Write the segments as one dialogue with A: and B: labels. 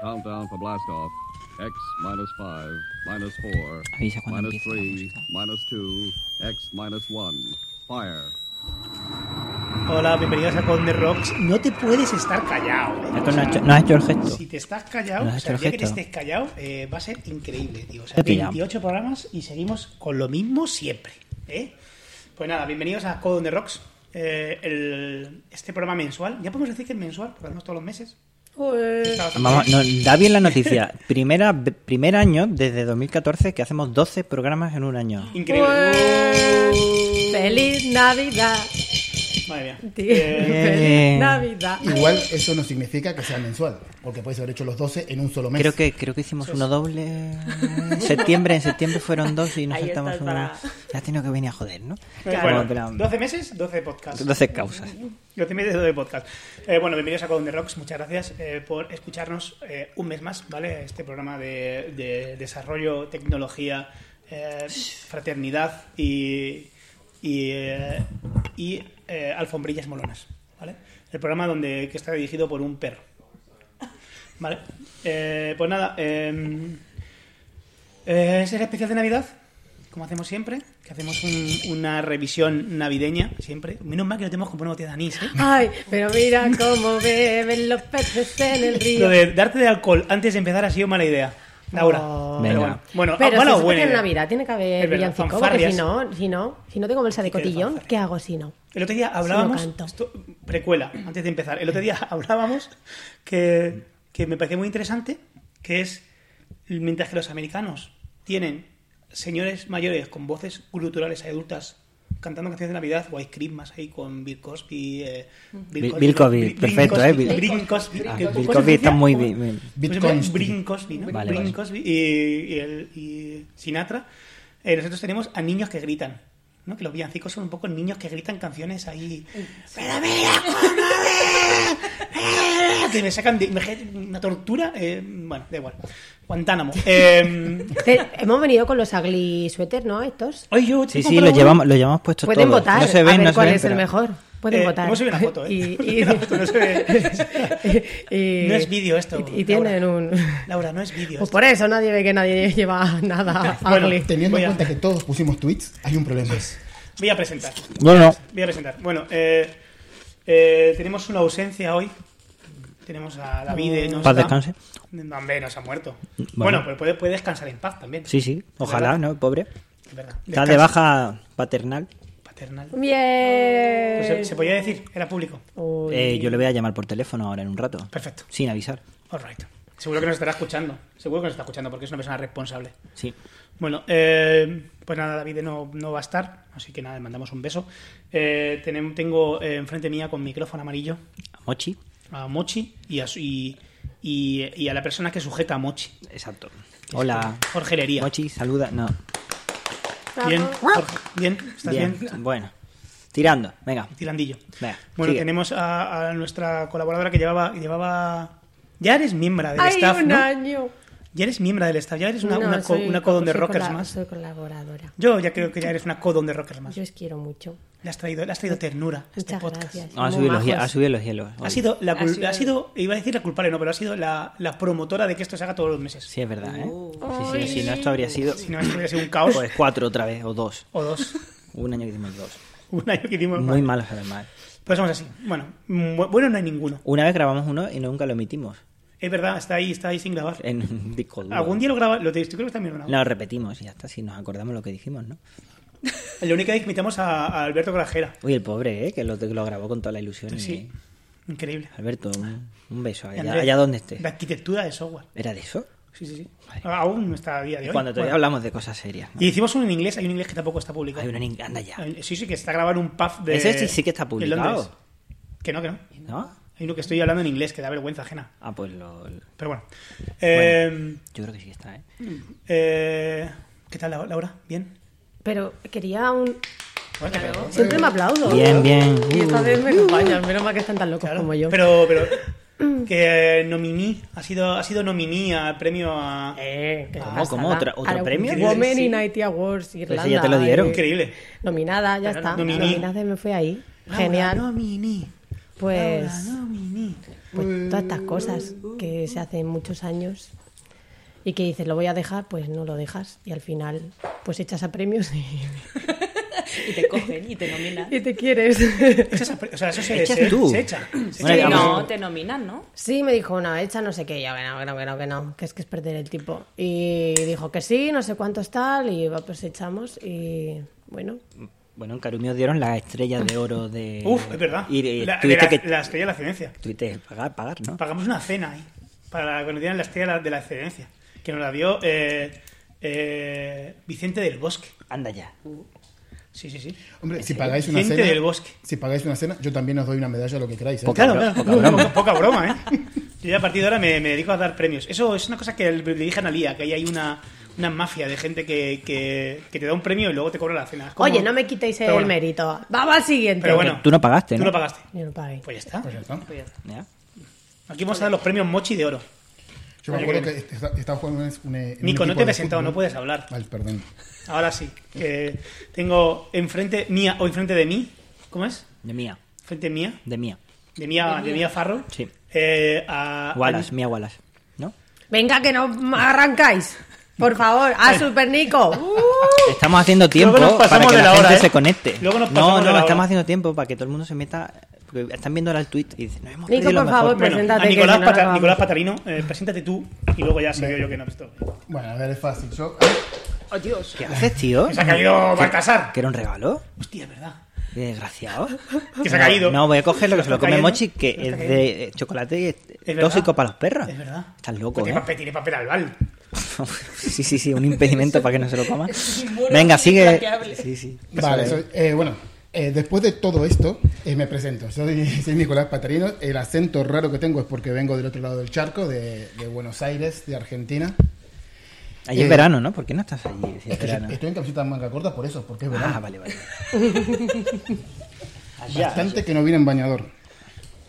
A: Countdown for blastoff. X minus 5, minus 4,
B: Avisa cuando
A: minus
B: empiece
A: 3,
B: la música.
A: minus 2, X minus 1. Fire.
C: Hola, bienvenidos a Conde Rocks. No te puedes estar callado. ¿eh?
B: Esto no, ha hecho- no has hecho el gesto.
C: Si te estás callado,
B: No has
C: o
B: hecho
C: sea, el
B: el
C: día que te
B: gesto.
C: estés callado, eh, va a ser increíble, tío. O sea,
B: Ya te llamo.
C: 28 programas y seguimos con lo mismo siempre. ¿eh? Pues nada, bienvenidos a Code on the Rocks. eh, el- este programa mensual. Ya podemos decir que es mensual, porque lo hacemos todos los meses. Está bastante
B: Vamos,
C: bien.
B: no, da bien la noticia. Primera, primer año desde 2014 que hacemos 12 programas en un año.
C: Increíble.
D: Pues, ¡Feliz Navidad!
C: Madre mía.
D: tío.
C: Eh,
B: Eh.
D: ¡Feliz Navidad!
E: Igual eso no significa que sea mensual, porque puedes haber hecho los 12 en un solo mes.
B: Creo que creo que hicimos uno doble en septiembre. En septiembre fueron dos y nos
D: Ahí
B: saltamos
D: estás
B: uno.
D: para-
B: Ya has tenido que venir a joder, ¿no?
C: bueno,
B: Como, pero-
C: 12 meses, 12 podcasts.
B: 12 causas.
C: Yo te meto de podcast. Eh, bueno, bienvenidos a Codon de Rocks. Muchas gracias eh, por escucharnos eh, un mes más, ¿vale? Este programa de, de desarrollo, tecnología, eh, fraternidad y, y, eh, y, eh, alfombrillas molonas, ¿vale? El programa donde, que está dirigido por un perro. Vale. Eh, pues nada, eh, eh, es el especial de Navidad, como hacemos siempre, que hacemos un- una revisión navideña, siempre. Menos mal que no tenemos que poner botella de anís, ¿eh?
D: ¡Ay, pero mira cómo beben los peces en el
C: Lo
D: río!
C: de darte de alcohol antes de empezar ha sido mala idea. Laura.
D: Oh.
C: Pero
B: Venga.
C: bueno, bueno,
D: Pero
C: ah,
D: se
C: bueno,
D: supone
C: buena
D: que en
C: idea.
D: Navidad tiene que
C: Es
D: haber
C: verdad,
D: villancico, porque
C: fanfarrias.
D: si no, si no, si no tengo bolsa de
C: Sí que hay
D: cotillón,
C: fanfarrias.
D: ¿qué hago si no?
C: El otro día
D: Sí, no
C: hablábamos.
D: canto.
C: esto- precuela, antes de empezar. El otro día hablábamos que, que me parecía muy interesante, que es mientras que los americanos tienen señores mayores con voces culturales adultas cantando canciones de Navidad o hay Christmas ahí con Bill Cosby. eh,
B: Bill- Bill Cosby,
C: Bill-
B: perfecto,
C: Bill
B: eh,
C: Cosby,
B: Bill-
C: Bill Cosby.
B: Ah,
C: que-
B: Bill
C: ¿cómo se
B: Cosby está
C: decía?
B: muy
C: ¿Cómo?
B: bien. bien.
E: Bill
C: ¿Cómo se llama?
E: Cosby.
C: Pues Brin Cosby, ¿no?
B: Vale,
C: Brin
B: vale.
C: Cosby y, y el- y Sinatra. Eh, nosotros tenemos a niños que gritan, ¿no? Que los villancicos son un poco niños que gritan canciones ahí. ¡Pero mira cómo ves! Que me sacan de me ge- una tortura. eh, bueno, da igual. Guantánamo. Eh,
D: Te- hemos venido con los ugly suéter, ¿no? Estos.
C: oye, yo te
B: Sí,
C: he
B: sí,
C: comprado
B: lo
C: uno.
B: llevamos, lo llevamos puesto
D: Pueden
B: todo.
D: votar
B: No se ven,
D: a ver
B: no se
D: cuál
B: ven,
D: es el
B: pero-
D: mejor. Pueden
C: Eh,
D: votar.
C: hemos subido una foto, ¿eh?
D: Y, y-
C: Una foto, no se
D: y-
C: No es vídeo esto,
D: Y, y tienen
C: Laura.
D: un...
C: Laura, no es vídeo.
D: Pues
C: esto.
D: por eso nadie ve que nadie lleva nada
C: Bueno,
D: ugly.
E: Teniendo
C: Voy a-
E: en cuenta que todos pusimos tweets, hay un problema.
C: Voy a presentar.
B: No, no.
C: Voy a presentar. Bueno, eh, eh, tenemos una ausencia hoy. Tenemos a David. eh, no
B: Paz
C: está.
B: descanse.
C: No, hombre, nos ha muerto. Bueno,
B: Bueno.
C: pues puede, puede descansar en paz también.
B: Sí, sí. Ojalá, ¿no? Pobre.
C: Es verdad.
B: Está
C: Descansa.
B: de baja paternal.
C: Paternal. Pues
D: Bien.
C: se, se podía decir, era público.
D: Uy.
B: Eh, yo le voy a llamar por teléfono ahora en un rato.
C: Perfecto.
B: Sin avisar.
C: All right. Seguro que nos estará escuchando. Seguro que nos está escuchando porque es una persona responsable.
B: Sí.
C: Bueno, eh, pues nada, David no, no va a estar, así que nada, le mandamos un beso. Eh, tenem- tengo eh, enfrente mía con micrófono amarillo
B: A Mochi.
C: a Mochi y a, su- y, y- y a la persona que sujeta a Mochi.
B: Exacto. Hola.
C: Jorge Lería.
B: Mochi, saluda. No.
C: Bien,
D: Bravo.
C: Jorge, bien, ¿estás bien?
B: Bueno. Tirando. Venga.
C: Tilandillo.
B: Venga,
C: Bueno,
B: sigue.
C: tenemos a, a nuestra colaboradora que llevaba, llevaba. Ya eres miembro del
D: Hay
C: staff,
D: un
C: ¿no?
D: año.
C: Ya eres miembro del staff, ya eres una,
D: No,
C: una, co-
D: soy-
C: una codón de
D: soy
C: rockers
D: cola-
C: más.
D: Soy colaboradora.
C: Yo ya creo que ya eres una codón de rockers más.
D: Yo os quiero mucho.
C: Le has traído, le has traído ternura a este
D: Muchas
C: podcast.
D: gracias.
B: No, ha,
D: Muy
B: subido los, hie-
D: majos.
B: ha subido los hielos. hoy.
C: Ha sido, la cul-
D: Ha sido-
C: ha sido- iba a decir la culpable, no, pero ha sido la, la promotora de que esto se haga todos los meses.
B: Sí, es verdad, ¿eh? Sí, sí, si no, esto habría sido.
C: Si no, esto hubiera sido un caos
B: Pues cuatro otra vez, o dos.
C: o dos.
B: Un año que hicimos dos.
C: Un año que dimos
B: Muy malos, además.
C: Pero somos así. Bueno, mu- bueno, no hay ninguno.
B: Una vez grabamos uno y nunca lo emitimos.
C: Es verdad, está ahí, está ahí sin grabar.
B: En un disco duro.
C: Algún día lo graba, lo te- yo creo que está en mi ordenador.
B: Lo repetimos y ya está, si nos acordamos lo que dijimos, ¿no?
C: La única vez que invitamos a, a Alberto Grajera.
B: Uy, el pobre, ¿eh? Que lo, lo grabó con toda la ilusión. y-
C: Sí. Increíble.
B: Alberto, un, un beso.
C: Y
B: Allá,
C: Andrés,
B: allá donde estés.
C: De arquitectura de software.
B: ¿Era de eso?
C: Sí, sí, sí.
B: Vale.
C: A- Aún no está a día de hoy.
B: Cuando todavía
C: Bueno.
B: hablamos de cosas serias. ¿no?
C: Y hicimos uno en inglés, hay un inglés que tampoco está publicado.
B: Hay una en anda ya.
C: Hay- Sí, sí, que está grabado en un pub de.
B: Ese sí- sí que está
C: en
B: publicado.
C: Londres. Que no, que no.
B: ¿No?
C: Hay uno que estoy hablando en inglés que da vergüenza ajena.
B: Ah, pues lo. lo-
C: Pero bueno. Eh, mm,
B: Yo creo que sí está, ¿eh?
C: eh, ¿Qué tal, Lau- Laura? ¿Bien?
D: Pero quería un.
C: Bueno, pero-
D: Siempre me aplaudo.
B: Bien, bien.
D: Y esta
B: Uh.
D: vez me acompañan. Menos mal que están tan locos
C: claro.
D: como yo.
C: Pero, pero que nominí, ha sido, ha sido nominí al premio a...
D: Eh, qué
B: ¿Cómo,
D: pasada.
B: cómo? ¿Otro- otro
D: Ahora,
B: premio?
D: Women
C: Sí.
D: in IT Awards, Irlanda.
B: ya te lo dieron.
D: eh,
C: Increíble.
D: Nominada, ya está.
C: nominí. Ah,
D: Nominada y me fui ahí.
C: Laura
D: Genial.
C: nominí.
D: Pues.
C: Ah, Laura nominí.
D: Pues todas estas cosas que se hacen muchos años y que dices, lo voy a dejar, pues no lo dejas. Y al final, pues echas a premios y,
F: Y te cogen y te nominan.
D: y te quieres.
C: Echas a pre- o sea, eso se,
B: Echas
C: se-
B: tú.
C: se echa. Se
B: Bueno,
C: echa.
B: digamos-
F: no, te nominan, ¿no?
D: Sí, me dijo una, hecha no sé qué, ya, que no, que no, que no, que no, que es que es perder el tipo. Y dijo que sí, no sé cuántos tal, y va, pues echamos y bueno.
B: Bueno, en Carumi os dieron la estrella de oro de.
C: Uf, es verdad.
B: Y de-
C: la, de
B: tuviste
C: la,
B: que.
C: la estrella de la excedencia.
B: tuviste que pagar, pagar, ¿no?
C: Pagamos una cena ahí para que nos dieran la estrella de la excedencia, que nos la dio eh, eh, Vicente del Bosque.
B: Anda ya.
C: Sí, sí, sí.
E: Hombre, si pagáis una
C: Gente
E: cena.
C: del bosque.
E: Si pagáis una cena, yo también os doy una medalla, lo que queráis. ¿eh?
B: Poca-
C: claro,
B: bro-
C: claro.
B: poca broma.
C: Poca- poca broma, ¿eh? Yo ya a partir de ahora me, me dedico a dar premios. Eso es una cosa que le dije a Analia, que ahí hay una, una mafia de gente que, que, que te da un premio y luego te cobra la cena. Es como-
D: Oye, no me quitéis el
C: Pero bueno.
D: mérito. Vamos al siguiente.
C: Pero bueno.
B: Tú no pagaste,
C: Tú
B: ¿no?
C: lo pagaste.
D: Yo no pagué.
C: Pues ya está.
E: Pues ya está.
B: Ya.
C: Aquí vamos a dar los premios Mochi de Oro.
E: Yo me acuerdo que est- est- estaba jugando en un. en un
C: Nico, no
E: equipo
C: te he
E: de
C: presentado,
E: fútbol.
C: no puedes hablar.
E: Vale, perdón.
C: Ahora sí. que tengo enfrente mía o enfrente de mí. ¿Cómo es?
B: De mía.
C: Frente mía.
B: De mía.
C: De mía, de mía Farro.
B: Sí.
C: Eh, a,
B: Wallace, mía Wallace. ¿No?
D: Venga, que no arrancáis. Por favor, a Super Nico. Uh.
B: Estamos haciendo tiempo
C: Luego nos
B: para
C: pasamos
B: que
C: de
B: la,
C: la hora,
B: gente
C: ¿eh?
B: se conecte.
C: Luego nos pasamos
B: no,
C: de
B: no,
C: la
B: estamos
C: hora.
B: haciendo tiempo para que todo el mundo se meta. Porque están viendo ahora el tweet y dicen, no hemos
D: Nico,
B: perdido lo
D: por
B: mejor.
D: favor,
C: Bueno, a
D: Preséntate, que
C: Nicolás,
D: si no, no
C: Pata-
D: acabamos.
C: Nicolás Patarino, eh, preséntate tú y luego ya se yo que no pues he visto.
E: Bueno, a ver, es fácil. Yo.
F: Adiós.
B: ¿Qué haces, tío?
C: Que se ha caído Baltasar.
B: ¿Que era un regalo?
C: Hostia, es verdad.
B: Qué desgraciado.
C: Que se ha caído.
B: No, voy a coger lo que se lo
C: Está
B: come
C: cayendo.
B: Mochi, que
C: Está
B: es
C: cayendo.
B: de eh, chocolate y es,
C: Es verdad.
B: tóxico para los perros.
C: Es verdad.
B: Estás loco,
C: Pues Tiene
B: ¿eh?
C: papel, tiene papel al bal.
B: sí, sí, sí, un impedimento para que no se lo coma.
F: un muro
B: Venga, sigue.
F: implacable.
B: Sí, sí.
E: Vale, soy- eh, bueno, eh, después de todo esto, eh, me presento. Soy, soy Nicolás Patarino. El acento raro que tengo es porque vengo del otro lado del charco, de, de Buenos Aires, de Argentina.
B: Allí es
E: Eh,
B: verano, ¿no? ¿Por qué no estás allí si
E: Es
B: es
E: que yo
B: verano?
E: estoy en camiseta de manga corta por eso, porque es verano.
B: Ah, vale, vale.
E: Bastante que no viene en bañador.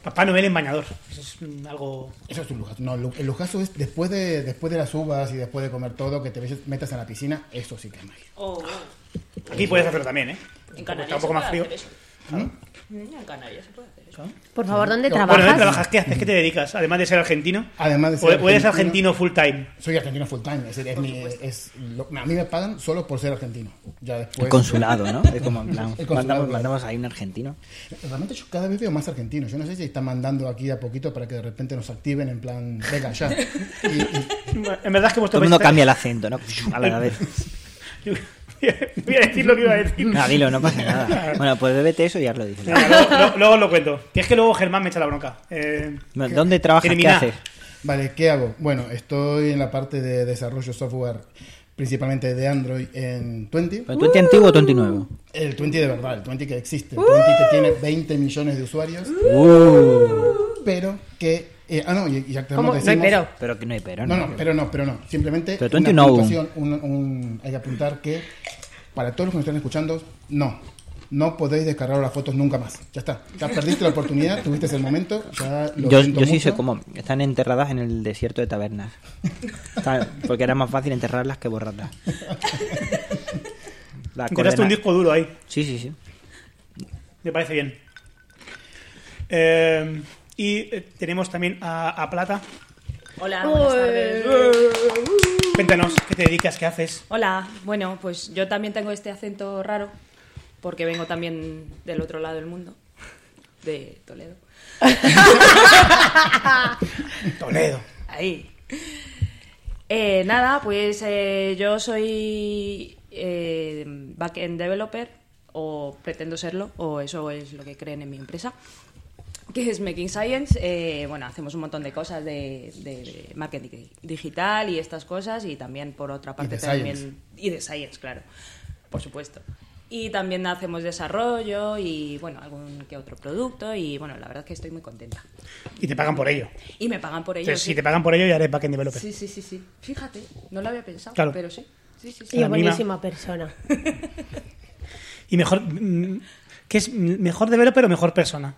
C: Papá Noel en bañador. Eso es mm, algo.
E: Eso es un lujazo. No, lu- el lujazo es después de, después de las uvas y después de comer todo, que te ves- metas en la piscina, eso sí que es magia.
F: Oh,
C: Aquí puedes hacerlo también, ¿eh? Tampoco-
F: en Canarias.
C: Está un poco
F: se
C: más
F: puede
C: frío.
F: hacer eso. Mm, En Canarias se puede hacer eso.
D: Por favor, ¿dónde
E: Bueno,
D: trabajas?
C: Bueno, ¿eh? ¿trabajas? ¿Qué haces? ¿Qué te dedicas? Además de ser argentino.
E: Además de
C: ¿O-
E: ser
C: o eres argentino full time.
E: Soy argentino full time, es decir, es mi- es lo- a mí me pagan solo por ser argentino. Ya después.
B: El consulado, ¿no? Es como en plan,
E: El Pues- consulado,
B: mandamos,
E: claro.
B: mandamos ahí un argentino.
E: Realmente yo cada vez veo más argentinos. Yo no sé si están mandando aquí de a poquito para que de repente nos activen en plan, venga ya. Y- y-
C: En verdad es que vuestro
B: Todo el mundo
C: país
B: cambia
C: está-
B: el acento, ¿no? A la vez.
C: Voy a decir lo que iba a decir.
B: No, dilo, no pasa nada. Bueno, pues bébete eso y ya lo dices.
C: Venga, luego, lo- luego os lo cuento. Que es que luego Germán me echa la bronca. Eh,
B: ¿Dónde trabajas?
C: Termina.
B: ¿Qué haces?
E: vale, ¿qué hago? Bueno, estoy en la parte de desarrollo software, principalmente de Android en 20.
B: ¿Pero Pues tú eres antiguo o tú eres nuevo?
E: El 20 de verdad, el 20 que existe,
D: Uh.
E: el 20 que tiene 20 millones de usuarios,
C: Uh.
E: pero que... eh, ah, no, y, y ya tenemos
D: ¿Cómo?
E: que
D: No hay
E: decimos-
D: pero.
B: Pero que no hay pero,
E: No, no, pero no, pero no. Simplemente
B: Pero 20 no hubo.
E: puntuación, un- un- hay que apuntar que para todos los que nos están escuchando, no. No podéis descargar las fotos nunca más. Ya está. Ya perdiste la oportunidad, tuviste el momento. Ya lo
B: Yo,
E: siento
B: yo sí
E: mucho.
B: sé cómo. Están enterradas en el desierto de tabernas. Está- Porque era más fácil enterrarlas que borrarlas. La
C: encontraste
B: coordena-
C: un disco duro ahí.
B: Sí, sí, sí.
C: Me parece bien. Eh, y eh, tenemos también a, a Plata.
F: Hola, buenas tardes.
C: Cuéntanos qué te dedicas, qué haces.
F: Hola, bueno, pues yo también tengo este acento raro, porque vengo también del otro lado del mundo, de Toledo.
C: Toledo.
F: Ahí. Eh, nada, pues eh, yo soy eh, backend developer, o pretendo serlo, o eso es lo que creen en mi empresa, que es Making Science. Eh, bueno, hacemos un montón de cosas de, de marketing digital y estas cosas, y también por otra parte
E: de
F: también.
E: science.
F: Y de science, claro, por supuesto. Y también hacemos desarrollo y, bueno, algún que otro producto, y bueno, la verdad es que estoy muy contenta.
C: Y te pagan por ello.
F: Y me pagan por ello.
C: Entonces,
F: sí.
C: si te pagan por ello, ya eres backend developer.
F: Sí, sí, sí, sí. Fíjate, no lo había pensado,
C: Claro.
F: pero sí. Sí, sí, sí.
D: Y
C: La mina.
D: buenísima persona.
C: Y mejor. mm, ¿Qué es mm, mejor developer o mejor persona?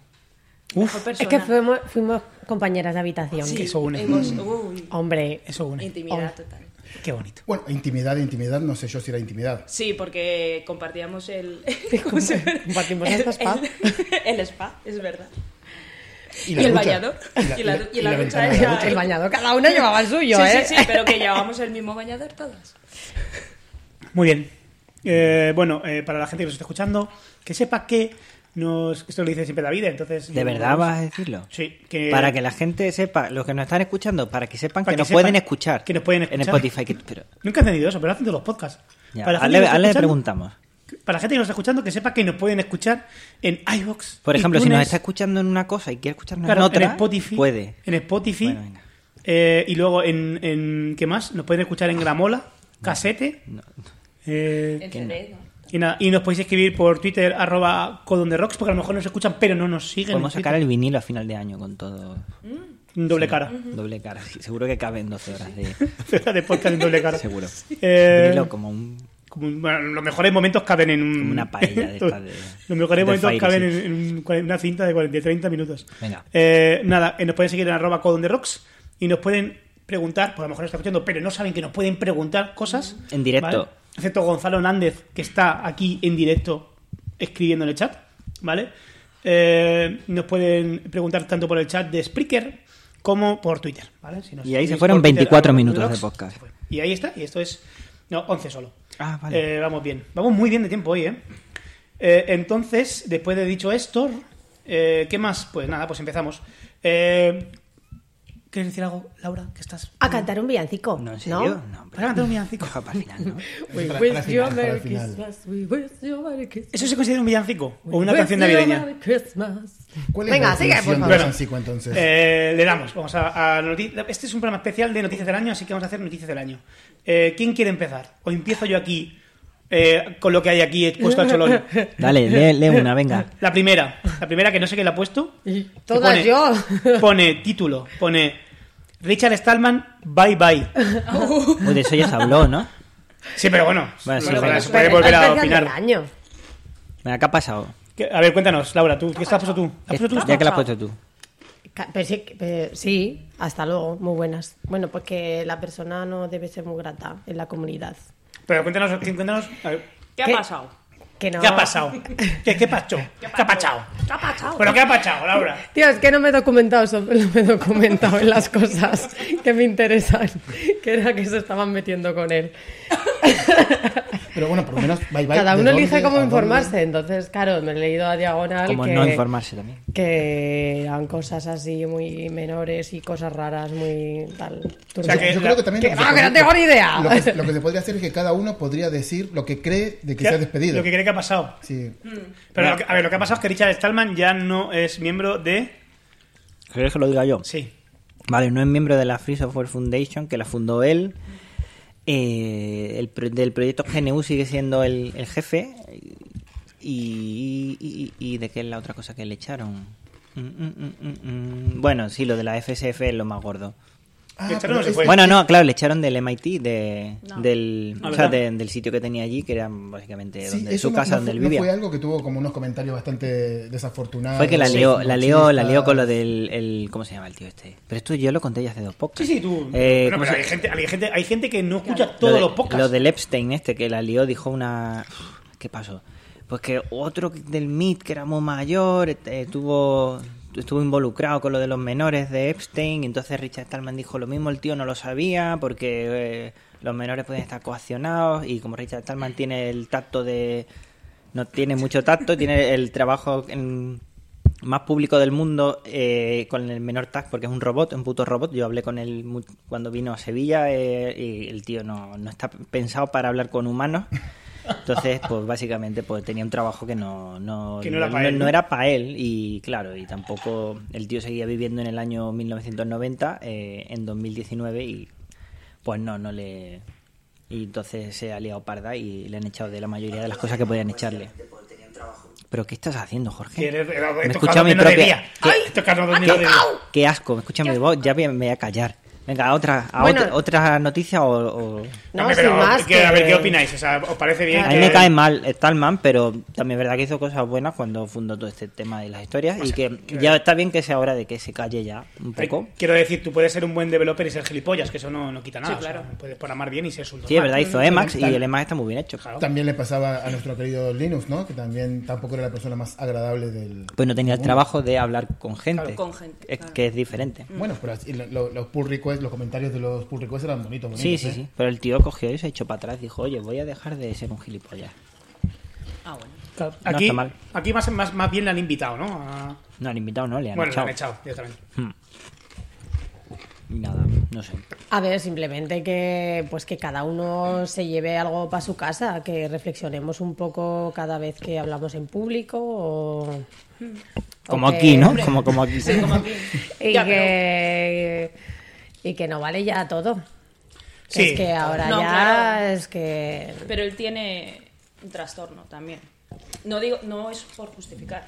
C: Uf,
F: Mejor
D: Es
F: persona.
D: que fuimos, fuimos compañeras de habitación.
F: Sí,
C: eso une.
F: hemos-
D: Mm.
F: uy,
D: Hombre,
C: eso une.
F: intimidad
D: Oh.
F: total.
C: Qué bonito.
E: Bueno, intimidad, intimidad, no sé yo si era intimidad.
F: Sí, porque compartíamos el...
D: Compartimos hasta spa.
F: El, el spa, es verdad.
E: Y
F: Y,
E: la
F: el
E: ducha.
F: bañador.
E: Y la-
F: Y la, du-
E: y
F: y la
E: la
F: ducha
E: ventana de la
F: esa.
E: ducha.
D: El bañador, cada uno llevaba el suyo,
F: sí,
D: ¿eh?
F: sí, sí, pero que llevábamos el mismo bañador todas.
C: Muy bien. Eh, bueno, eh, para la gente que nos está escuchando, que sepa que nos. Esto lo dice siempre David, entonces.
B: ¿De verdad vas a decirlo?
C: Sí, que-
B: Para que la gente sepa, los que nos están escuchando, para que sepan
C: Para
B: que,
C: que
B: nos
C: sepan
B: pueden escuchar.
C: que nos pueden
B: En
C: escuchar.
B: Spotify. que- pero,
C: Nunca he entendido eso, pero hacen todos los podcasts.
B: ya,
C: Para la
B: hazle-
C: gente que nos está
B: hazle
C: escuchando-
B: preguntamos.
C: Para la gente que nos está escuchando, que sepa que nos pueden escuchar en iBox.
B: Por ejemplo, si nos está escuchando en una cosa y quiere escucharnos en otra,
C: en Spotify,
B: puede.
C: En Spotify.
B: Bueno, venga.
C: eh, y luego, en, en- ¿Qué más? Nos pueden escuchar en Gramola, Casete. eh, y, nada, y nos podéis escribir por Twitter, arroba Codon de Rocks, porque a lo mejor nos escuchan, pero no nos siguen.
B: Podemos
C: en
B: sacar
C: Twitter.
B: el vinilo a final de año con todo.
C: Doble cara.
B: Doble cara. sí, seguro que cabe en 12 horas de.
C: de podcast en doble cara.
B: Seguro.
C: Eh,
B: Vinilo como un.
C: como un- bueno, los mejores momentos caben en un-
B: Como una paella de esta de-
C: los mejores
B: de
C: momentos
B: Fire,
C: caben
B: sí.
C: en, en cua- una cinta de 40 30 minutos.
B: Venga.
C: Eh, nada, eh, nos pueden seguir en arroba Codon de Rocks y nos pueden preguntar, porque a lo mejor nos están escuchando, pero no saben que nos pueden preguntar cosas.
B: En directo.
C: ¿vale? Excepto Gonzalo Hernández, que está aquí en directo escribiendo en el chat, ¿vale? Eh, nos pueden preguntar tanto por el chat de Spreaker como por Twitter, ¿vale? Si nos
B: Y ahí se
C: seguís
B: fueron
C: por Twitter,
B: 24
C: arroba
B: minutos de
C: Codon Rocks,
B: podcast.
C: se fue. Y ahí está, y esto es... No, 11 solo.
B: Ah, vale.
C: Eh, vamos bien. Vamos muy bien de tiempo hoy, ¿eh? Eh, entonces, después de dicho esto, eh, ¿qué más? Pues nada, pues empezamos. Eh, ¿Quieres decir algo, Laura? ¿Qué estás?
D: A cantar un villancico,
B: No,
D: ¿no?
B: en serio. No, hombre.
C: Para cantar un villancico.
B: Coja para el final, ¿no?
D: We
E: Para- para
D: wish you a
E: final, para
D: Merry
E: final.
D: Christmas, we wish you a Merry Christmas.
C: ¿Eso se considera un villancico? ¿O una
D: We
C: canción
D: wish you a
C: navideña?
D: Merry Christmas.
E: ¿Cuál es
D: Venga,
E: la
D: sigue, por
E: definición de
C: favor.
E: villancico, entonces?
C: Eh, le damos. Vamos a, a noti- Este es un programa especial de Noticias del Año, así que vamos a hacer Noticias del Año. Eh, ¿Quién quiere empezar? ¿O empiezo yo aquí eh, con lo que hay aquí expuesto al cholón?
B: Dale, lee, lee una, venga.
C: La primera. La primera que no sé quién la ha puesto.
D: Y
C: que
D: todas yo.
C: Pone título. Pone Richard Stallman, bye bye.
B: Uy, de eso ya se habló, ¿no?
C: Sí, pero bueno.
B: Vale, sí,
C: bueno,
B: venga.
C: se puede volver a opinar.
D: año.
B: Venga, ¿qué ha pasado?
C: Que- A ver, cuéntanos, Laura, tú. ¿Qué estás puesto tú? ¿Has puesto tú?
B: Ya que la has puesto tú.
D: Ca- pero sí, pero sí, hasta luego, muy buenas. Bueno, pues que la persona no debe ser muy grata en la comunidad.
C: Pero cuéntanos, cuéntanos. a ver,
F: ¿Qué ha
D: ¿Qué?
F: pasado?
D: Que no...
C: ¿Qué ha pasado? ¿Qué, qué pasó? ¿Qué ha pasado?
F: ¿Qué ha pasado?
C: ¿Pero qué ha pasado, Laura?
D: Tío, es que no me he documentado, sobre- no me he documentado en las cosas que me interesan, que era que se estaban metiendo con él.
E: Pero bueno, por lo menos, bye bye.
D: Cada
E: ¿de
D: uno
E: dónde,
D: elige
E: a
D: cómo
E: dónde?
D: informarse, entonces, claro, me he leído a diagonal
B: Como
D: que,
B: no informarse también.
D: que eran cosas así muy menores y cosas raras muy tal.
E: O sea,
C: que
E: yo
C: la-
E: creo que también.
C: que-
E: lo
D: ¡Ah, que no
E: podría-
D: tengo ni idea!
E: Lo que, lo que se podría hacer es que cada uno podría decir lo que cree de que se ha despedido.
C: Lo que cree que ha pasado.
E: Sí.
C: Pero, lo que- a ver, lo que ha pasado es que Richard Stallman ya no es miembro de.
B: ¿Quieres que lo diga yo?
C: Sí.
B: Vale, no es miembro de la Free Software Foundation, que la fundó él. Eh, el pro- del proyecto GNU sigue siendo el, el jefe. Y, y- y- y de qué es la otra cosa que le echaron? Mm, mm, mm, mm, mm. Bueno, sí, lo de la FSF es lo más gordo.
E: Ah,
C: Richard
E: pero
C: no se
E: es-
C: fue.
B: Bueno, no, claro, le echaron del MIT, de, del,
C: Ah,
B: o sea,
C: ¿verdad?
B: de- del sitio que tenía allí, que era básicamente
E: sí,
B: eh, donde,
E: eso
B: su
E: no-
B: casa,
E: no
B: donde él
E: fue- no
B: vivía.
E: fue algo que tuvo como unos comentarios bastante desafortunados.
B: Fue que la
E: sí,
B: lió, la lió, la
E: machistas.
B: lió con lo del el- ¿cómo se llama el tío este? Pero esto yo lo conté ya hace dos podcasts.
C: Sí, sí, tú.
B: Eh,
C: Bueno,
B: ¿cómo
C: pero
B: se-
C: hay gente, hay, gente, hay gente que no escucha
B: lo
C: todos
B: de-
C: los podcasts.
B: Lo del Epstein este que la lió dijo una ¿qué pasó? Pues que otro del MIT que era muy mayor eh, tuvo estuvo involucrado con lo de los menores de Epstein, y entonces Richard Stallman dijo lo mismo, el tío no lo sabía porque eh, los menores pueden estar coaccionados y como Richard Stallman tiene el tacto de no tiene mucho tacto, tiene el trabajo en- más público del mundo eh, con el menor tag porque es un robot, un puto robot. Yo hablé con él mu- cuando vino a Sevilla eh, y el tío no, no está pensado para hablar con humanos. Entonces, pues básicamente pues tenía un trabajo que no, no,
C: Que no era pa' él, ¿no?
B: no era pa' él y claro, y tampoco el tío seguía viviendo en el año 1990, eh, en 2019 y pues no, no le... Y entonces se ha liado parda y le han echado de la mayoría de las cosas que podían echarle. ¿Pero qué estás haciendo, Jorge?
C: Que eres- era-
B: Me
C: he
B: he
C: tocado
B: escuchado mi
C: donde no
B: propia-
C: debía.
B: ¿Qué?
C: He tocado donde no debía.
B: Qué asco, me escucha mi voz, ya me me voy a callar. Venga, otra, a
D: Bueno.
B: otra, otra noticia o... o-
D: No,
C: Hombre,
D: sin
C: pero
D: más.
C: que- A
D: que-
C: ver, ¿qué opináis? O sea, ¿os parece bien
B: A
C: que...
B: mí me cae mal eh, Stallman, pero también es verdad que hizo cosas buenas cuando fundó todo este tema de las historias y que ya está bien que sea hora de que se calle ya un
C: Ay,
B: poco.
C: Quiero decir, tú puedes ser un buen developer y ser gilipollas, que eso no, no quita nada.
F: Sí, claro.
C: o sea, puedes programar bien y ser subnormal.
B: Sí, es verdad, hizo Emacs y
E: Tal-
B: el Emacs está muy bien hecho.
C: Claro.
E: También le pasaba a nuestro querido Linux, ¿no? Que también tampoco era la persona más agradable del...
B: Pues no tenía el trabajo de hablar con gente.
F: Claro, con gente,
B: Es
F: claro.
B: que es diferente.
E: Bueno, pero así, lo- lo- los pull requests, los comentarios de los pull requests eran bonitos, bonitos.
B: Sí, sí,
E: ¿eh?
B: sí. Pero el tío cogió y se echó para atrás. Dijo, oye, voy a dejar de ser un gilipollas.
F: Ah, bueno.
C: Claro.
B: No
C: Aquí,
B: está mal.
C: aquí más, más, más bien le han invitado, ¿no? A-
B: No, al invitado no, le han
C: Bueno,
B: echado.
C: le han echado directamente.
B: Nada, no sé.
D: A ver, simplemente que pues que cada uno se lleve algo para su casa, que reflexionemos un poco cada vez que hablamos en público o
B: Como
D: Ok,
B: aquí, ¿no?
D: hombre.
B: Como, como aquí.
D: y
F: Ya,
D: que y que no vale ya todo. Que
C: Sí.
D: es que ahora
F: No,
D: ya
F: claro.
D: es que
F: Pero él tiene un trastorno también. No digo, no es por justificar,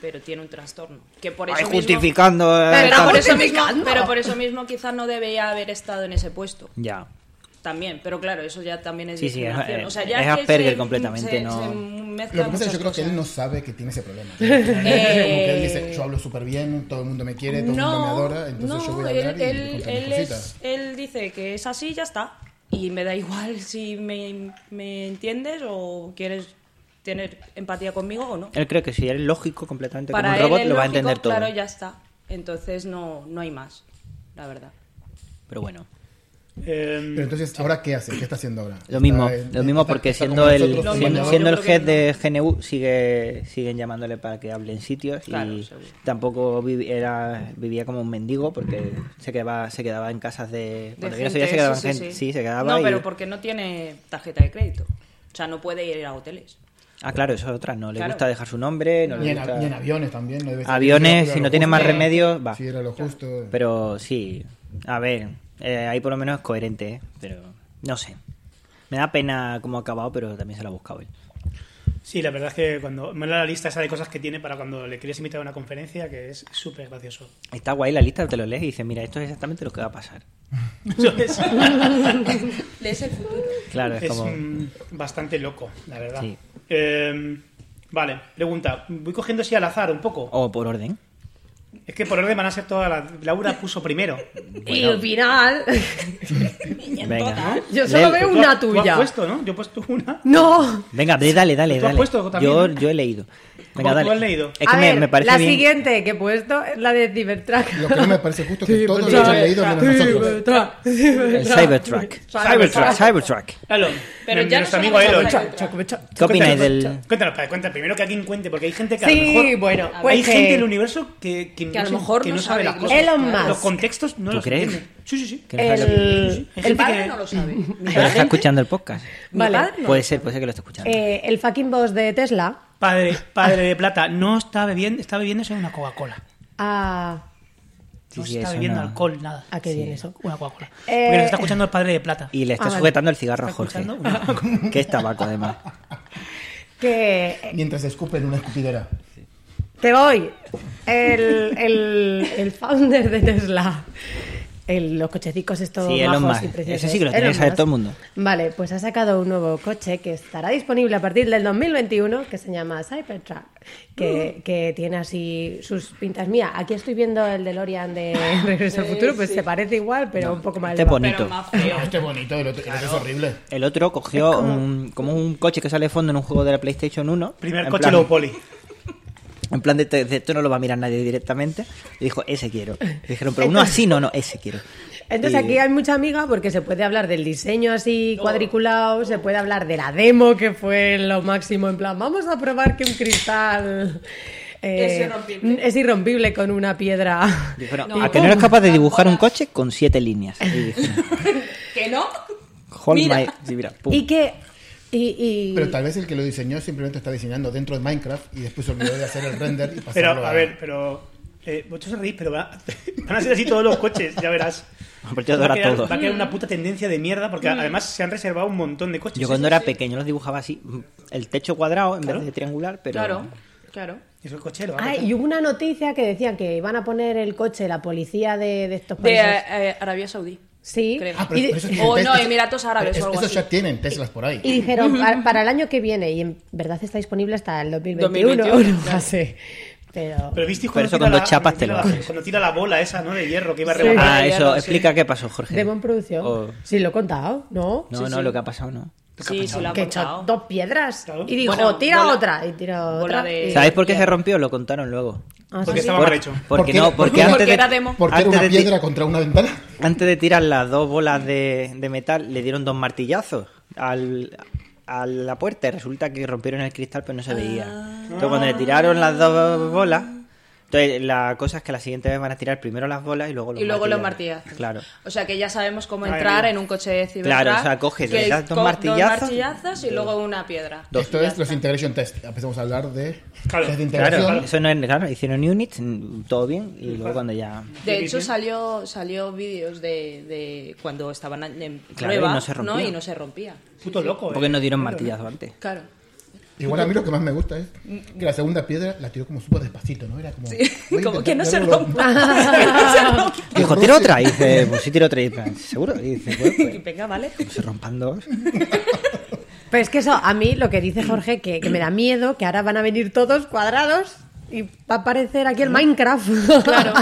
F: pero tiene un trastorno. Que por eso
B: Ay,
F: mismo-
B: justificando. eh,
F: Pero
D: Está
F: por, eso mismo,
D: justificando.
F: pero por eso mismo quizás no debería haber estado en ese puesto
B: Ya.
F: también, pero claro, eso ya también es
B: Sí, sí, es-
F: discriminación. o sea,
B: es-
F: ya
B: es
F: que se-
B: Asperger completamente,
F: se-
B: no-
F: se
E: Lo
F: mezclan
E: que pasa es que yo creo
F: muchas
E: que él
F: cosas.
E: no sabe que tiene ese problema. Como
F: Eh.
E: que él dice, yo hablo súper bien, todo el mundo me quiere, todo el mundo me adora, entonces
F: no,
E: yo voy a hablar
F: él,
E: y
F: él-
E: contar mis
F: él
E: cositas.
F: es- él dice que es así y ya está. Y me da igual si me, me entiendes o quieres tener empatía conmigo o no.
B: Él cree que si eres lógico completamente como
F: Para
B: un
F: él
B: robot,
F: es
B: lo va a
F: lógico,
B: entender todo.
F: Claro, ya está. Entonces no, no hay más, la verdad.
B: Pero bueno.
C: Eh,
E: Pero entonces, ¿ahora qué hace? ¿Qué está haciendo ahora?
B: Lo mismo,
E: Está en-
B: lo mismo
E: está-
B: porque
E: está
B: siendo
E: como
B: el
E: nosotros,
F: Lo
E: como
B: siendo,
F: mismo,
B: siendo
F: yo
B: el
F: creo
B: head
F: que
B: de GNU sigue siguen llamándole para que hable en sitios
F: Claro,
B: y
F: seguro.
B: tampoco vivi- era, vivía como un mendigo porque se quedaba se quedaba en casas de,
F: De
B: cuando vino a
F: gente,
B: Sevilla se quedaba
F: sí,
B: en
F: sí,
B: gente,
F: sí.
B: sí, se quedaba
F: No,
B: y-
F: pero porque no tiene tarjeta de crédito. O sea, no puede ir a hoteles.
B: Ah, claro, eso es otra, no le
F: Claro.
B: gusta dejar su nombre, no
E: Y
B: le
E: en,
B: gusta
E: y en aviones también. ¿no? Debe ser-
B: aviones,
E: era
B: si
E: lo
B: no tiene más
E: justo.
B: remedio, va.
E: Si era lo justo.
B: Pero sí, a ver, eh, ahí por lo menos es coherente, ¿eh? pero no sé. Me da pena cómo ha acabado, pero también se lo ha buscado él.
C: sí, la verdad es que cuando me la lista esa de cosas que tiene para cuando le quieres invitar a una conferencia, que es súper gracioso.
B: Está guay la lista, te lo lees y dices, mira, esto es exactamente lo que va a pasar.
C: Eso es,
F: Lees el futuro.
B: Claro, es,
C: es,
B: como...
C: mm, bastante loco, la verdad.
B: Sí.
C: Eh, vale, pregunta. Voy cogiendo así al azar un poco.
B: O por orden.
C: Es que por orden van a ser todas las... Laura puso primero.
D: y al final
B: Venga.
D: yo solo
B: Lee-
D: veo
C: Tú
D: una
C: has- Tú
D: tuya.
C: has puesto, ¿no? Yo he puesto una.
D: No.
B: Venga, ve, dale, dale,
C: ¿Tú has
B: dale.
C: puesto también?
B: Yo, yo he leído.
C: ¿Cómo
B: Venga,
C: tú
B: dale.
C: has leído?
B: Es que
D: a
B: me,
D: ver,
B: me parece
D: la
B: bien.
D: siguiente que he puesto es la de Cybertruck.
E: Lo que no me parece justo es que todos
F: pues,
E: los han leído menos nosotros.
D: Cybertruck.
B: El Cybertruck.
C: Cybertruck.
B: Cybertruck.
C: Claro.
F: Pero
C: Pero
F: ya no
C: nuestro
F: solamente
C: amigo Elo.
F: Cybertruck.
B: ¿Qué opináis del...?
C: Cuéntanos, espera, cuéntanos primero que alguien cuente, porque hay gente que a
D: Sí,
C: lo mejor.
D: bueno,
C: hay
D: pues
C: gente
D: que-
C: del universo que, que,
F: que a lo
C: sé-
F: mejor
C: que
F: no
C: no sabe
F: sabe
C: las
F: los-
C: cosas.
D: Elon Musk.
C: Los contextos no
B: ¿Tú
C: los
B: crees?
C: entiende. Sí, sí, sí.
B: Que no sabe lo que-
D: El,
C: Sí, sí. Hay
F: El
D: el
C: gente
F: padre
D: fa-
F: no lo sabe. Mi
B: Pero está
F: padre-
B: escuchando el podcast.
F: mi
D: Vale.
F: padre no lo
B: Puede
F: sabe.
B: ser, puede ser que lo esté escuchando.
D: eh, el fucking boss de Tesla
C: Padre, padre de plata no está bebiendo, está bebiéndose una Coca-Cola.
D: a
B: Sí,
C: No
B: sí,
C: está
B: eso
C: bebiendo
B: no.
C: alcohol, nada.
D: ¿A qué viene eso?
C: Una Coca-Cola.
D: Eh,
C: Porque nos está escuchando el padre de plata.
B: Y le
D: Ah,
B: está
D: vale.
B: sujetando el cigarro a
C: ¿Está
B: Jorge.
C: escuchando? Ah,
B: que es tabaco, además.
D: que
F: pues.
E: Mientras escupen una escupidera.
D: Te voy. El, el, el founder de Tesla. El- los cochecicos estos
B: Sí, Elon
D: majos
B: Musk.
D: y preciosos.
B: Ese sí que lo
D: Elon
B: tiene que saber
D: Musk.
B: todo el mundo.
D: Vale, pues ha sacado un nuevo coche que estará disponible a partir del 2021 que se llama Cybertruck. Que, que tiene así sus pintas. Mira, aquí estoy viendo el DeLorean de Regreso al Futuro, pues se parece igual, pero un poco más.
B: Este es
D: elevado.
F: Pero
B: bonito.
F: más feo.
E: Este es bonito, el otro, el otro es horrible.
B: El otro cogió un- como un coche que sale de fondo en un juego de la PlayStation 1.
C: Primer
B: en
C: coche
B: plan-
C: low poly.
B: En plan de, de- esto no lo va a mirar nadie directamente. Y dijo, ese quiero. Y dijeron, pero uno así, no, no, ese quiero.
D: Entonces
B: Y-
D: aquí hay mucha amiga porque se puede hablar del diseño así cuadriculado, se puede hablar de la demo que fue lo máximo, en plan, vamos a probar que un cristal eh,
F: Es irrompible.
D: es irrompible con una piedra.
B: Dijeron,
F: No.
B: ¿a que no eres capaz de dibujar un coche con siete líneas? Y dijeron,
F: ¿Que no?
B: hold
F: Mira.
B: my... Sí, mira, pum.
D: Y que... Y, y-
E: Pero tal vez el que lo diseñó simplemente está diseñando dentro de Minecraft y después se olvidó de hacer el render y pasarlo
C: Pero, a ver, pero. Eh, vosotros reís, pero va- van a ser así todos los coches, ya verás.
B: A partir de
C: va, a
B: ahora
C: quedar,
B: todo.
C: va a quedar una puta tendencia de mierda porque además se han reservado un montón de coches.
B: Yo cuando era pequeño los dibujaba así, el techo cuadrado en vez de triangular, pero...
F: Claro, claro.
C: Yo soy cochero.
D: Ah, y hubo una noticia que decía que iban a poner el coche la policía de, de estos
F: De
D: países.
F: eh, eh, Arabia Saudí.
D: sí.
F: creo.
E: Ah, pero
D: Y de-
E: eso tienen
F: O no,
E: Teslas.
F: Emiratos Árabes
E: Pero
F: o algo
E: Esos
F: así.
E: ya tienen Teslas por ahí.
D: Y dijeron, "Pa- para el año que viene, y en verdad está disponible hasta el 2021.
F: 2021,
D: no
F: claro.
D: sé. Pero...
C: Pero viste
B: Pero
C: cuando
B: eso
C: tira
B: con
C: la-
B: dos chapas te
C: cuando
B: lo
C: tira la-
B: haces.
C: Cuando tira la bola esa, ¿no? De hierro que iba a
D: Sí.
C: rebotar.
B: Ah,
F: ya
B: eso,
F: no sé.
B: explica qué pasó, Jorge.
D: Demon Producción.
B: Oh.
D: Sí, lo he contado, ¿no?
B: No, no, lo que ha pasado no.
F: Sí, sí, lo ha
D: que echó
F: contado.
D: dos piedras
C: Claro.
D: y dijo,
F: Bueno,
D: tira
F: bola-
D: otra. Y tira
F: bola
D: otra.
F: de-
D: y-
B: ¿Sabéis por qué se rompió? Lo contaron luego.
D: Ah,
C: Porque
D: sí.
C: estaba mal hecho.
B: Porque
E: Porque-
B: no, porque,
E: porque-
B: antes
F: porque
B: de,
F: era demo.
E: Porque era
B: antes
E: una
B: de ti-
E: piedra contra una ventana.
B: Antes de tirar las dos bolas de, de metal, le dieron dos martillazos al, a la puerta. y Resulta que rompieron el cristal, pero no se veía. Entonces, cuando le tiraron las dos bolas, entonces la cosa es que la siguiente vez van a tirar primero las bolas y luego los
F: Y luego los
B: martillazos.
F: martillazos.
B: Claro.
F: O sea que ya sabemos cómo
C: Madre
F: entrar
C: mía.
F: en un coche de cibertruck.
B: Claro, o sea, coges, le
F: que
B: das dos
F: co-
B: martillazos.
F: martillazos y luego una piedra.
E: Esto es los integration test. Empezamos a hablar de
C: Claro.
E: test de
B: Claro,
E: integración.
B: eso no es, claro, hicieron units, mm, todo bien, y luego cuando ya...
F: De
C: Sí,
F: hecho,
C: sí.
F: salió, salió vídeos de, de cuando estaban en
B: Claro, y
F: prueba
B: no se rompía.
F: Y no se rompía.
C: Puto loco, eh.
B: Porque no dieron martillazo antes.
F: Claro.
E: Igual a mí lo que más me gusta es
F: Mm.
E: que la segunda piedra la tiró como súper despacito, ¿no? Era como... voy a
F: Como
E: intentar
F: que no se
E: darlo-
F: rompa. Que no se rompa.
B: Dijo, tira otra. Y dice, pues sí, tiro otra. Y dice, ¿seguro? Y dice, pues,
F: Y
B: pues,
F: Venga, vale.
B: se rompan dos.
D: Pero es que eso, a mí lo que dice Jorge, que, que me da miedo, que ahora van a venir todos cuadrados y va a aparecer aquí el Minecraft.
F: Claro.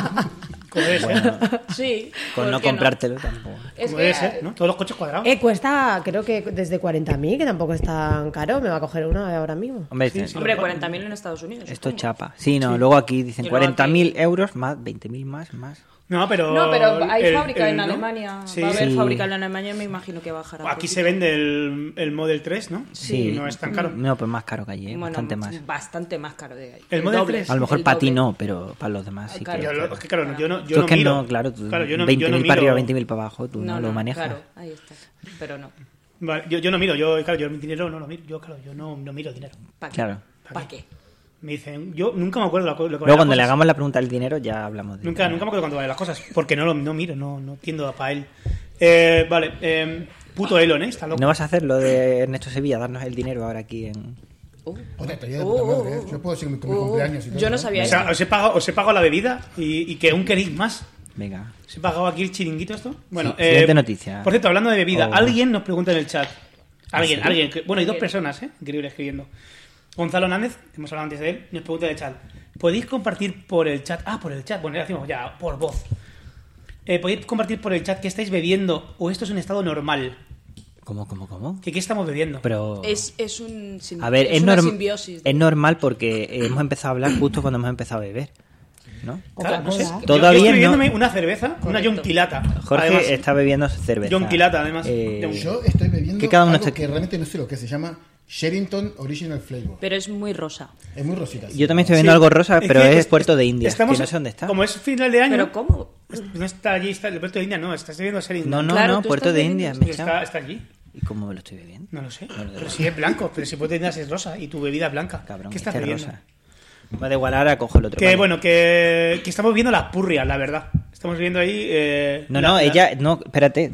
C: Como debe ser.
F: Sí.
B: Con
F: ¿por
B: no
F: qué
B: comprártelo tampoco.
F: Es
C: Como
F: que,
C: debe ser, ¿no? Todos los coches cuadrados.
D: Eh, cuesta, creo que desde 40.000, que tampoco es tan caro. Me va a coger uno ahora mismo.
B: Hombre,
C: sí,
F: Hombre, 40.000 en Estados Unidos.
C: Pues
B: esto es
F: supongo.
B: chapa. Sí, no, luego aquí dicen
F: Y luego aquí-
B: 40.000 euros más, 20.000 más, más.
C: No, pero.
F: No, pero hay
C: el-
F: fábrica
C: el-
F: en
C: ¿no?
F: Alemania.
C: Sí.
F: Va a haber
B: Sí.
F: fábrica en Alemania, me imagino que bajará.
C: Aquí se vende el, el Model 3, ¿no?
B: Sí.
C: No es tan caro.
B: No, pues más caro que allí, ¿eh? bastante más.
F: Bastante más caro de ahí.
C: El Model
F: doble.
C: 3.
B: A lo mejor
F: El
B: para ti
F: doble.
B: no, pero para los demás sí
F: Claro.
B: que...
C: Yo lo- es que claro, no, yo no, yo
B: tú
C: no
B: es que
C: miro.
B: no, claro, tú
C: Claro, yo no, yo
B: 20.000
C: no
B: para arriba,
C: miro-
B: 20.000 para abajo, tú no, lo manejas.
F: Claro, ahí está. Pero no.
C: Vale, yo, yo no miro, yo, claro, yo el dinero no lo miro. Yo, claro, yo no, no miro el dinero.
F: ¿Para qué?
B: Claro.
F: ¿Para qué?
C: Me dicen, yo nunca me acuerdo lo, lo que valen
B: Luego cuando
C: las
B: le
C: cosas.
B: hagamos la pregunta del dinero ya hablamos de...
C: pues- Nunca, nunca me acuerdo cuánto valen las cosas, porque no lo no miro, no, no tiendo a pa' él. Eh, vale, eh, puto Elon, ¿eh? Está loco.
B: ¿No vas a hacer lo de Ernesto Sevilla, darnos el dinero ahora aquí en...
F: Uh.
E: Otra teoría de
F: Uh,
E: puta
F: uh,
E: madre, ¿eh?
F: uh.
E: Yo puedo decir mi, con mi
F: Uh, uh.
E: cumpleaños y todo.
F: Yo no sabía
C: o
F: eso.
C: sea, os he pagado, os he pagado la bebida y, y que aún queréis más.
B: Venga.
C: ¿Os he pagado aquí el chiringuito esto? Bueno, eh,
B: Sí, siguiente noticia.
C: Por cierto, hablando de bebida,
B: Oh.
C: alguien nos pregunta en el chat. Alguien,
B: ¿Sí?
C: alguien. que- Bueno, hay dos personas, ¿eh? Increíble escribiendo. Gonzalo Nández, que hemos hablado antes de él, nos pregunta en el chat. ¿Podéis compartir por el chat? Ah, por el chat. Bueno, ya decimos ya, por voz. Eh, ¿Podéis compartir por el chat qué estáis bebiendo o esto es un estado normal?
B: ¿Cómo, cómo, cómo?
C: ¿Qué, qué estamos bebiendo?
B: Pero...
F: Es, es un sim-
B: Oh. A ver, es,
F: una
B: norm-
F: simbiosis.
B: es normal porque hemos empezado a hablar justo cuando hemos empezado a beber. ¿no?
C: Claro, no sé. Yo- yo
B: Todavía
C: estoy
B: no.
C: bebiéndome una cerveza, una yonquilata.
B: Jorge
C: además.
B: está bebiendo cerveza.
C: Yonquilata, además.
B: Eh,
C: Yonqui-
E: Yo estoy bebiendo
B: Que cada uno
E: algo
B: se-
E: que realmente no sé lo que es, se llama Sherrington Original Flavor.
F: Pero es muy rosa.
E: Es muy rosita. sí.
B: yo también estoy bebiendo
C: Sí.
B: algo rosa, pero
C: que
B: es, Puerto de India.
C: estamos-
B: que no sé dónde está.
C: Como es final de año.
F: ¿Pero cómo?
C: No Pues, está allí, está el Puerto de India, no, estás bebiendo ser
B: No, no,
F: Claro,
B: no,
F: tú
B: Puerto
F: estás
B: de
F: bebiendo
B: India.
F: esto.
B: me he
C: Está,
B: echado.
C: está allí.
B: ¿Y cómo me lo estoy bebiendo?
C: No lo sé.
B: No lo
C: pero si es blanco, pero si Puerto de India es rosa y tu bebida es blanca.
B: Cabrón,
C: ¿Qué estás
B: este es
C: bebiendo?
B: rosa. Va de igual, ahora cojo el otro.
C: Que
B: vale.
C: bueno, que, que estamos viendo las purrias, la verdad. Estamos viendo ahí. eh,
B: No,
C: la-
B: no,
C: la-
B: ella... No, espérate.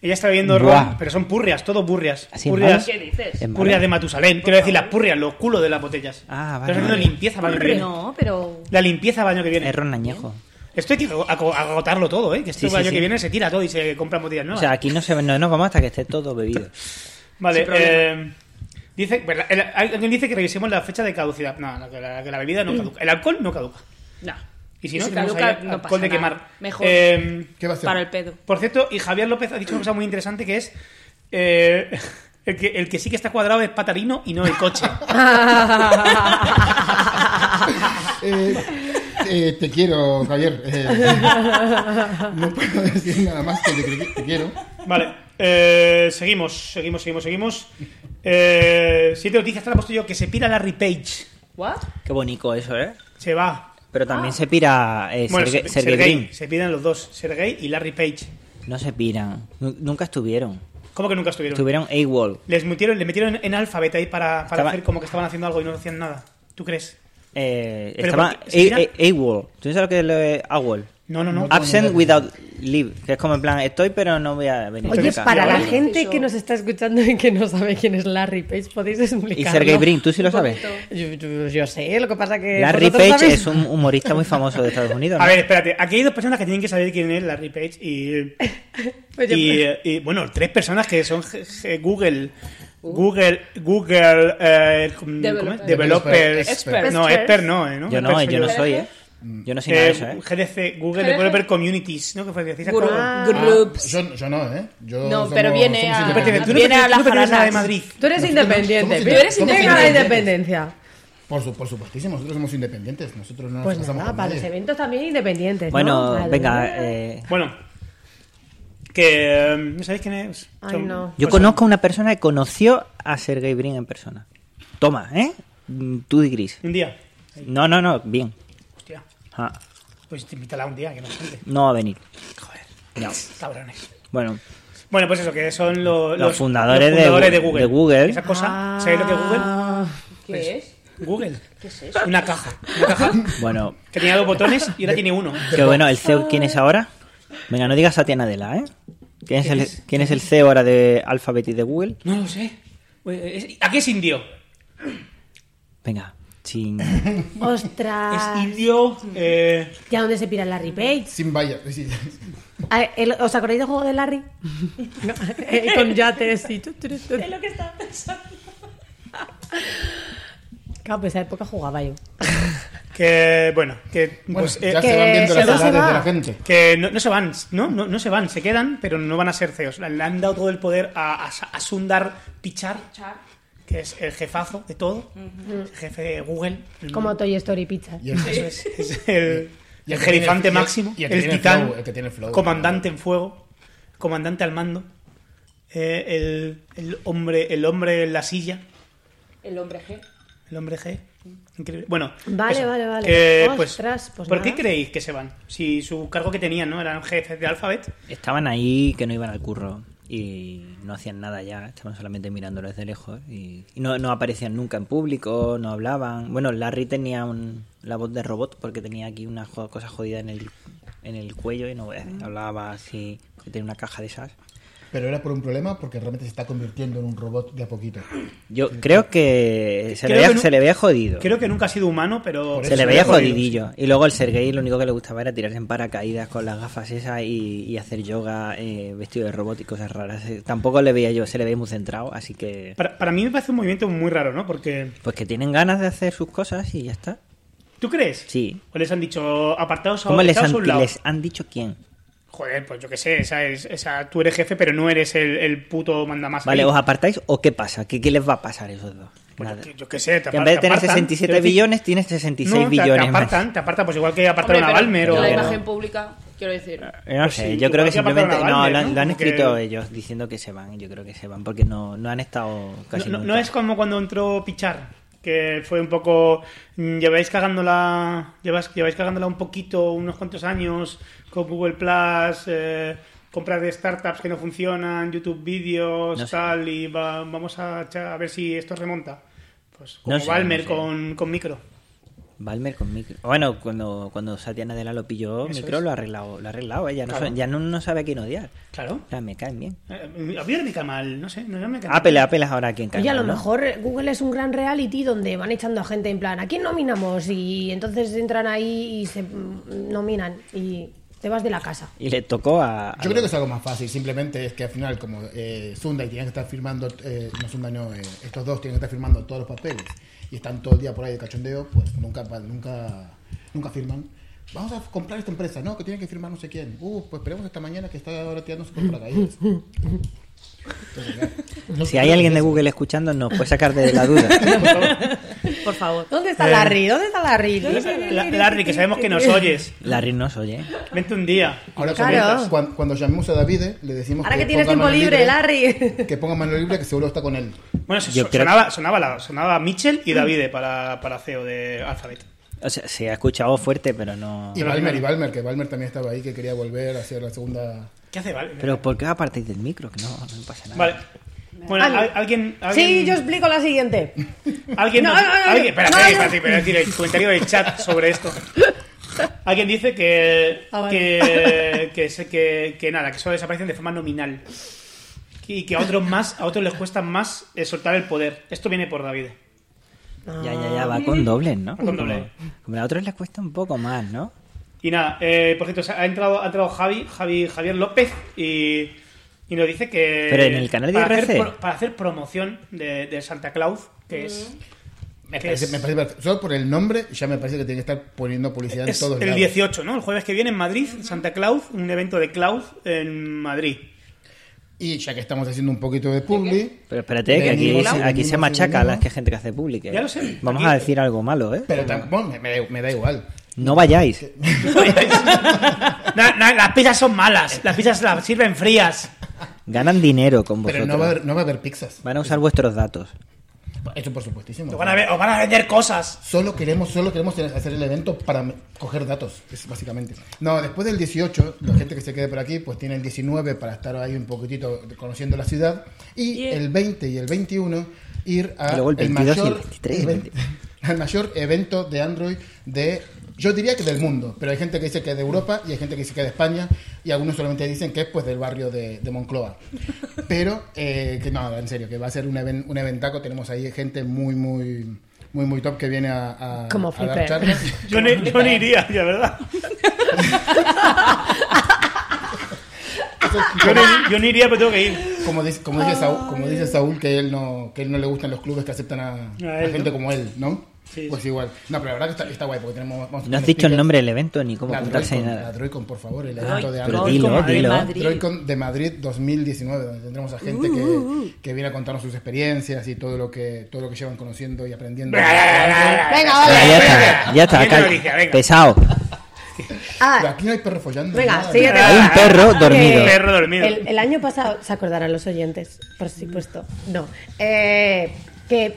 C: Ella está bebiendo
B: Buah.
C: ron, pero son purrias, todo purrias.
B: Así en
C: purrias,
F: ¿Qué dices?
B: En- malo.
C: purrias de Matusalén. Quiero decir, las purrias, los culos de las botellas.
B: Ah, vale,
C: Estamos haciendo
B: vale.
C: limpieza para el año que viene.
F: No, pero.
C: La limpieza baño que viene.
B: Es ron añejo.
C: Esto hay que ago- ago- agotarlo todo, ¿eh? Que este
B: Sí, sí,
C: año
B: sí.
C: que viene se tira todo y se compran botellas
B: O
C: nuevas.
B: sea, aquí no se no nos vamos hasta que esté todo bebido.
C: vale,
F: sin problema.
C: eh, dice, bueno, el- alguien dice que revisemos la fecha de caducidad. No, no, que la, que la bebida no caduca. El alcohol no caduca.
F: No.
C: Y si no, tenemos
F: Mm. caduca,
C: ahí
F: no pasa
C: alcohol de
F: nada.
C: quemar.
F: Mejor.
C: Eh,
E: ¿Qué va a ser?
F: para el pedo.
C: por cierto, y Javier López ha dicho una cosa muy interesante que es... eh, el, que, el que sí que está cuadrado es Patarino y no el coche.
E: Eh, eh, te quiero, Javier. Eh, no puedo decir nada más que te, te quiero.
C: Vale, eh, seguimos, seguimos, seguimos, seguimos. Eh, siete noticias, te la he puesto yo, que se pira Larry Page.
F: ¿What?
B: Qué bonito eso, ¿eh?
C: Se va.
B: Pero también se pira eh,
C: Bueno,
B: Sergey-
C: se-
B: Sergey
C: Sergey,
B: Brin.
C: se piran los dos, Sergey y Larry Page.
B: No se piran. Nu- Nunca estuvieron.
C: ¿Cómo que nunca estuvieron?
B: Estuvieron AWOL.
C: Les metieron, le metieron en alfabeta ahí para, para
B: Estaba-
C: hacer como que estaban haciendo algo y no hacían nada. ¿Tú crees?
B: Eh,
C: Pero
B: estaba
C: porque- si
B: A- A- AWOL. ¿Tú sabes lo que es lo de AWOL?
C: No, no, no.
E: Ah,
B: Absent
E: idea.
B: without live, que es como en plan, estoy pero no voy a venir.
D: Oye,
B: nunca.
D: para la
F: Yo-
D: gente
F: eso-
D: que nos está escuchando y que no sabe quién es Larry Page, podéis explicarlo.
B: Y Sergey Brin, ¿tú sí lo sabes?
D: Yo, yo- yo sé, lo que pasa que.
B: Larry
D: vosotros
B: Page
D: sabéis.
B: es un humorista muy famoso de Estados Unidos. ¿no?
C: A ver, espérate. Aquí hay dos personas que tienen que saber quién es Larry Page y.
D: Oye,
C: y, eh, y, bueno, tres personas que son je- je- Google. Google, Google, eh, com- ¿cómo es?
F: Developer.
C: developers,
E: Expert.
C: no, expert no, eh, ¿no?
B: yo no,
C: Expert
B: yo no
C: soy
B: soy, ¿eh? Yo no soy nada de
C: Eh,
B: eso, ¿eh?
C: GDC, Google
F: GDC.
C: Developer Communities, ¿no? Que fue que decís,
F: Gru-
C: ah,
F: groups.
E: Yo, yo no, ¿eh. Yo
F: No,
E: somos-
F: pero viene
E: somos
F: a-
C: tú perteneces-
E: independientes.
C: tú no
F: Viene a
C: perteneces- tú no
F: las
C: perteneces a la de
F: jaranas.
C: Madrid.
D: Tú eres
E: Nosotros
D: independiente.
E: somos
D: Tú eres
F: independientes.
D: independiente. la independencia.
E: Por, su, por supuestísimo, nosotros somos independientes. Nosotros no nos
D: Pues
E: casamos
D: nada,
E: con
D: para
E: nadie.
D: los eventos también independientes. ¿no?
B: Bueno,
D: Vale.
B: venga, eh,
C: Bueno, que eh, no sabéis quién es.
D: Ay,
C: Son-
D: no.
B: yo
C: pues son-
B: conozco a una persona que conoció a Sergey Brin en persona. Toma, ¿eh? Mm, Tú de gris.
C: Un día.
B: No, no, no, bien.
C: Hostia.
B: Ajá.
C: Pues te invítala un día, que no salte.
B: No va a venir.
C: Joder.
B: No.
C: Cabrones.
B: Bueno,
C: Bueno, pues eso, que son lo- los,
B: fundadores
C: los
B: de
C: fundadores de,
B: Gu-
C: Google.
B: de Google.
C: Esa cosa, ¿sabéis lo que es Google?
F: ¿Qué es?
C: Google. ¿Qué es eso? Una caja. Una caja
B: bueno.
C: que tenía dos botones y ahora tiene uno.
B: Que bueno, el CEO, ¿quién es ahora? Venga, no digas Satya Nadella, ¿eh? ¿Quién es, el, ¿Quién es el CEO ahora de Alphabet y de Google?
C: No lo sé. Pues, es- ¿A qué es indio?
B: Venga, sin...
D: Ostras.
C: Es indio. Eh,
D: ¿Y a dónde se pira Larry Page?
E: Sin vaya. es decir,
D: Ah, el- ¿Os acordáis del juego de Larry? No, eh, con yates y... tu, tu, tu, tu.
F: lo que estaba pensando.
D: Claro, pues esa época jugaba yo.
C: que bueno, que,
E: Bueno,
C: pues, eh,
E: ya
D: que
E: se van viendo
D: se
E: las
D: va, se
E: edades
D: va.
E: de la gente.
C: que no, no se van, ¿no? ¿no? No se van, se quedan, pero no van a ser CEOs. Le han dado todo el poder a, a, a Sundar Pichar, que es el jefazo de todo, el jefe de Google. el-
D: Como Toy Story Pizza.
E: Y el-
C: Eso es, es el,
E: Y
C: el
E: el que tiene-
C: jerifante
E: y el-
C: máximo,
E: y el
C: el,
E: que tiene
C: titán,
E: flow, el que tiene flow.
C: comandante en fuego, comandante al mando, eh, el, el hombre, el hombre en la silla,
F: El hombre G.
C: el hombre G. Increíble. Bueno,
D: Vale, vale, vale.
C: que, pues,
D: Ostras, pues
C: ¿Por
D: nada.
C: qué creéis que se van? Si su cargo que tenían no eran jefes de Alphabet.
B: Estaban ahí que no iban al curro y no hacían nada ya, estaban solamente mirándolo desde lejos y, y no, no aparecían nunca en público, no hablaban. Bueno, Larry tenía un- la voz de robot porque tenía aquí una jo- cosa jodida en el, en el cuello y no eh, hablaba así, que tenía una caja de esas.
E: Pero era por un problema porque realmente se está convirtiendo en un robot de a poquito.
B: Yo creo que se,
C: Creo
B: le,
C: que
B: veía,
C: no-
B: se le veía jodido.
C: Creo que nunca ha sido humano, pero.
B: Se le veía
C: jodido.
B: jodidillo. Y luego el Sergei lo único que le gustaba era tirarse en paracaídas con las gafas esas y, y hacer yoga eh, vestido de robot y cosas raras. Eh, Tampoco le veía yo, se le veía muy centrado, así que...
C: Para, para mí me parece un movimiento muy raro, ¿no? Porque.
B: Pues que tienen ganas de hacer sus cosas y ya está.
C: ¿Tú crees?
B: Sí.
C: ¿O les han dicho apartados a-
B: ¿Cómo les
C: echados
B: han,
C: a un lado?
B: les han dicho quién?
C: Joder, pues yo qué sé, esa es, esa, tú eres jefe, pero no eres el, el puto mandamás.
B: Vale,
C: ahí.
B: ¿os apartáis o qué pasa? ¿Qué, qué les va a pasar a esos dos?
C: Pues yo
B: Nada.
C: qué- yo qué sé, te
B: Que en
C: apar-
B: vez de
C: te
B: tener
C: apartan,
B: 67
C: quiero decir-
B: billones, tienes 66
C: No, te-
B: billones
C: Te
B: más.
C: apartan, te apartan, pues igual que apartaron a Balmer o.
F: La
B: Yo
F: imagen
B: no.
F: pública, quiero decir.
B: Eh, No
C: Pues
B: sé,
C: sí,
B: yo creo
C: igual
B: que
C: que ha pasado
B: simplemente...
C: una
B: No,
C: Balmer,
B: lo han,
C: ¿no?
B: lo han
C: Porque-
B: escrito ellos diciendo que se van. Yo creo que se van porque no, no han estado
C: No,
B: casi
C: no- no
B: nunca.
C: es como cuando entró Pichar, que fue un poco. mm, Lleváis cagándola. Lleváis, lleváis cagándola un poquito, unos cuantos años, con Google Plus, eh, compras de startups que no funcionan, YouTube vídeos,
B: No sé.
C: tal, y va- vamos a, echar- a ver si esto remonta. Pues como
B: sé,
C: Balmer
B: no sé.
C: con, con micro.
B: Balmer con micro. Bueno, cuando, cuando Satya Nadella lo pilló,
C: Eso
B: micro
C: es.
B: lo ha arreglado, lo ha arreglado, eh, ya no,
C: Claro.
B: son- ya no, no sabe a quién odiar.
C: Claro.
B: O sea, me caen bien. Ah,
C: Eh, A mí no me cae mal, no sé, no no me cae mal.
B: Apple, Apple es ahora a quien cae.
D: Oye, a Pues lo
B: mal, ¿no?
D: mejor Google es un gran reality donde van echando a gente en plan, ¿a quién nominamos? Y entonces entran ahí y se mm, nominan y te vas de la casa.
B: Y le tocó a. a
E: Yo creo que es algo más fácil, simplemente es que al final, como eh, Sunday tiene que estar firmando, eh, no Sunday no, eh, estos dos tienen que estar firmando todos los papeles y están todo el día por ahí de cachondeo, pues nunca, pa- nunca, nunca firman. Vamos a comprar esta empresa, no, que tienen que firmar no sé quién. Uh, pues esperemos esta mañana que está ahora tirándose por paracaídas. Entonces, ya. No
B: Si
E: sé,
B: hay alguien de Google escuchando, nos puede sacar de la duda.
F: Por favor.
D: ¿Dónde está Larry? ¿Dónde está Larry?
C: La- Larry, que sabemos que nos oyes.
B: Larry nos oye. ¿eh?
C: Vente un día.
E: Ahora
D: Claro.
E: cuando- cuando, cuando llamemos a David, eh, le decimos
D: Ahora que tienes tiempo libre, Larry.
E: Que ponga mano libre, que seguro está con él.
C: Bueno, se-
B: Yo
C: so-
B: creo-
C: sonaba, sonaba, la- sonaba Mitchell
B: Mm.
C: y Davide para, para CEO de Alphabet.
B: O sea, se ha escuchado fuerte, pero no.
E: Y Balmer, y Balmer, que Balmer también estaba ahí, que quería volver a hacer la segunda...
C: ¿Qué hace Vale?
B: Pero ¿por qué apartáis del micro? Que no, no pasa nada.
C: Vale. Bueno,
D: Vale.
C: al- alguien, alguien.
D: Sí, yo explico la siguiente.
C: Alguien.
D: No,
C: No,
D: no, no, no.
C: alguien espera,
D: No,
C: espera, espera,
D: no.
C: espera, espera, espera, el comentario del chat sobre esto. Alguien dice que,
D: Ah,
C: que, que, se- que- que nada, que solo desaparecen de forma nominal. Y que a otros más, a otros les cuesta más eh, soltar el poder. Esto viene por David.
B: Ya, ya, ya, va con dobles, ¿no?
C: Con doble.
B: Como a otros les cuesta un poco más, ¿no?
C: Y nada, eh, por cierto, ha entrado, ha entrado Javi, Javi, Javier López y, y nos dice que.
B: Pero en el canal de
C: para hacer,
B: IRC.
C: pro- para hacer promoción de, de Santa Claus, que es.
E: Me
C: que
E: parece,
C: es-
E: me parece perfecto. Solo por el nombre ya me parece que tiene que estar poniendo publicidad en
C: es
E: todos
C: el
E: lados.
C: 18, ¿no? El jueves que viene en Madrid, Santa Claus, un evento de Claus en Madrid.
E: Y ya que estamos haciendo un poquito de publi,
B: Pero espérate, que aquí,
E: Venimos,
B: aquí
E: venimos,
B: se machaca a
E: venimos.
B: la que gente que hace pública.
C: Ya lo sé.
B: Vamos
C: Aquí-
B: a decir algo malo, ¿eh?
E: pero tam- bueno, me, me da, me da igual.
B: No vayáis.
C: Na- na- las pizzas son malas, las pizzas las sirven frías.
B: Ganan dinero con vosotros.
E: Pero no va, a haber, no va a haber pizzas.
B: Van a usar vuestros datos.
E: Eso por supuestísimo.
C: Os van a, ver- os van a vender cosas.
E: Solo queremos, solo queremos tener- hacer el evento para me- coger datos, es básicamente. No, después del 18, la gente que se quede por aquí, pues tiene el 19 para estar ahí un poquitito conociendo la ciudad. Y
F: Y el-
E: el 20 y el 21 ir a
B: Y luego el 22 y el 23,
E: even- al mayor evento de Android de, yo diría que del mundo, pero hay gente que dice que es de Europa y hay gente que dice que es de España y algunos solamente dicen que es pues del barrio de, de Moncloa. Pero eh, que no, en serio, que va a ser un, even- un eventaco, tenemos ahí gente muy, muy, muy, muy top que viene a, a-
D: Como
E: a dar
D: Flipper.
E: charlas.
C: Yo no, yo no iría, la verdad. Yo no, yo no iría, pero tengo que ir.
E: Como dice, como dice Saúl, como dice Saúl que él no, que él no le gustan los clubes que aceptan a, a
C: él,
E: gente
C: ¿no?
E: como él, ¿no?
C: Sí,
E: pues igual. No, pero la verdad que está, está guay porque tenemos. vamos a
B: No has
E: tener
B: dicho el
E: speakers.
B: nombre del evento ni cómo
E: La
B: apuntarse ni
E: Droidcon, la
B: nada.
E: Droidcon, por favor, el evento de
B: Pero
E: Android.
B: dilo,
F: de
B: dilo.
F: Madrid.
E: Droidcon de Madrid 2019, donde tendremos a gente
D: Uh,
E: que, que viene a contarnos sus experiencias y todo lo que todo lo que llevan conociendo y aprendiendo.
D: Venga,
B: Ya,
D: vale.
B: ya está, ya está.
C: Venga,
B: cal-
C: Alicia, venga.
B: Pesado.
E: Pero
D: Ah,
E: aquí no hay perro follando.
D: venga,
E: nada.
D: siguiente.
B: Hay un perro dormido.
D: Eh,
C: Perro dormido.
D: El, el año pasado, se acordarán los oyentes, por supuesto. No. Eh, que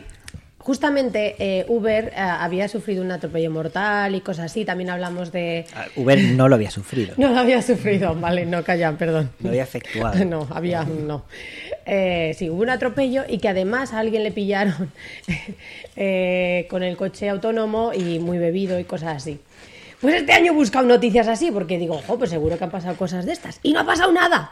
D: justamente eh, Uber eh, había sufrido un atropello mortal y cosas así. También hablamos de.
B: Ah, Uber no lo había sufrido.
D: No lo había sufrido, vale, no callan, perdón.
B: Lo había efectuado.
D: No, había, no. Eh, sí, hubo un atropello y que además a alguien le pillaron eh, con el coche autónomo y muy bebido y cosas así. Pues este año he buscado noticias así porque digo, jo, pues seguro que han pasado cosas de estas. Y no ha pasado nada.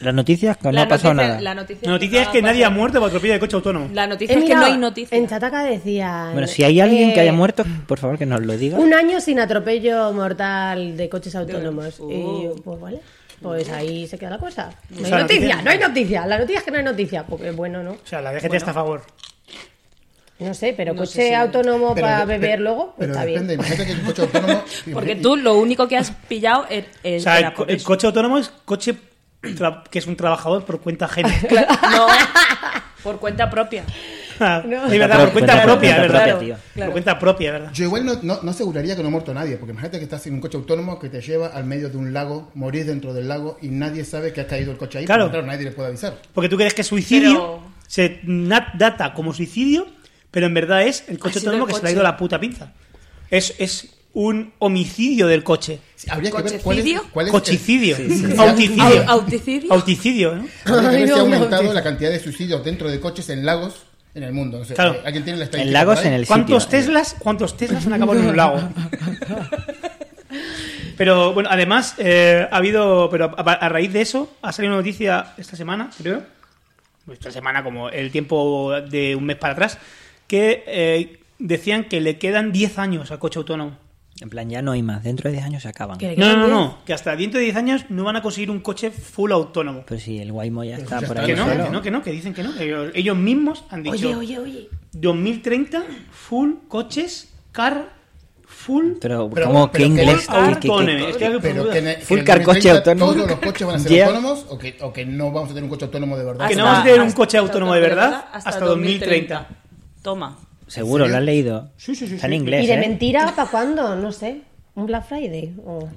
B: Las noticias que no
F: La
B: ha pasado
F: noticia-
B: nada.
F: La noticia,
C: La noticia es que
F: no
C: nadie ha
F: pasado.
C: muerto por atropello de coche autónomo.
F: La noticia
D: He
F: es que no
D: mirado,
F: hay noticia.
D: En Chataca decían...
B: Bueno, si hay alguien que
D: eh,
B: haya muerto, por favor que nos lo diga.
D: Un año sin atropello mortal de coches autónomos.
F: Oh.
D: Y yo, pues vale, pues ahí se queda la cosa. No
C: O
D: hay
C: sea, la
D: noticia,
C: noticia-
D: no hay noticia. La noticia es que no hay noticia, porque bueno, ¿no?
C: O sea, la DGT está a favor.
D: No sé, pero
F: No sé
D: coche
F: si-
D: autónomo
E: Pero-
D: para
E: pe-
D: beber luego, pues
E: pero
D: está
E: depende,
D: bien.
E: imagínate que el coche autónomo.
F: Porque tú lo único que has pillado er-
C: O
F: es.
C: sea, el,
F: era
C: co-
F: por
C: el
F: eso.
C: coche autónomo es coche tra- que es un trabajador por cuenta ajena.
F: No, por cuenta propia.
C: Ah,
D: No.
C: Es verdad, por cuenta
B: Cuenta
C: propia, es
B: propia,
C: verdad.
B: tío.
C: Por cuenta propia, es verdad.
E: Yo igual no, no, no aseguraría que no ha muerto nadie, porque imagínate que estás en un coche autónomo que te lleva al medio de un lago, morís dentro del lago y nadie sabe que ha caído el coche ahí.
C: Claro.
E: porque, nadie le puede avisar.
C: Porque tú crees que suicidio
F: Pero-
C: se na- data como suicidio, pero en verdad es el coche
F: Ha sido
C: autónomo
F: el
C: que se le ha
F: coche.
C: ido la puta pinza. Es, es un homicidio del coche.
E: Sí, habría que ver cuál es,
F: ¿Cochecidio?
E: cuál es el-
C: Cochicidio.
F: Au-
C: Auticidio.
F: Auticidio.
C: Auticidio, ¿no?
E: Habría que ver
D: Ay,
E: si
D: no,
E: ha
D: no,
E: aumentado
D: sí.
E: la cantidad de suicidios dentro de coches en lagos en el mundo. No sé,
C: Claro.
E: eh, ¿Alguien tiene la estadística?
B: En Lagos,
E: por ahí?
B: en el sitio.
C: ¿Cuántos Teslas, ¿Cuántos Teslas han acabado en un lago? Pero bueno, además eh, ha habido, pero a, a raíz de eso ha salido una noticia esta semana, creo, esta semana como el tiempo de un mes para atrás, que eh, decían que le quedan 10 años al coche autónomo.
B: En plan, ya no hay más. Dentro de 10 años se acaban.
D: Que-
C: No, no, no, no, que hasta dentro de 10 años no van a conseguir un coche full autónomo.
B: Pero si el Waymo ya
E: Pero
B: está
E: ya
B: por
E: está,
B: ahí.
C: Pues Que no,
E: Claro.
B: solo.
C: que no, que no, que dicen que no. que ellos, ellos mismos han dicho
D: Oye, oye, oye.
C: 2030 full coches, car, full
B: Pero,
E: Pero-
B: ¿cómo? ¿Qué
E: pero que-
B: inglés?
C: Ah,
B: ¿Qué- qué-
C: perdóname,
B: qué-
C: es que hay que
E: Pero que en
C: preguntar.
E: el- que
B: Full
E: en el
B: car coche
E: 2030
B: autónomo.
E: ¿Todos los coches van a ser
B: Yeah.
E: autónomos o que, o que no vamos a tener un coche autónomo de verdad?
C: Que no
F: Hasta-
C: vamos a tener un
F: hasta-
C: coche autónomo de verdad hasta
F: Toma.
B: Seguro, lo has leído.
C: Sí, sí, sí,
B: Está en
C: sí.
B: inglés.
D: ¿Y de
B: ¿eh?
D: mentira para cuándo? No sé. ¿Un Black Friday? O-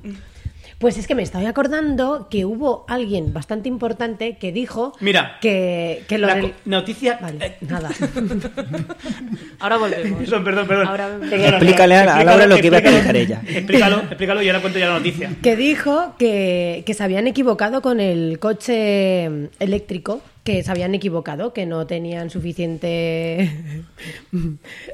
D: Pues es que me estoy acordando que hubo alguien bastante importante que dijo
C: Mira.
D: que, que lo
C: La
D: del-
C: co- noticia.
D: Vale,
C: eh,
D: nada.
F: Ahora volvemos.
C: eso, perdón, perdón.
F: Ahora me-
C: Perdona, perdona.
B: Explícale a la- a Laura lo que iba a
C: explícalo,
B: explicar ella.
C: Explícalo, explícalo y ahora cuento ya la noticia.
D: Que dijo que, que se habían equivocado con el coche eléctrico que se habían equivocado, que no tenían suficiente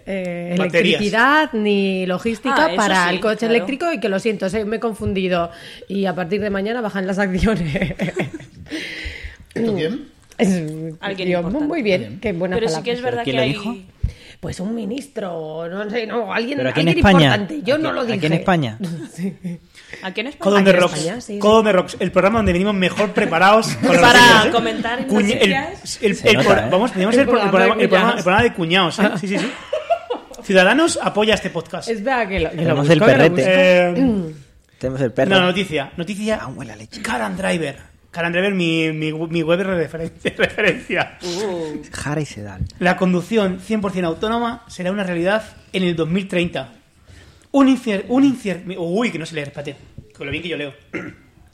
D: eh,
C: Baterías.
D: electricidad ni logística
F: Ah, eso
D: para
F: sí,
D: el coche
F: claro.
D: eléctrico y que lo siento, se- me he confundido y a partir de mañana bajan las acciones.
E: ¿Esto quién?
D: Es-
F: Alguien
D: digo,
F: importante.
D: muy bien, qué buena
F: Pero sí
D: palabra.
F: que es verdad
B: quién
F: que
B: lo
F: hay...
B: dijo?
D: Pues un ministro, no sé, no, alguien,
B: Pero aquí en
D: alguien
B: España.
D: importante. Yo no
B: Aquí-
D: lo dije.
B: aquí en España.
F: Aquí en España.
C: Codón de
D: Aquí en
C: Rocks.
D: España, sí, sí.
C: Codón de Rocks, el programa donde venimos mejor preparados con los
F: Para
C: reseñas, ¿eh?
F: comentar en
C: Cuña- el,
F: las reseñas.
C: el-
B: Se
C: el
B: nota,
C: pro-
B: ¿eh?
C: Vamos, teníamos
D: El
C: el, pro- el programa,
D: programa de
C: el programa-
D: cuñados.
C: el programa de cuñados. ¿eh? Sí, sí, sí. Ciudadanos apoya este podcast.
D: Es verdad que lo, que lo
B: Tenemos
D: busco,
B: el
D: que lo
B: perrete.
D: busco.
C: Eh,
B: Tenemos el perro.
C: no, noticia. Noticia.
B: Ah, huele a leche.
C: Car and Driver. Car and Driver, mi, mi, mi web de referencia- referencia.
F: Uh,
B: Jara y Sedal.
C: La conducción 100% autónoma será una realidad en el 2030. Un infier... Un infier- Uy, que no se leer, espérate, con lo bien que yo leo.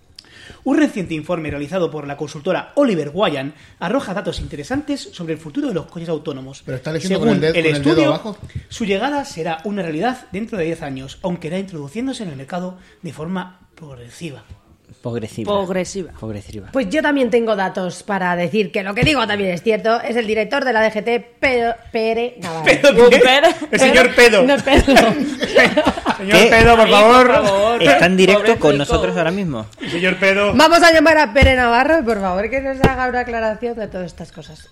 C: Un reciente informe realizado por la consultora Oliver Wyant arroja datos interesantes sobre el futuro de los coches autónomos.
E: Pero está leyendo con el dedo- con el dedo abajo.
C: su llegada será una realidad dentro de 10 años, aunque irá introduciéndose en el mercado de forma progresiva.
B: Progresiva.
F: progresiva.
B: Progresiva.
D: Pues yo también tengo datos para decir que lo que digo también es cierto. Es el director de la DGT, Pedro, Pere Navarro.
F: Un pedo.
C: El señor pedo.
D: No, Pedro.
C: Señor
B: ¿Qué?
C: pedo, por
F: Ahí, por
C: favor.
F: favor.
B: Está en directo
F: Pobre
B: con
F: Nico.
B: nosotros ahora mismo.
C: Señor pedo.
D: Vamos a llamar a Pere Navarro, por favor, que nos haga una aclaración de todas estas cosas.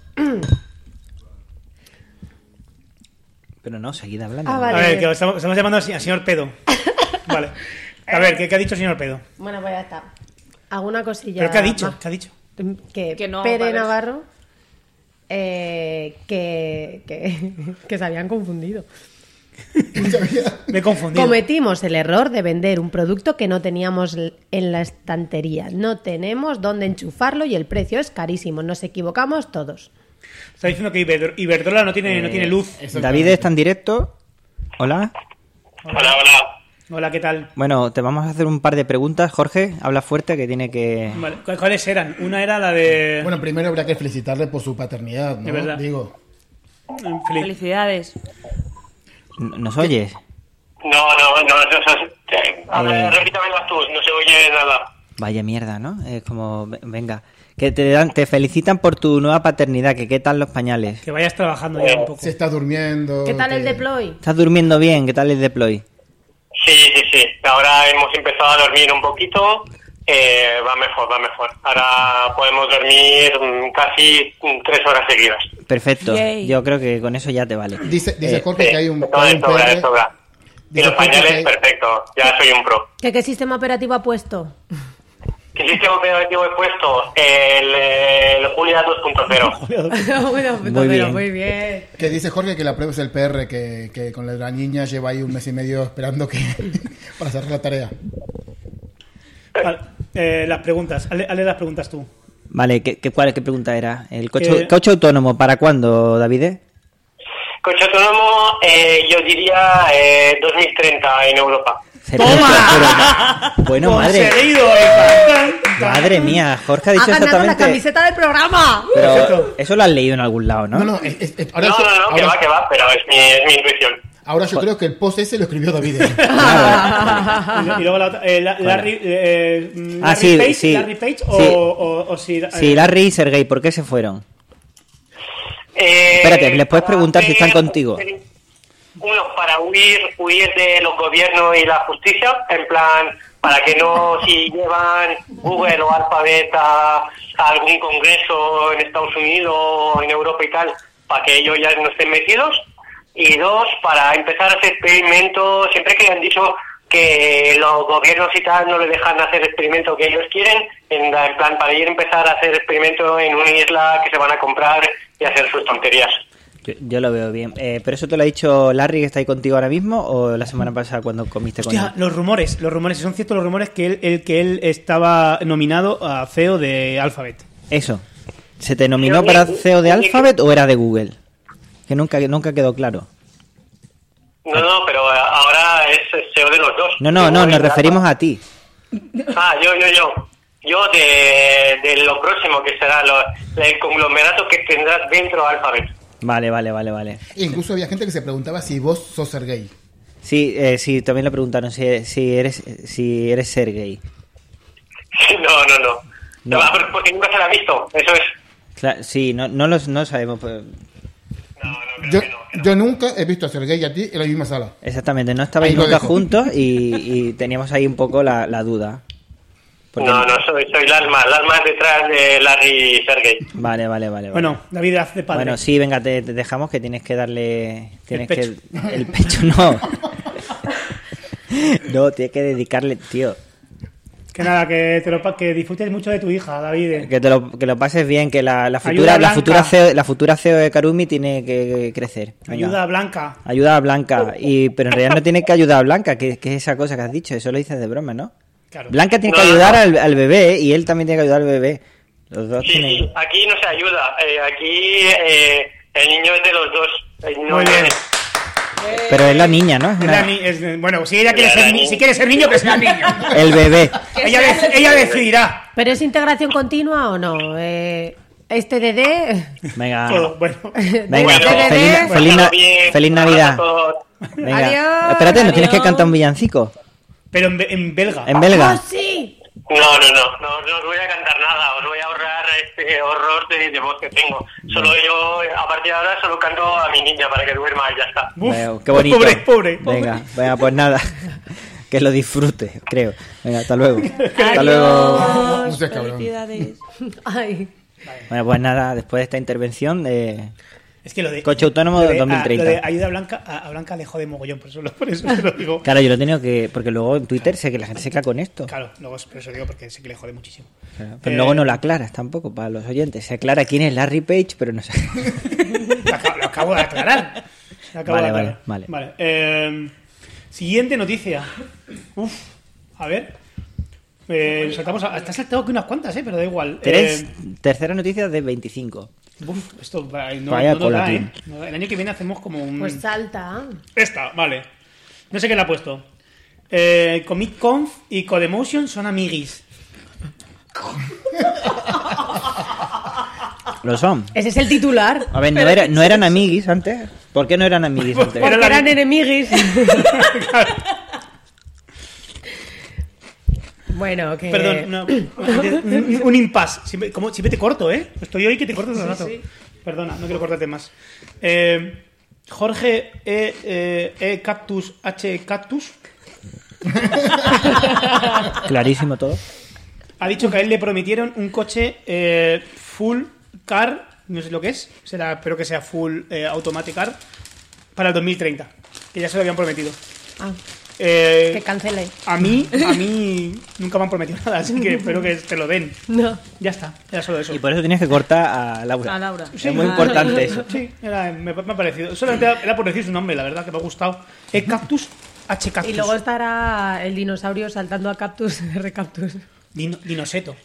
B: Pero no, seguid hablando.
D: Ah, vale.
C: A ver, que estamos, estamos llamando al se- al señor Pedo. Vale. A ver, ¿qué, qué ha dicho el señor Pedo?
D: Bueno, pues ya está. ¿Alguna cosilla?
C: ¿Pero qué ha dicho?
D: más? Mm,
C: ¿Qué ha dicho?
D: Que,
F: Que no,
D: Pere
F: vale.
D: Navarro, eh, que, que, que se habían confundido.
C: Me he confundido.
D: Cometimos el error de vender un producto que no teníamos l- en la estantería. No tenemos dónde enchufarlo y el precio es carísimo. Nos equivocamos todos.
C: Está diciendo que Iberdro- Iberdrola no tiene, no
B: Eh.
C: tiene luz.
B: David está en directo. Hola.
G: Hola, hola.
C: Hola, ¿qué tal?
B: Bueno, te vamos a hacer un par de preguntas. Jorge, habla fuerte que tiene que.
C: Vale, ¿cu- ¿Cuáles eran? Una era la de...
E: Bueno, primero habrá que felicitarle por su paternidad,
C: De
E: ¿no?
C: verdad.
E: Digo,
C: Feliz.
F: Felicidades.
B: ¿Nos oyes?
G: No, no, no, no, no, eh, A
B: Eh.
G: ver,
E: Mm.
G: repítamelas tú, no se oye nada.
B: Vaya mierda, ¿no? Es como, ve- venga, que te dan, te felicitan por tu nueva paternidad, que qué tal los pañales.
C: Que vayas trabajando ya un poco.
E: se está durmiendo.
D: ¿Qué tal el
E: que-
D: deploy?
B: ¿Estás durmiendo bien? ¿Qué tal el deploy?
G: Sí, sí, sí. Ahora hemos empezado a dormir un poquito. Eh, va mejor, va mejor. Ahora podemos dormir mm, casi mm, tres horas seguidas.
B: Perfecto.
F: Yay.
B: Yo creo que con eso ya te vale.
E: Dice, dice
B: Eh,
E: Jorge que hay un,
G: Sí, no,
E: hay
G: de
E: un
G: sobra,
E: PR.
G: de sobra. Y
E: Dice
G: los
E: Jorge que hay-
G: pañales, perfecto. Ya soy un pro.
D: ¿Qué, qué sistema operativo ha puesto?
G: ¿Qué sistema operativo he puesto? El, eh, el Julia 2.0.
D: Bueno,
B: Eh, Muy
D: pero
B: bien.
D: muy bien.
E: Que dice Jorge que la prueba es el PR, que, que con la niña lleva ahí un mes y medio esperando que para hacer la tarea.
C: Vale, eh, las preguntas. Hale, hale las preguntas tú.
B: Vale, ¿qué, qué, cuál, ¿qué pregunta era? ¿El coche,
C: Que-
B: coche autónomo para cuándo, David?
G: Coche autónomo, eh, yo diría eh, 2030 en Europa.
C: Pues
B: Bueno, madre,
C: Conseguido, eh.
B: madre mía, Jorge ha dicho
D: Ha ganado la
B: exactamente...
D: camiseta del programa.
B: Pero eso lo has leído en algún lado, ¿no?
E: No, no, es- es- es- ahora,
G: no,
E: yo-
G: no, no, que
E: ahora-
G: va, que va, pero es mi, es mi intuición.
E: ahora yo creo que el post ese lo escribió David. ¿eh?
C: Y lo- Y luego la otra... eh, la- Larry, eh, mm,
B: Ah,
C: Larry
B: sí,
C: Page,
B: sí.
C: Larry Page o,
B: Sí.
C: o, o si... eh,
B: Sí, Larry y Sergey, ¿por qué se fueron?
G: Eh,
B: Espérate, ¿les puedes
G: para
B: preguntar si están
G: hacer-
B: contigo?
G: Unos para huir, huir de los gobiernos y la justicia, en plan, para que no, si llevan Google o Alphabet a, a algún congreso en Estados Unidos o en Europa y tal, para que ellos ya no estén metidos. Y dos, para empezar a hacer experimentos, siempre que han dicho que los gobiernos y tal no les dejan hacer experimentos que ellos quieren, en, la- en plan, para ellos empezar a hacer experimentos en una isla que se van a comprar y hacer sus tonterías.
B: Yo, yo lo veo bien. Eh, ¿Pero eso te lo ha dicho Larry que está ahí contigo ahora mismo o la semana pasada cuando comiste con
C: Hostia,
B: él?
C: los rumores, los rumores, son ciertos los rumores que él, el que él estaba nominado a CEO de Alphabet.
B: Eso. ¿Se te nominó para CEO de Alphabet o era de Google? Que nunca, nunca quedó claro.
G: No, no, pero eh, ahora es CEO de los dos.
B: No, no, no, nos referimos a ti.
G: Ah, yo, yo, yo. Yo de, de lo próximo que será lo- el conglomerato que tendrás dentro Alphabet.
B: Vale, vale, vale, vale.
E: E Incluso había gente que se preguntaba si vos sos Sergey.
B: Sí, eh, sí, también le preguntaron si, si eres si eres Sergey.
G: No, Ah, no, no.
B: No.
G: No, pero Porque nunca se la ha visto, eso es.
B: Cla- sí, no, no, los, no sabemos. pues,
G: No, no, creo
E: Yo,
G: que no. que no.
E: yo nunca he visto a Sergei y a ti en la misma sala.
B: Exactamente, no estabais
E: Ahí lo
B: nunca
E: dejo.
B: juntos y, y teníamos ahí un poco la, la duda. Porque-
G: No, no, soy, soy Lalma. Lalma es detrás de Larry y Sergey.
B: Vale, vale, vale. vale.
C: Bueno, David hace de padre.
B: Bueno, sí, venga, te, te dejamos que tienes que darle. Tienes
C: pecho.
B: que. El pecho no. no, tienes que dedicarle, tío.
C: Que nada, que, te lo, pa- que disfrutes mucho de tu hija, David.
B: Que, te lo, que lo pases bien, que la, la
C: Ayuda
B: futura, la,
C: Blanca.
B: futura CEO, la futura CEO de Karumi tiene que crecer. Venga.
C: Ayuda a Blanca.
B: Ayuda a Blanca. Y, pero en realidad no tiene que ayudar a Blanca, que, que es esa cosa que has dicho. Eso lo dices de broma, ¿no?
C: Claro.
B: Blanca tiene que
G: No, no,
B: ayudar
G: no.
B: Al, al bebé y él también tiene que ayudar al bebé. Los dos
G: Sí,
B: tienen.
G: sí, aquí no se ayuda. Eh, aquí eh, el niño es de los dos. El niño
C: Muy
G: es-
C: bien.
B: Pero es la niña, ¿no? Es
C: Es
B: una-
C: la ni- es- bueno, si ella quiere
G: Era
C: ser,
G: la
C: ni-
G: niña.
C: si quiere ser niño, que sea niño.
B: El bebé.
C: ella, dec- ella decidirá.
D: ¿Pero es integración continua o no? Eh, este DD.
B: Venga.
C: Todo, bueno.
B: Venga,
G: Bueno,
B: fe- feliz,
D: Bueno,
B: feliz,
G: Pásalo
B: na-
G: bien,
B: feliz
G: un abrazo
B: Navidad.
G: a todos.
B: Venga.
F: Adiós,
B: Espérate, ¿no tienes que
F: adiós.
B: cantar un villancico?
C: Pero en, be- en belga.
B: En belga.
D: ¡Oh, sí!
G: No, no, no, no, no os voy a cantar nada, os voy a ahorrar este horror de, de voz que tengo. Solo yo, a partir de ahora, solo canto a mi niña para que duerma y ya está.
C: Uf,
B: Veo, qué bonito.
C: Pobre, pobre. pobre.
B: Venga, venga, pues nada. Que lo disfrute, creo. Venga, hasta luego. Hasta
F: Adiós,
B: luego.
E: No seas cabrón.
F: felicidades.
D: Ay.
B: Bueno, pues nada, después de esta intervención, eh,
C: Es que lo de.
B: Coche autónomo
C: lo de-
B: 2030.
C: a- lo de ayuda a Blanca, a, a Blanca le jode mogollón, por eso, lo- por eso se lo digo.
B: claro, yo lo he tenido que. Porque luego en Twitter sé que la gente se queda con esto.
C: Claro, luego es- por eso digo, porque sé que le jode muchísimo.
B: Claro, Pero
C: Eh,
B: luego no lo aclaras tampoco para los oyentes. Se aclara quién es Larry Page, pero no sé.
C: Lo acabo, lo acabo de aclarar. Lo acabo
B: Vale,
C: de
B: vale,
C: aclarar.
B: vale.
C: eh, siguiente noticia. Uf, a ver. Eh, saltamos a- hasta has saltado que unas cuantas, eh, pero da igual.
B: Tres,
C: Eh,
B: tercera noticia de 25.
C: uf, esto va- no,
B: Vaya
C: no nos da,
B: colatín.
C: eh. No da. El año que viene hacemos como un.
D: Pues salta.
C: Esta, vale. No sé qué le ha puesto. Eh, Comic Conf y Codemotion son amiguis.
B: Lo son.
D: Ese es el titular.
B: A ver, ¿no, era- no eran amiguis antes? ¿Por qué no eran amiguis antes?
C: Era
D: Porque
C: la-
D: eran enemiguis. bueno, que.
C: Perdón, no, un, un impasse. Siempre, como, siempre te corto, ¿eh? Estoy hoy que te corto todo el rato. Perdona, no quiero cortarte más. Eh, Jorge E, eh, E Cactus H Cactus
B: Clarísimo todo.
C: ha dicho que a él le prometieron un coche eh, full car, no sé lo que es, será, espero que sea full eh, automatic car, para el 2030, que ya se lo habían prometido.
D: Ah,
C: Eh,
D: que cancele.
C: A mí, a mí nunca me han prometido nada, así que espero que te lo den.
D: No.
C: Ya está, era solo eso.
B: Y por eso tienes que cortar a Laura.
F: A Laura.
C: Sí,
B: es muy
C: ah,
B: importante eso.
C: Sí, era- me, me ha parecido. Solamente era, era por decir su nombre, la verdad, que me ha gustado. Es Cactus H Cactus.
D: Y luego estará el dinosaurio saltando a Cactus, Recaptus.
C: Dino- Dinoseto.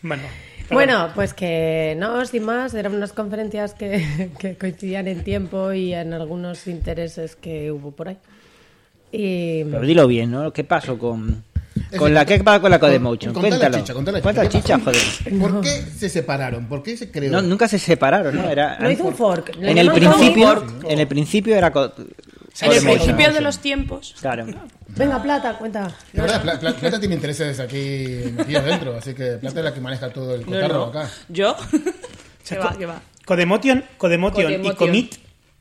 C: Bueno. perdón.
D: Bueno, pues que no, sin más, eran unas conferencias que, que coincidían en tiempo y en algunos intereses que hubo por ahí. Y
B: Pero dilo bien, ¿no? ¿Qué pasó con, con la que con la Codemotion?
E: Contá la
B: Cuéntalo.
E: chicha, contá la chicha.
B: Cuenta
E: ¿Qué
B: chicha,
E: pasó?
B: joder.
E: ¿Por qué se separaron? ¿Por qué se creó?
B: No, nunca se separaron, ¿no? Era,
D: Lo hizo un fork. Lo
B: En el
D: llaman
B: principio,
D: un
B: en el principio era co-
F: En el
B: Codemotion.
F: principio de los tiempos.
B: Claro.
D: venga, plata, cuenta.
E: La verdad, Pla- Pla- Plata tiene intereses aquí metidos dentro, así que Plata es la que maneja todo
F: Pues
E: el cotarro acá.
F: ¿Yo?
C: Se
F: Se
C: co-
F: va, que va.
C: Codemotion, Codemotion, y
F: Codemotion.
C: Commit.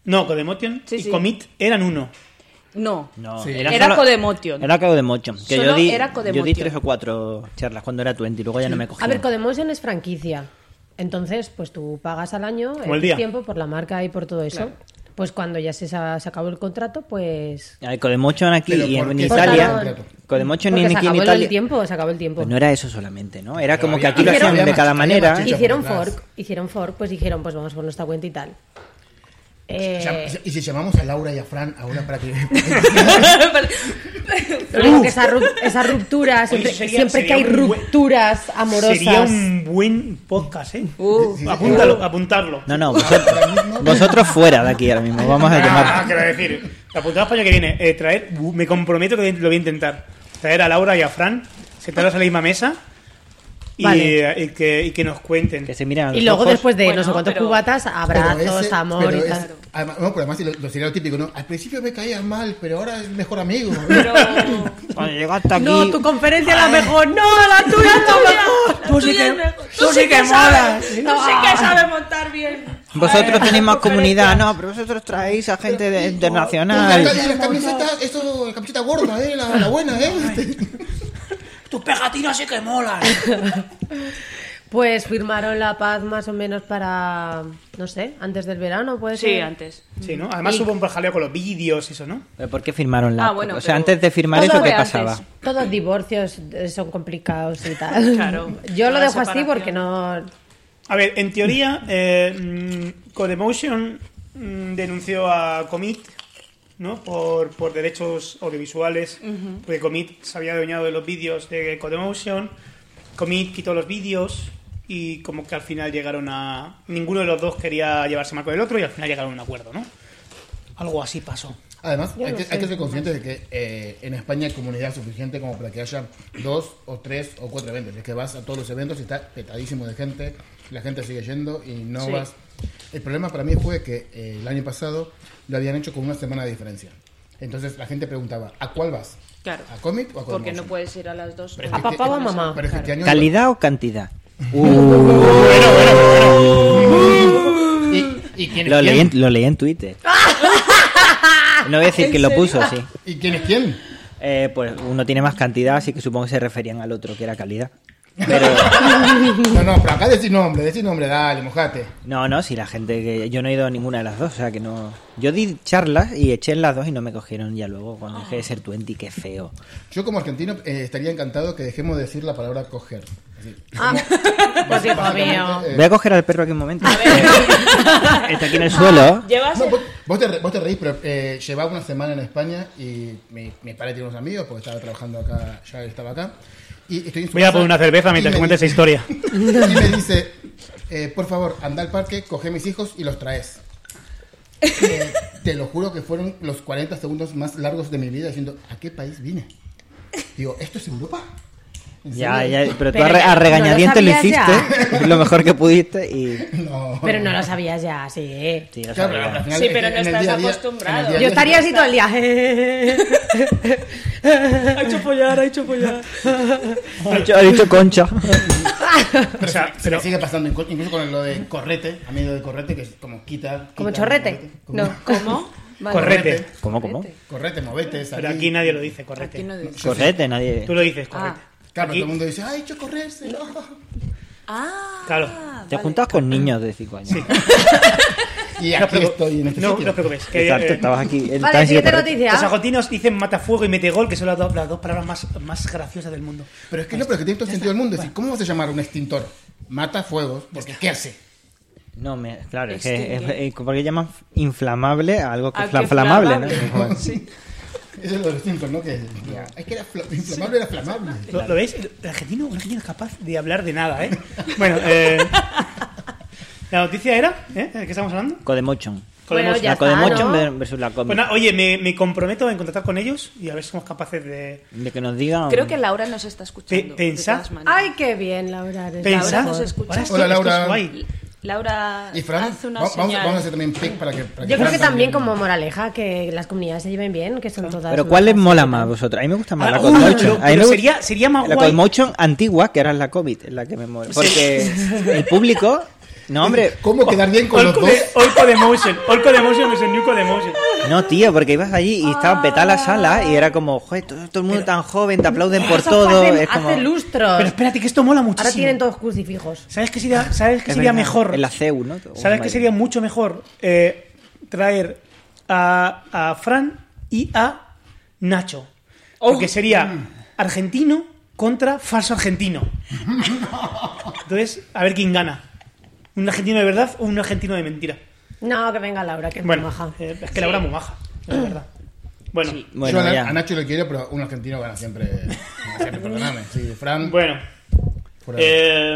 C: No, Codemotion
F: Sí,
C: y
F: sí.
C: Commit eran uno.
F: No.
B: No,
E: Sí.
F: Era Codemotion.
B: Era Codemotion. Que yo
F: Solo
B: di,
F: era
B: yo di
F: Codemotion.
B: tres o cuatro charlas cuando era 20 y luego ya no me cogí.
D: A ver, Codemotion es franquicia. Entonces, pues tú pagas al año
C: Como el
D: el
C: día.
D: tiempo por la marca y por todo eso. Pues cuando ya se, sa- se acabó el contrato, pues...
B: Codemotion aquí
E: Pero
B: y
E: ¿por
B: en
E: qué
B: Italia.
E: cortaron?
B: Codemotion ni
D: Porque se
B: aquí en
D: acabó
B: Italia.
D: el tiempo, se acabó el tiempo.
B: Pues no era eso solamente, ¿no? Era como que
E: había-
B: aquí lo
D: hicieron-
B: hacían de cada
E: había
B: manera.
E: machista.
D: Hicieron
E: por detrás.
D: fork, hicieron fork, pues dijeron, pues vamos por nuestra cuenta y tal.
E: O
D: Eh,
E: sea, Y si llamamos a Laura y a Fran ahora para que.
D: lo único que esa, ru- esa ruptura, siempre,
C: eso sería-
D: siempre
C: sería
D: que hay
C: un buen-
D: rupturas amorosas...
C: Sería un buen podcast, ¿eh?
F: Uh,
C: Apúntalo, apuntarlo.
B: No, no, vosotros, vosotros fuera de aquí ahora mismo. Vamos a
C: Ah,
B: llamar.
C: quiero decir, apuntado para el año que viene, eh, traer, me comprometo que lo voy a intentar, traer a Laura y a Fran, sentarlos a la misma mesa y,
D: Vale.
C: eh, y que, y que nos cuenten.
B: Que se miran a los
D: Y luego
B: ojos.
D: después de no
F: Bueno,
D: sé cuántos
F: pero-
D: cubatas,
E: Pero
D: abrazos,
E: ese-
D: amor
E: pero
D: y
E: es-
D: tal.
E: además- no, pero además lo, lo sería lo típico, ¿no? Al principio me caía mal, pero ahora es mejor amigo.
F: pero...
B: Cuando llegó hasta aquí.
D: No, tu conferencia la mejor. No, la tuya es la mejor.
F: Tú
C: sí que-
F: tú sí que
C: molas.
F: sabes, Tú sí que sabes montar bien.
B: Vosotros
F: Eh,
B: tenéis más
F: conferencia.
B: comunidad, no, pero vosotros traéis a gente de-
E: Las
B: internacional.
E: ca- las camisetas, eso, la camiseta gorda, eh, la, la buena, eh.
F: Tus pegatinas sí que molan.
D: Pues firmaron la paz más o menos para, no sé, antes del verano, puede ser.
F: Sí, antes.
C: Sí, ¿no? Además hubo un jaleo con los vídeos y eso, ¿no?
B: ¿Pero ¿Por qué firmaron la?
F: Ah, bueno,
B: o sea,
F: pero-
B: antes de firmar
F: Todo
B: eso, ¿qué
F: fue antes.
B: pasaba?
D: Todos divorcios eh, son complicados y tal.
F: Claro.
D: Yo lo
F: La
D: dejo así
F: separación.
D: porque no.
C: A ver, en teoría, eh, mm, Codemotion mm, denunció a Commit, ¿no? Por, por derechos audiovisuales, porque Commit se había adueñado de los vídeos de Codemotion. Commit quitó los vídeos y como que al final llegaron a... Ninguno de los dos quería llevarse mal con el otro y al final llegaron a un acuerdo, ¿no? Algo así pasó.
E: Además,
D: Yo
E: hay
D: no
E: que,
D: sé.
E: hay que ser conscientes de que eh, en España hay comunidad suficiente como para que haya dos o tres o cuatro eventos. Es que vas a todos los eventos y está petadísimo de gente, la gente sigue yendo y no
F: Sí.
E: vas. El problema para mí fue que eh, el año pasado lo habían hecho con una semana de diferencia. Entonces la gente preguntaba, ¿a cuál vas?
F: Claro.
E: ¿A Comic o a Comic?
F: Porque no puedes ir a las dos. Ah,
E: Pero es
D: ¿A
E: que-
D: papá o a mamá?
E: Pero es que este año-
B: ¿Calidad o cantidad?
E: ¿Y, y quién es
B: Lo leí,
E: quién?
B: en, lo leí en Twitter. No voy a decir que lo puso, sí.
E: ¿Y quién es quién?
B: Eh, pues uno tiene más cantidad, así que supongo que se referían al otro, que era calidad. Pero
E: No, no, pero acá decís nombre, decís nombre, dale, mojate.
B: no, no, si la gente que yo no he ido a ninguna de las dos, o sea que no. Yo di charlas y eché en las dos y no me cogieron ya luego cuando dejé de ser 20, qué feo.
E: Yo como argentino eh, estaría encantado que dejemos de decir la palabra coger. Así,
D: Ah, pues hijo mío.
E: eh,
B: Voy a coger al perro aquí un momento. Eh, Está aquí en el
D: Ah,
B: suelo.
F: Llevas.
E: no, vos, vos te, re- vos te reís, pero eh, llevaba una semana en España y mi, mi padre tiene unos amigos porque estaba trabajando acá, ya estaba acá. Y estoy en su
C: Voy a
E: casa
C: poner una cerveza mientras
E: y
C: te
E: me
C: cuento esa
E: dice-
C: historia.
E: Y me dice, eh, por favor, anda al parque, coge mis hijos y los traes. Eh, te lo juro que fueron los 40 segundos más largos de mi vida diciendo, ¿a qué país vine? Digo, ¿esto es Europa? ¿En
B: Ya,
E: serio?".
B: ya, pero tú
D: Pero
B: a, re-
D: ya,
B: a
D: no lo
B: regañadientes lo,
D: sabías
B: hiciste, lo mejor que pudiste y.
E: No.
D: Pero no lo sabías ya, sí.
B: Sí, lo
E: Claro, pero
B: sabía.
E: al final,
F: Sí, pero
E: en-
F: no
E: en el
F: estás
E: día a día-
F: acostumbrado.
E: en el día a
D: Yo
E: día-
D: estaría así todo el día.
F: Ha hecho follar, ha hecho follar.
B: Ha dicho- ha dicho concha.
E: Pero,
C: O sea,
E: se- se
C: pero-
E: me sigue pasando, incu- incluso con lo de correte, a mí lo de correte, que es como quita.
D: Como
E: quita,
D: chorrete.
E: correte, como-
D: No.
F: ¿Cómo?
D: Vale.
C: Correte.
B: ¿Cómo, cómo?
E: Correte, movete, salí.
C: Pero aquí nadie lo dice, correte.
F: Aquí no dice.
B: Correte, nadie.
C: Tú lo dices, correte.
E: Claro,
C: Aquí-
E: todo el mundo dice, ¡ay, he hecho correrse! no".
F: Ah.
C: Claro.
B: Te
F: vale.
B: juntas con niños de 5 años.
E: Y
C: No,
E: aquí
C: preocu-
E: estoy en este
C: no,
E: sitio.
C: no os preocupes. Que,
B: Exacto,
C: eh,
B: estabas aquí. en
D: Vale,
B: tan
D: siguiente
B: siete-
D: noticia.
C: Los argentinos dicen matafútbol y metegol, que son las dos, las dos palabras más, más graciosas del mundo.
E: Pero es que no, pero es que tiene todo el sentido del mundo. Es decir, ¿cómo vas a llamar a un extintor? Mata fuegos, porque ¿qué hace?
B: No, me, claro, es que
F: Extingue.
B: es, es- porque llaman inflamable a algo que
F: Ah,
B: es fla-
F: que
B: flamable, ¿no?
F: flamable.
B: Joder.
F: Sí.
E: Eso es lo de los Simpsons, ¿no? Que, es que era fla- inflamable, era flamable.
C: ¿Lo, lo veis? El argentino, el argentino es capaz de hablar de nada, ¿eh? Bueno, eh, la noticia era, ¿eh? ¿De qué estamos hablando?
B: Codemotion.
D: Bueno, ya
B: la
D: está,
B: Codemotion
D: ¿no?
B: ver- versus la Comic.
C: Bueno, oye, me, me comprometo en contactar con ellos y a ver si somos capaces de...
B: de que nos digan.
F: Creo que Laura nos está escuchando.
C: Pe-
F: de
C: pensad.
F: todas maneras.
D: Ay, qué bien, Laura. eres la
C: Pensad.
F: Laura nos
D: mejor.
F: escucha.
C: Ahora esto-
E: Hola,
C: esto es
E: Laura.
C: guay.
F: Laura,
E: Y Fran,
F: haz una
E: va- vamos,
F: señal.
E: vamos a hacer también pick para que. para
D: Yo creo
E: Fran
D: que también como
E: también-
D: moraleja que las comunidades se lleven bien, que son todas.
B: Pero ¿cuál les
D: majas.
B: mola más a vosotros? A mí me gusta más
C: Ah,
B: la
C: uh,
B: Codemotion.
C: pero-
B: A mí me
C: pero
B: gu-
C: sería- sería más
B: La
C: guay.
B: Codemotion antigua, que ahora es la COVID, es la que me mola. Porque el público. No, hombre.
E: ¿Cómo quedar bien con
C: All
E: los dos?
C: Code- All Codemotion. All Codemotion es el New Codemotion.
B: No, tío, porque ibas allí y estaba petada la sala y era como, joder, todo, todo el mundo tan joven, te aplauden por
D: Ah. Eso
B: todo.
D: fue hace,
B: es como...
D: hace lustros.
C: Pero espérate, que esto mola muchísimo.
D: Ahora tienen todos crucifijos.
C: ¿Sabes qué sería, sabes qué
B: Es
C: sería
B: verdad,
C: mejor?
B: en la CEU, ¿no?
C: ¿Sabes qué
B: Vale.
C: sería mucho mejor? Eh, traer a, a Fran y a Nacho.
D: Oh.
C: Porque
D: Mm.
C: sería argentino contra falso argentino. Entonces, a ver quién gana. ¿Un argentino de verdad o un argentino de mentira?
D: No, que venga Laura, que es muy
C: Bueno,
D: maja.
C: eh, es que la hora muy maja, la verdad. Bueno,
B: Bueno,
E: Yo a,
B: ya.
E: a Nacho lo quiero, pero un argentino gana siempre. gana siempre, perdóname. Sí, Fran.
C: bueno.
E: fuera de-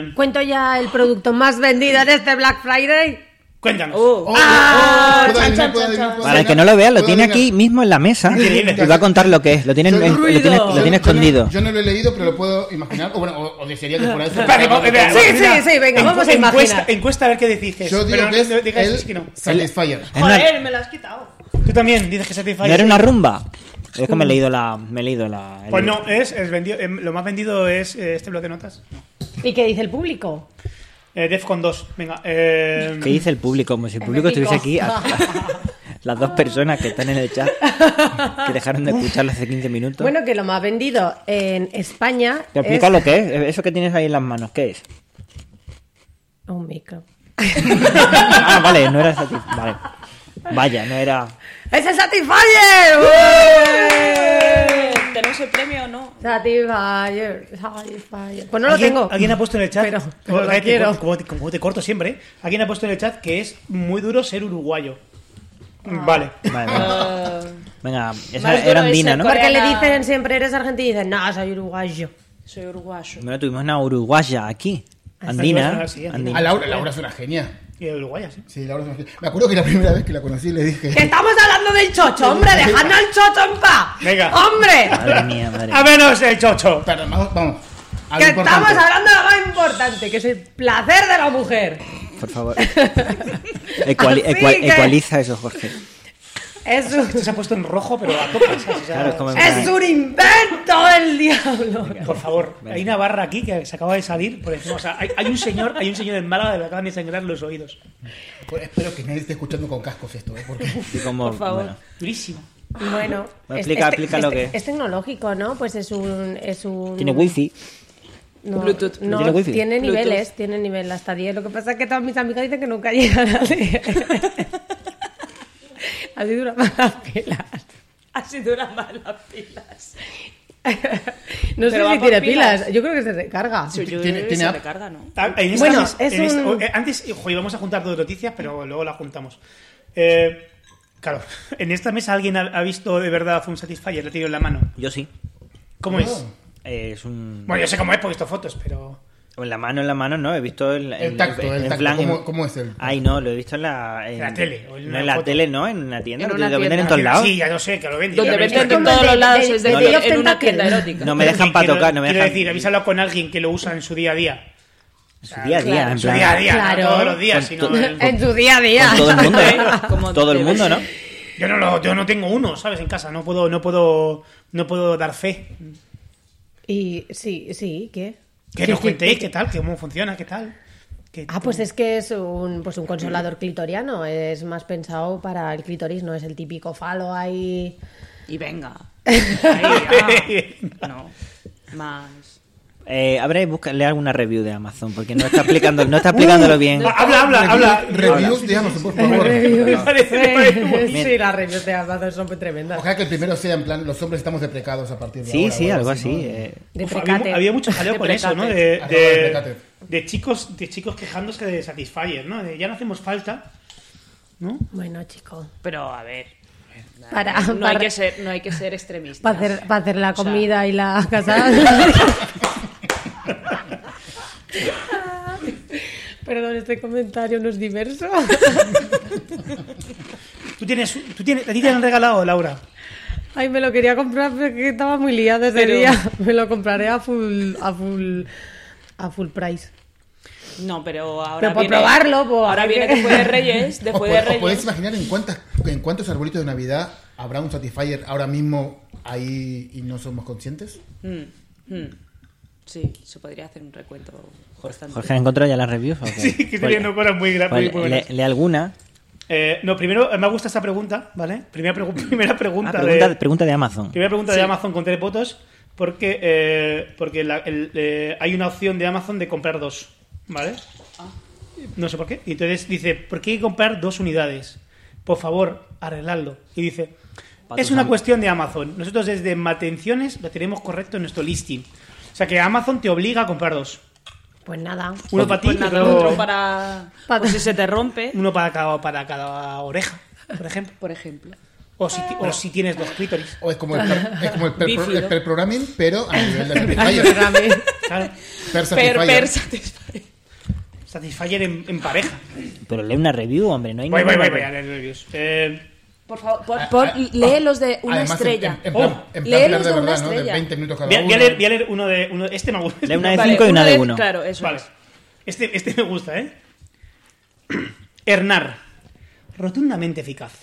C: eh,
D: Cuento ya el producto más vendido en este Black Friday.
C: cuéntanos.
E: Oh,
F: Oh.
E: oh, puedo
F: chan,
E: adivinar,
F: chan,
E: puedo
F: chan,
E: adivinar,
F: chan.
E: puedo
B: Para el que no
E: adivinar,
B: lo vea, lo
E: puedo
B: tiene
E: adivinar.
B: aquí mismo en la mesa
C: Increíble.
B: y va a contar lo que es. Lo tiene, en-
E: Yo-
B: en- lo tiene,
F: Ruido.
B: lo tiene
E: Yo- yo no-
B: escondido.
E: Yo no lo he leído, pero lo puedo imaginar. O bueno, o, o desearía que fuera eso.
C: Espérate, vamos, espera,
D: Sí,
C: mira,
D: sí, sí, venga,
C: encu-
D: vamos a
C: encuesta,
D: imaginar.
C: encuesta a ver qué decís. que es.
E: Yo digo
C: Pero no-
E: que es
C: no digas
E: el
C: que no.
E: Satisfyer.
B: Es una-
F: me la has quitado.
C: Tú también dices que Satisfyer.
B: ¿No era una rumba? Es que me he leído la... Me he leído la el
C: Pues
B: libro.
C: no, es, es vendido- em, lo más vendido es eh, este bloque de notas.
D: ¿Y qué dice el público?
C: Eh, Defcon 2, venga. eh,
B: ¿Qué dice el público? Como si el público estuviese aquí. a- las dos personas que están en el chat que dejaron de escucharlo hace 15 minutos.
D: Bueno, que lo más vendido en España
B: ¿Te
D: es
B: explica lo que es? Eso que tienes ahí en las manos, ¿qué es?
D: un micro.
B: ah, vale, no era satis... Vale. Vaya, no era...
D: ¡Es el Satisfyer! ¡Ué!
F: ¿Tenemos el premio o no?
D: Satisfyer, Satisfyer. Pues no lo
C: ¿Alguien-
D: tengo.
C: Alguien ha puesto en el chat.
D: Pero-
C: como-
D: pero lo
C: como-
D: quiero.
C: Como, te- como te corto siempre, ¿eh? Alguien ha puesto en el chat que es muy duro ser uruguayo.
D: Ah.
C: Vale.
B: Vale, vale. Venga, esa
F: Más duro
B: era
F: es
B: andina,
F: el
B: ¿no?
D: Porque le
F: Coreana.
D: dicen siempre eres argentino y dicen, no, soy uruguayo.
F: Soy uruguayo.
B: Bueno, tuvimos una uruguaya aquí. Andina.
C: Ah, sí,
E: A
B: andina.
E: Laura, Laura es una genia.
C: Y uruguaya, sí.
E: Sí, Laura es una genia. Me acuerdo que la primera vez que la conocí le dije.
D: ¡Que estamos hablando del chocho, hombre! ¡Dejadnos al chocho en paz!
C: Venga.
D: ¡Hombre!
B: Madre mía, madre
C: ¡A menos el chocho!
E: Perdón, vamos, vamos. Algo
D: ¡Que
E: importante.
D: estamos hablando de lo más importante, que es el placer de la mujer!
B: Por favor. Ecuali-
D: Así
B: ecua-
D: que-
B: Ecualiza eso, Jorge.
D: Es
C: Esto
D: un,
C: Este se ha puesto en rojo, pero a tope. ¿sabes? O sea,
B: Claro, es como en
D: es
B: plan-
D: un invento del diablo.
C: Por favor, hay una barra aquí que se acaba de salir por encima. O sea, hay, hay un señor, hay un señor en Málaga que le acaban de sangrar los oídos.
E: Pues espero que nadie esté escuchando con cascos esto, ¿eh? Porque
B: y como-
F: Por favor.
B: bueno.
C: Durísimo.
D: Bueno, este-
B: Bueno, explica- explica lo que-
D: es tecnológico, ¿no? Pues es un. Es un
B: Tiene wifi.
D: No,
F: Bluetooth.
D: No,
B: ¿Tiene
D: tiene,
B: wifi?
F: Bluetooth.
D: niveles, tiene nivel hasta 10. Lo que pasa es que todas mis amigas dicen que nunca llegan a 10. Así duran más las pilas.
F: Así duran más las pilas.
D: No
F: Pero
D: sé
F: va
D: si
F: por
D: tiene
F: pilas.
D: pilas. Yo creo que se recarga.
F: Yo
E: Tiene-
F: se
E: tiene app.
F: recarga, ¿no?
C: Ah, en esta
D: Bueno,
C: mes-
D: es
C: en esta-
D: un-
C: eh, antes, hijo, íbamos a juntar dos noticias, pero luego las juntamos. Eh, claro, en esta mesa alguien ha, ha visto de verdad un Satisfyer, lo he tenido en la mano.
B: Yo sí.
C: ¿Cómo es?
B: Eh, Es un...
C: Bueno, yo sé cómo es porque he visto fotos, pero.
B: En la mano, en la mano, no. He visto el,
E: El tacto, el tacto, ¿cómo- cómo es el-
B: Ay, no, lo he visto en la... En
C: la tele, o en
B: no,
C: una
B: en la
C: foto.
B: tele, no. En una tienda.
F: En
B: lo
F: una
B: venden en
F: tienda.
B: todos lados.
C: Sí, ya no sé, que lo venden.
F: Donde
C: Ya lo he visto.
F: venden de
D: como el
F: todos
D: de-
F: los lados,
D: de-
F: es
D: de
F: decir,
D: Love
F: en una
D: Tentacle.
F: tienda erótica.
B: No me dejan para
C: Quiero-
B: tocar, no me
C: Quiero
B: dejan...
C: decir, avísalo con alguien que lo usa en su día a día.
B: en su día a día,
F: Claro,
B: en
C: En su
B: plan...
C: día a día,
D: Claro.
C: no todos los días,
B: Con
C: sino.
B: tu-
C: el-
D: En tu día a día.
B: Con todo el mundo, ¿eh?
F: Como
B: todo el
F: debe
B: mundo, ¿no?
F: ser.
C: Yo no, lo, yo no tengo uno, ¿sabes? En casa, no puedo, no puedo, no puedo dar fe.
D: Y sí, sí, ¿qué?
C: Que
D: Sí,
C: nos
D: sí,
C: contéis
D: sí.
C: qué tal, cómo funciona, qué tal. Que-
D: Ah, pues es que es un, pues un consolador clitoriano. Es más pensado para el clitoris, no es el típico falo ahí.
F: Y venga. Ahí, ah. No. Más.
B: Eh, habrá que buscarle alguna review de Amazon, porque no está explicando, no está explicándolo bien.
C: Ah, habla, habla, habla.
E: Reviews, díganos, por favor.
C: Me parece- me parece muy bueno.
D: sí, las reviews de Amazon son tremendas.
E: Ojalá que el primero sea en plan, los hombres estamos deprecados a partir de
B: Sí,
E: ahora.
B: sí,
E: o
B: algo así.
E: ¿no?
B: eh.
D: De
C: Uf, había,
D: precate.
C: mu- había mucho jaleo
F: De
C: con eso, ¿no?
F: precate.
C: De,
E: Algo de
C: de,
E: precate.
C: de chicos, de chicos quejándose de Satisfyer, ¿no? De, ya no hacemos falta, ¿no?
D: Bueno, chico.
F: Pero a ver.
D: Para-
F: no,
D: para-
F: hay que ser, no hay que ser extremista.
D: Para hacer, pa' hacer la
F: O sea,
D: comida y la casa. Perdón, este comentario no es diverso.
C: Tú tienes, tú tienes, a ti te han regalado, Laura.
D: Ay, me lo quería comprar, pero que estaba muy liada ese
F: Pero-
D: día. Me lo compraré a full, a full, a full price.
F: No, pero ahora.
D: Pero por
F: viene-
D: probarlo, pues,
F: Ahora
D: hay
F: viene
D: que-
F: después de Reyes.
E: ¿Os,
F: Después
E: pod-
F: de
E: os podéis
F: Reyes.
E: imaginar en, cuántas, en cuántos arbolitos de Navidad habrá un Satisfyer ahora mismo ahí y no somos conscientes?
F: Mm, mm. Sí, se podría hacer un recuento bastante.
B: Jorge, ¿has encontrado ya las reviews?
C: Sí, que estoy viendo cosas muy gra- muy buenas.
B: le, le alguna.
C: Eh, no, primero, eh, me gusta esta pregunta, ¿vale? Primera, pregu- primera
B: Ah,
C: pregunta,
B: pregunta,
C: de,
B: pregunta de Amazon.
C: primera pregunta de Amazon con tres votos, porque, eh, porque la- el- eh, hay una opción de Amazon de comprar dos, ¿vale? No sé por qué. Y entonces dice, ¿por qué hay que comprar dos unidades? Por favor, arregladlo. Y dice,
B: Pa'
C: es
B: tus
C: una
B: am-
C: cuestión de Amazon. Nosotros desde Matenciones lo tenemos correcto en nuestro listing. O sea que Amazon te obliga a comprar dos.
D: Pues nada.
C: Uno para ti
F: Pues
C: y
F: nada,
C: otro-
F: otro para.
D: Para-
F: por si se te rompe,
C: uno para cada, para cada oreja, por ejemplo.
F: por ejemplo.
C: O si, ti- o si tienes dos clítoris.
E: O es como el, per- es como el, per-
F: Bífido.
E: el per programming, pero a nivel de Satisfyer.
C: Claro.
E: Per
F: Per,
E: Satisfyer.
F: per satisfacción.
C: Satisfyer en, en pareja.
B: Pero lee una review, hombre. No hay
C: Voy, voy,
B: ninguna
C: voy, voy
B: review.
C: a leer reviews. Eh,
F: Por favor, por-
E: Ah,
F: por-
E: ah,
F: lee los de una
E: Además, en-
F: estrella.
E: En, en plan,
C: Oh,
E: en plan
F: léelos
E: Pilar de
F: de una
E: verdad, ¿no? De
F: estrella.
E: 20 minutos cada
C: voy, a,
E: uno.
C: voy a leer, voy a leer uno de uno. Este me gusta.
B: Lee una de
F: Vale,
B: cinco y una
F: uno
B: de
F: de-
B: uno.
F: Claro, eso
C: Vale.
F: es.
C: Este, este me gusta, ¿eh? Hernar. Rotundamente eficaz.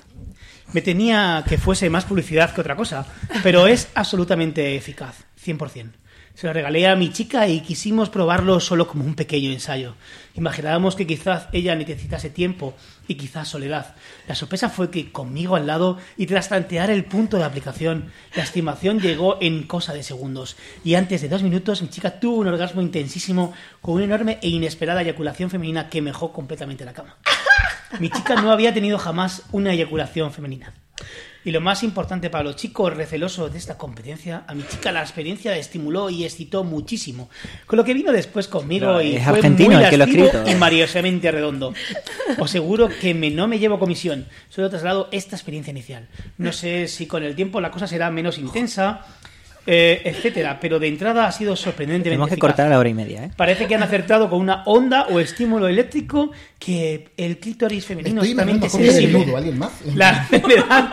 C: Me tenía que fuese más publicidad que otra cosa, pero es absolutamente eficaz. 100%. Se lo regalé a mi chica y quisimos probarlo solo como un pequeño ensayo. Imaginábamos que quizás ella necesitase tiempo y quizás soledad. La sorpresa fue que conmigo al lado y tras tantear el punto de aplicación, la estimación llegó en cosa de segundos. Y antes de dos minutos mi chica tuvo un orgasmo intensísimo con una enorme e inesperada eyaculación femenina que mejó completamente la cama. Mi chica no había tenido jamás una eyaculación femenina. Y lo más importante para los chicos recelosos de esta competencia, a mi chica la experiencia la estimuló y excitó muchísimo. Con lo que vino después conmigo
B: No,
C: y
B: es
C: fue
B: argentino
C: muy
B: el que lo ha
C: lascivo
B: escrito.
C: y maravillosamente redondo. Os aseguro que me- no me llevo comisión, solo traslado esta experiencia inicial. No sé si con el tiempo la cosa será menos intensa, eh, etcétera, pero de entrada ha sido sorprendentemente
B: Tenemos que
C: eficaz.
B: cortar a la hora y media, ¿eh?
C: Parece que han acertado con una onda o estímulo eléctrico que el clítoris femenino
E: Estoy imaginando
C: solamente
E: cómo es el
C: sensible.
E: nudo, ¿alguien más?
C: La enfermedad,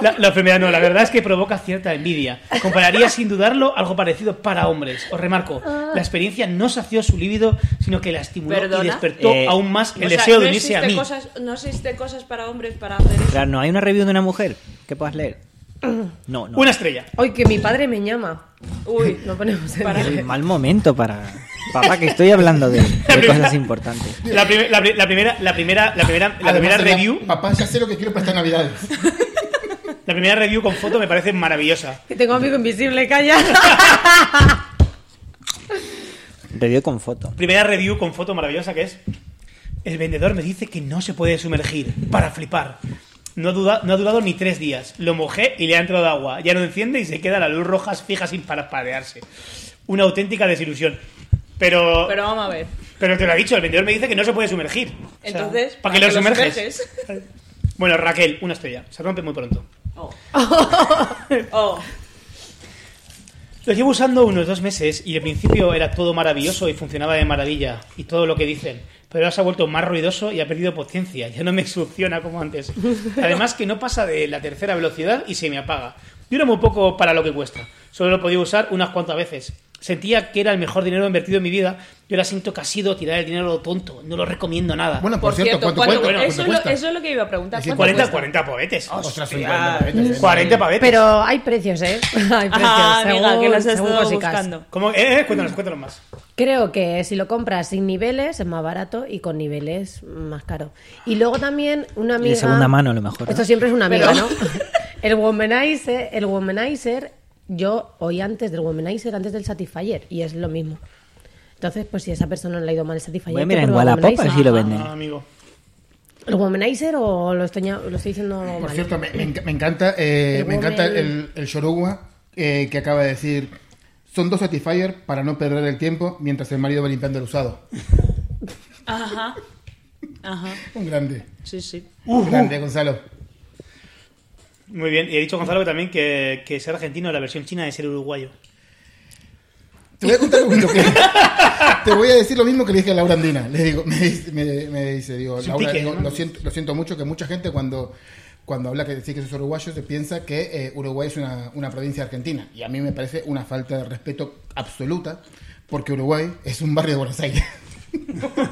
C: la, la enfermedad no, la verdad es que provoca cierta envidia. Compararía sin dudarlo algo parecido para hombres. Os remarco, la experiencia no sació su líbido, sino que la estimuló
F: Ah. ¿Perdona?
C: y despertó
B: Eh,
C: aún más el
F: O sea,
C: deseo
F: no
C: de unirse a
F: existe
C: mí.
F: Cosas, no existe cosas para hombres para hacer eso.
B: Claro, no hay una review de una mujer que puedas leer. No, no.
C: Una estrella.
D: Hoy que mi padre me llama.
F: Uy,
D: Lo ponemos en
F: Para-
B: El mal momento para. Papá, que estoy hablando de, de cosas importantes.
C: La, prim- la pri- la primera, la primera, la primera, la
E: Además,
C: primera
E: sería,
C: review,
E: Papá, ya sé lo que quiero para esta Navidad.
C: la primera review con foto me parece maravillosa.
D: Que tengo amigo invisible, calla.
B: Review con foto.
C: Primera review con foto maravillosa que es. El vendedor me dice que no se puede sumergir para flipar. No, duda, no ha durado ni tres días. Lo mojé y le ha entrado agua. Ya no enciende y se queda la luz roja fija sin parpadearse. Una auténtica desilusión. Pero, pero,
F: pero vamos a ver.
C: te lo ha dicho, el vendedor me dice que no se puede sumergir. O sea,
F: Entonces,
C: ¿para qué lo sumerges? Bueno, Raquel, una estrella. Se rompe muy pronto.
F: Oh. Oh.
C: Lo llevo usando unos dos meses y al principio era todo maravilloso y funcionaba de maravilla y todo lo que dicen. Pero ahora se ha vuelto más ruidoso y ha perdido potencia. Ya no me succiona como antes. Además que no pasa de la tercera velocidad y se me apaga. Dura muy poco para lo que cuesta. Solo lo he podido usar unas cuantas veces. Sentía que era el mejor dinero invertido en mi vida y ahora siento que ha sido tirar el dinero a lo tonto. No lo recomiendo nada.
E: Bueno, por, cierto, ¿cuánto,
F: ¿cuánto-
E: cuesta?
F: eso,
E: ¿Cuánto
F: es
E: cuesta?
F: lo, eso es lo que iba a preguntar.
E: Es decir,
F: ¿cuánto
C: 40,
F: cuesta?
C: 40 pavetes.
E: Ostras, son
F: Hostia.
E: 40 pavetes, ¿eh?
C: 40 pavetes.
D: Pero hay precios, ¿eh? Hay precios.
F: Ah, amiga,
D: según-
F: que las has
D: según
F: estado
D: cosicas.
F: buscando.
C: ¿Cómo? Eh, eh, cuéntanos, cuéntanos más.
D: Creo que si lo compras sin niveles es más barato y con niveles más caro. Y luego también una
B: Y
D: amiga.
B: de segunda mano, a lo mejor. ¿no?
D: Esto siempre es una amiga,
F: Pero-
D: ¿no? El womanizer, el womanizer, yo hoy antes del womanizer, antes del satisfyer, y es lo mismo. Entonces, pues si a esa persona le ha ido mal el satisfyer,
B: Voy a
D: que
B: mirar en
D: pruebe el
B: Wallapop a ver si lo
D: Womanizer.
B: venden.
C: Ah, amigo.
D: ¿El womanizer o lo estoy, lo estoy diciendo
E: Por
D: mal?
E: cierto, me, me enca- me encanta, eh,
D: El
E: me encanta
D: woman-
E: el, el Yoruba, eh, que acaba de decir: son dos Satisfyer para no perder el tiempo mientras el marido va limpiando el usado.
F: Ajá. Ajá.
E: Un grande.
F: Sí, sí.
C: Uh,
E: Un grande, Gonzalo.
C: Muy bien. Y he dicho Gonzalo que también que, que ser argentino, la versión china de ser uruguayo.
E: Te voy a contar lo que. te voy a decir lo mismo que le dije a Laura Andina. Le digo, me, dice- me- me dice, digo,
C: Es un
E: Laura,
C: pique,
E: digo,
C: ¿no?
E: lo, siento, lo siento mucho que mucha gente cuando, cuando habla que decir que sos uruguayo se piensa que eh, Uruguay es una, una provincia argentina. Y a mí me parece una falta de respeto absoluta porque Uruguay es un barrio de Buenos Aires.
D: Pero-